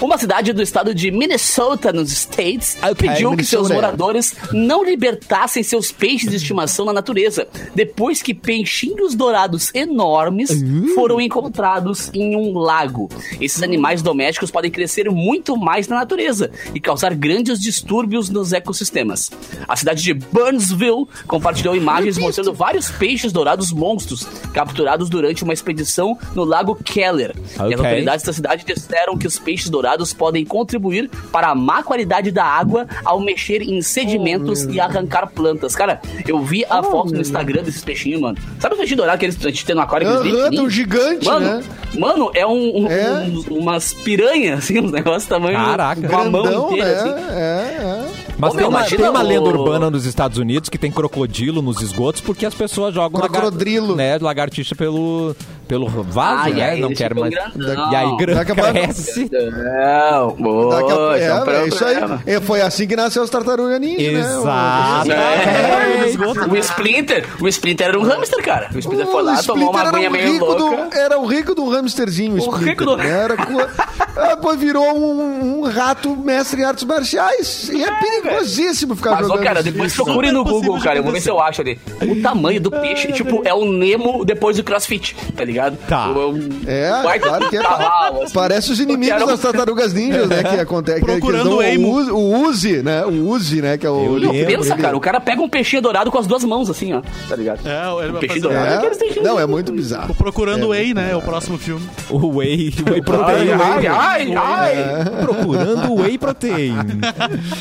[SPEAKER 2] Uma cidade do estado de Minnesota, nos States,
[SPEAKER 1] Ah,
[SPEAKER 6] Ok,
[SPEAKER 2] pediu que seus
[SPEAKER 6] Minnesota.
[SPEAKER 2] moradores não libertassem seus peixes de estimação na natureza, depois que peixinhos dourados enormes foram encontrados em um lago. Esses animais domésticos podem crescer muito mais na natureza e causar grandes distúrbios nos ecossistemas. A cidade de Burnsville compartilhou imagens mostrando vários peixes dourados monstros capturados durante uma expedição no lago Keller. E
[SPEAKER 1] Ok.
[SPEAKER 2] as autoridades da cidade disseram que os peixes dourados podem contribuir para a má qualidade da água ao mexer em sedimentos e arrancar plantas. Cara, eu vi a foto no Instagram desses peixinhos, mano. Sabe o peixinho dourado que eles, a gente tem no aquário? aqueles bem
[SPEAKER 6] Aham, tem um
[SPEAKER 2] pequenininhos?
[SPEAKER 6] gigante,
[SPEAKER 2] Mano,
[SPEAKER 6] né?
[SPEAKER 2] mano, é um, um-
[SPEAKER 6] É.
[SPEAKER 2] um- umas piranhas, assim, uns negócios tamanho.
[SPEAKER 1] Caraca.
[SPEAKER 2] com a mão
[SPEAKER 6] Grandão,
[SPEAKER 2] inteira,
[SPEAKER 6] né?
[SPEAKER 2] assim.
[SPEAKER 6] É, é.
[SPEAKER 1] Mas
[SPEAKER 2] Ô,
[SPEAKER 1] tem,
[SPEAKER 2] meu,
[SPEAKER 1] uma,
[SPEAKER 2] imagina
[SPEAKER 1] tem uma
[SPEAKER 2] o-
[SPEAKER 1] lenda urbana nos Estados Unidos que tem crocodilo nos esgotos porque as pessoas jogam lagar-
[SPEAKER 6] Crocodrilo.
[SPEAKER 1] né, lagartixa pelo, pelo vaso,
[SPEAKER 2] Ah, e
[SPEAKER 1] né?
[SPEAKER 2] aí
[SPEAKER 1] Não
[SPEAKER 2] eles
[SPEAKER 1] quer
[SPEAKER 2] ficam
[SPEAKER 1] mais.
[SPEAKER 2] grandão.
[SPEAKER 1] E aí gran-
[SPEAKER 6] Daqui a pouco-
[SPEAKER 1] cresce.
[SPEAKER 2] Não,
[SPEAKER 6] Daqui a-
[SPEAKER 2] boa,
[SPEAKER 6] é,
[SPEAKER 2] é um
[SPEAKER 6] é isso aí.
[SPEAKER 2] problema.
[SPEAKER 6] É, foi assim que nasceu as tartarugas ninja,
[SPEAKER 1] Exato.
[SPEAKER 6] né?
[SPEAKER 2] É. O Splinter, o Splinter era um hamster, cara. O Splinter foi lá, tomou uma aguinha meio
[SPEAKER 6] um rico
[SPEAKER 2] louca.
[SPEAKER 6] do, era o rico do hamsterzinho, o Splinter.
[SPEAKER 2] rico do-
[SPEAKER 6] né? Era co... ah, pô, virou um, um rato mestre em artes marciais. E é perigosíssimo ficar
[SPEAKER 2] Mas, ó,
[SPEAKER 6] tá jogando. assim.
[SPEAKER 2] cara,
[SPEAKER 6] isso.
[SPEAKER 2] depois
[SPEAKER 5] Isso.
[SPEAKER 2] procure
[SPEAKER 5] Super
[SPEAKER 2] no
[SPEAKER 5] possível
[SPEAKER 2] Google,
[SPEAKER 5] de
[SPEAKER 2] cara. Eu vou ver se eu acho ali. O tamanho do peixe, tipo, é o Nemo depois do crossfit, tá ligado?
[SPEAKER 1] Tá.
[SPEAKER 2] O- o-
[SPEAKER 6] É,
[SPEAKER 2] o baita
[SPEAKER 6] claro que é.
[SPEAKER 2] cavalo, um assim.
[SPEAKER 6] Parece os inimigos
[SPEAKER 2] Porque era um-
[SPEAKER 6] das tartarugas ninjas, né? Que acontece. que- que eles
[SPEAKER 5] Procurando
[SPEAKER 6] dão
[SPEAKER 5] o Emo.
[SPEAKER 6] Uzi- O Uzi, né? O Uzi, né? Que é o.
[SPEAKER 1] Eu
[SPEAKER 2] Não,
[SPEAKER 1] lembro,
[SPEAKER 2] pensa, cara. O cara pega um peixinho dourado com as duas mãos, assim, ó. Tá ligado?
[SPEAKER 5] É, ele
[SPEAKER 2] o
[SPEAKER 5] vai fazer-
[SPEAKER 2] peixe dourado. que eles
[SPEAKER 6] É.
[SPEAKER 2] deixam-
[SPEAKER 6] Não, é muito bizarro.
[SPEAKER 5] O Procurando Way, né? É o próximo filme.
[SPEAKER 1] O whey, o whey
[SPEAKER 2] Ai,
[SPEAKER 1] protein.
[SPEAKER 2] ai, ai, ai.
[SPEAKER 1] Procurando whey protein.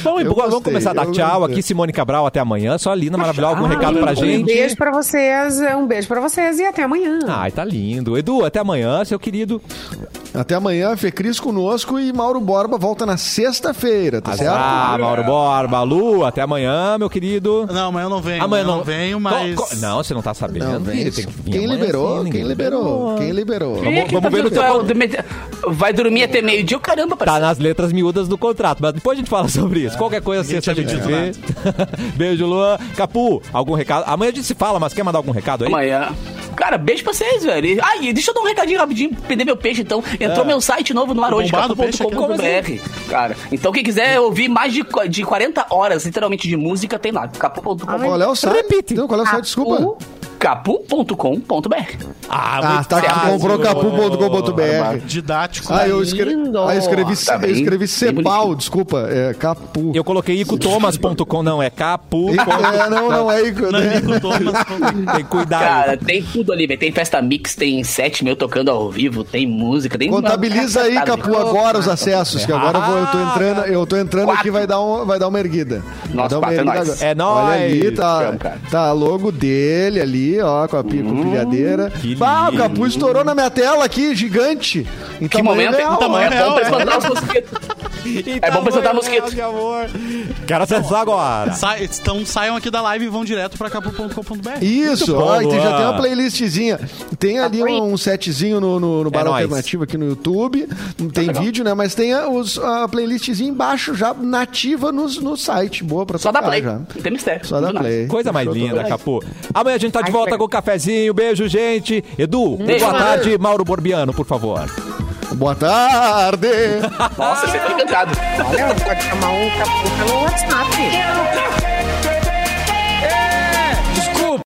[SPEAKER 1] Bom, e
[SPEAKER 6] Eu
[SPEAKER 1] vamos
[SPEAKER 6] gostei,
[SPEAKER 1] começar a dar
[SPEAKER 6] eu
[SPEAKER 1] tchau
[SPEAKER 6] gostei.
[SPEAKER 1] aqui, Simone Cabral, até amanhã. Só a Lina Maravilhosa,
[SPEAKER 2] Ah,
[SPEAKER 1] algum recado pra
[SPEAKER 4] Um
[SPEAKER 1] gente?
[SPEAKER 4] beijo pra vocês, um beijo pra vocês e até amanhã.
[SPEAKER 5] Ah.
[SPEAKER 1] Ai, tá lindo. Edu, até amanhã, seu querido.
[SPEAKER 6] Até amanhã, Fê Cris conosco e Mauro Borba volta na sexta-feira, tá certo?
[SPEAKER 1] Ah, Mauro Borba, Lu, até amanhã, meu querido.
[SPEAKER 5] Não, amanhã eu não venho.
[SPEAKER 1] Amanhã Ah, não
[SPEAKER 5] venho,
[SPEAKER 1] Co-
[SPEAKER 5] mas.
[SPEAKER 1] co- Não, você não tá sabendo.
[SPEAKER 6] Não, vem.
[SPEAKER 1] filho, tem que vir
[SPEAKER 6] Quem
[SPEAKER 1] amanhã
[SPEAKER 6] liberou?
[SPEAKER 1] sim, ninguém
[SPEAKER 6] Quem liberou? Quem liberou?
[SPEAKER 1] Vamos-
[SPEAKER 2] Que tá
[SPEAKER 1] vamos ver no teu-
[SPEAKER 2] fazendo- tu é o demete- Vai dormir até meio-dia, o caramba,
[SPEAKER 1] Tá
[SPEAKER 2] parceiro.
[SPEAKER 1] nas letras miúdas do contrato, mas depois a gente fala sobre isso. Qualquer coisa,
[SPEAKER 5] ninguém
[SPEAKER 1] sexta a
[SPEAKER 5] tinha
[SPEAKER 1] gente
[SPEAKER 5] me
[SPEAKER 1] vê. Beijo, Luan. Capu, algum recado? Amanhã a gente se fala, mas quer mandar algum recado aí?
[SPEAKER 2] Amanhã. Cara, beijo pra vocês, velho. Ah, e deixa eu dar um recadinho rapidinho, perder meu peixe, então. Entrou meu site novo no ar hoje,
[SPEAKER 5] É. Bombado o peixe aqui. né,
[SPEAKER 2] capu.com.br. Cara, então quem quiser ouvir mais de, qu- de 40 horas, literalmente, de música, tem lá. capu.com.br.
[SPEAKER 6] Qual é o site?
[SPEAKER 1] Repite.
[SPEAKER 6] Não, qual é o site? Desculpa.
[SPEAKER 2] capu.com.br.
[SPEAKER 1] Ah,
[SPEAKER 6] Ah,
[SPEAKER 1] muito
[SPEAKER 6] tá aqui,
[SPEAKER 1] fácil.
[SPEAKER 6] comprou capu.com.br.
[SPEAKER 5] é Didático.
[SPEAKER 6] Ah, eu escrevi,
[SPEAKER 4] Lindo.
[SPEAKER 6] ah, eu escrevi,
[SPEAKER 2] Tá
[SPEAKER 6] eu
[SPEAKER 2] bem,
[SPEAKER 6] escrevi
[SPEAKER 2] bem
[SPEAKER 6] Cepal,
[SPEAKER 2] bonitinho.
[SPEAKER 6] desculpa, é Capu.
[SPEAKER 1] Eu coloquei icotomas.com, não, é capu.
[SPEAKER 6] É, não, não, é Ico, né?
[SPEAKER 5] Nanico Thomas.
[SPEAKER 1] Tem que cuidar.
[SPEAKER 2] Cara, tem tudo ali, velho. Tem festa mix, tem set meu tocando ao vivo, tem música, tem...
[SPEAKER 6] Contabiliza aí, Capu,
[SPEAKER 2] tá
[SPEAKER 6] agora os acessos, que agora eu, vou- eu
[SPEAKER 1] Ah,
[SPEAKER 6] tô entrando, eu tô entrando aqui, vai dar, um, vai dar uma erguida. Vai
[SPEAKER 2] Nossa,
[SPEAKER 6] dar uma
[SPEAKER 2] quatro é nóis.
[SPEAKER 6] agora.
[SPEAKER 1] É nóis.
[SPEAKER 6] Olha ali, tá,
[SPEAKER 2] Chama, cara. Hum,
[SPEAKER 6] tá a logo dele ali, ó, com a pi- com a pilhadeira.
[SPEAKER 1] que
[SPEAKER 6] Bah, o
[SPEAKER 1] lindo.
[SPEAKER 6] Capu estourou na minha tela aqui, gigante. Em
[SPEAKER 2] Que momento, hein?
[SPEAKER 6] real, né?
[SPEAKER 2] é
[SPEAKER 6] ó.
[SPEAKER 2] bom pra espantar os mosquitos. É bom pra soltar mosquito.
[SPEAKER 1] Que amor. Quero acessar agora.
[SPEAKER 5] Sai- então saiam aqui da live e vão direto pra capu.com.br.
[SPEAKER 6] Isso,
[SPEAKER 1] Muito
[SPEAKER 6] ó,
[SPEAKER 1] bom,
[SPEAKER 6] e tem- já
[SPEAKER 1] Luan.
[SPEAKER 6] tem uma playlistzinha. Tem
[SPEAKER 2] Tá
[SPEAKER 6] ali um, setzinho no, no, no Bar
[SPEAKER 1] É nóis. Tá
[SPEAKER 6] Alternativo aqui no YouTube. Não tem vídeo, né? Mas tem a, os, a playlistzinha embaixo, já nativa no, no site. Boa pra
[SPEAKER 2] Só dá
[SPEAKER 6] tocar
[SPEAKER 2] play.
[SPEAKER 6] Ah, já.
[SPEAKER 2] Não tem mistério.
[SPEAKER 6] Só dá
[SPEAKER 2] Tudo
[SPEAKER 6] play.
[SPEAKER 1] Coisa mais linda, Capu. Amanhã a gente tá de
[SPEAKER 4] Ai,
[SPEAKER 1] volta
[SPEAKER 4] legal.
[SPEAKER 1] com o cafezinho. Beijo, gente. Edu,
[SPEAKER 2] Beijo.
[SPEAKER 1] boa tarde, Mauro Borbiano, por favor.
[SPEAKER 6] Boa tarde!
[SPEAKER 2] Nossa, você tá encantado.
[SPEAKER 4] Olha, pode chamar um capu pelo WhatsApp.
[SPEAKER 7] Eu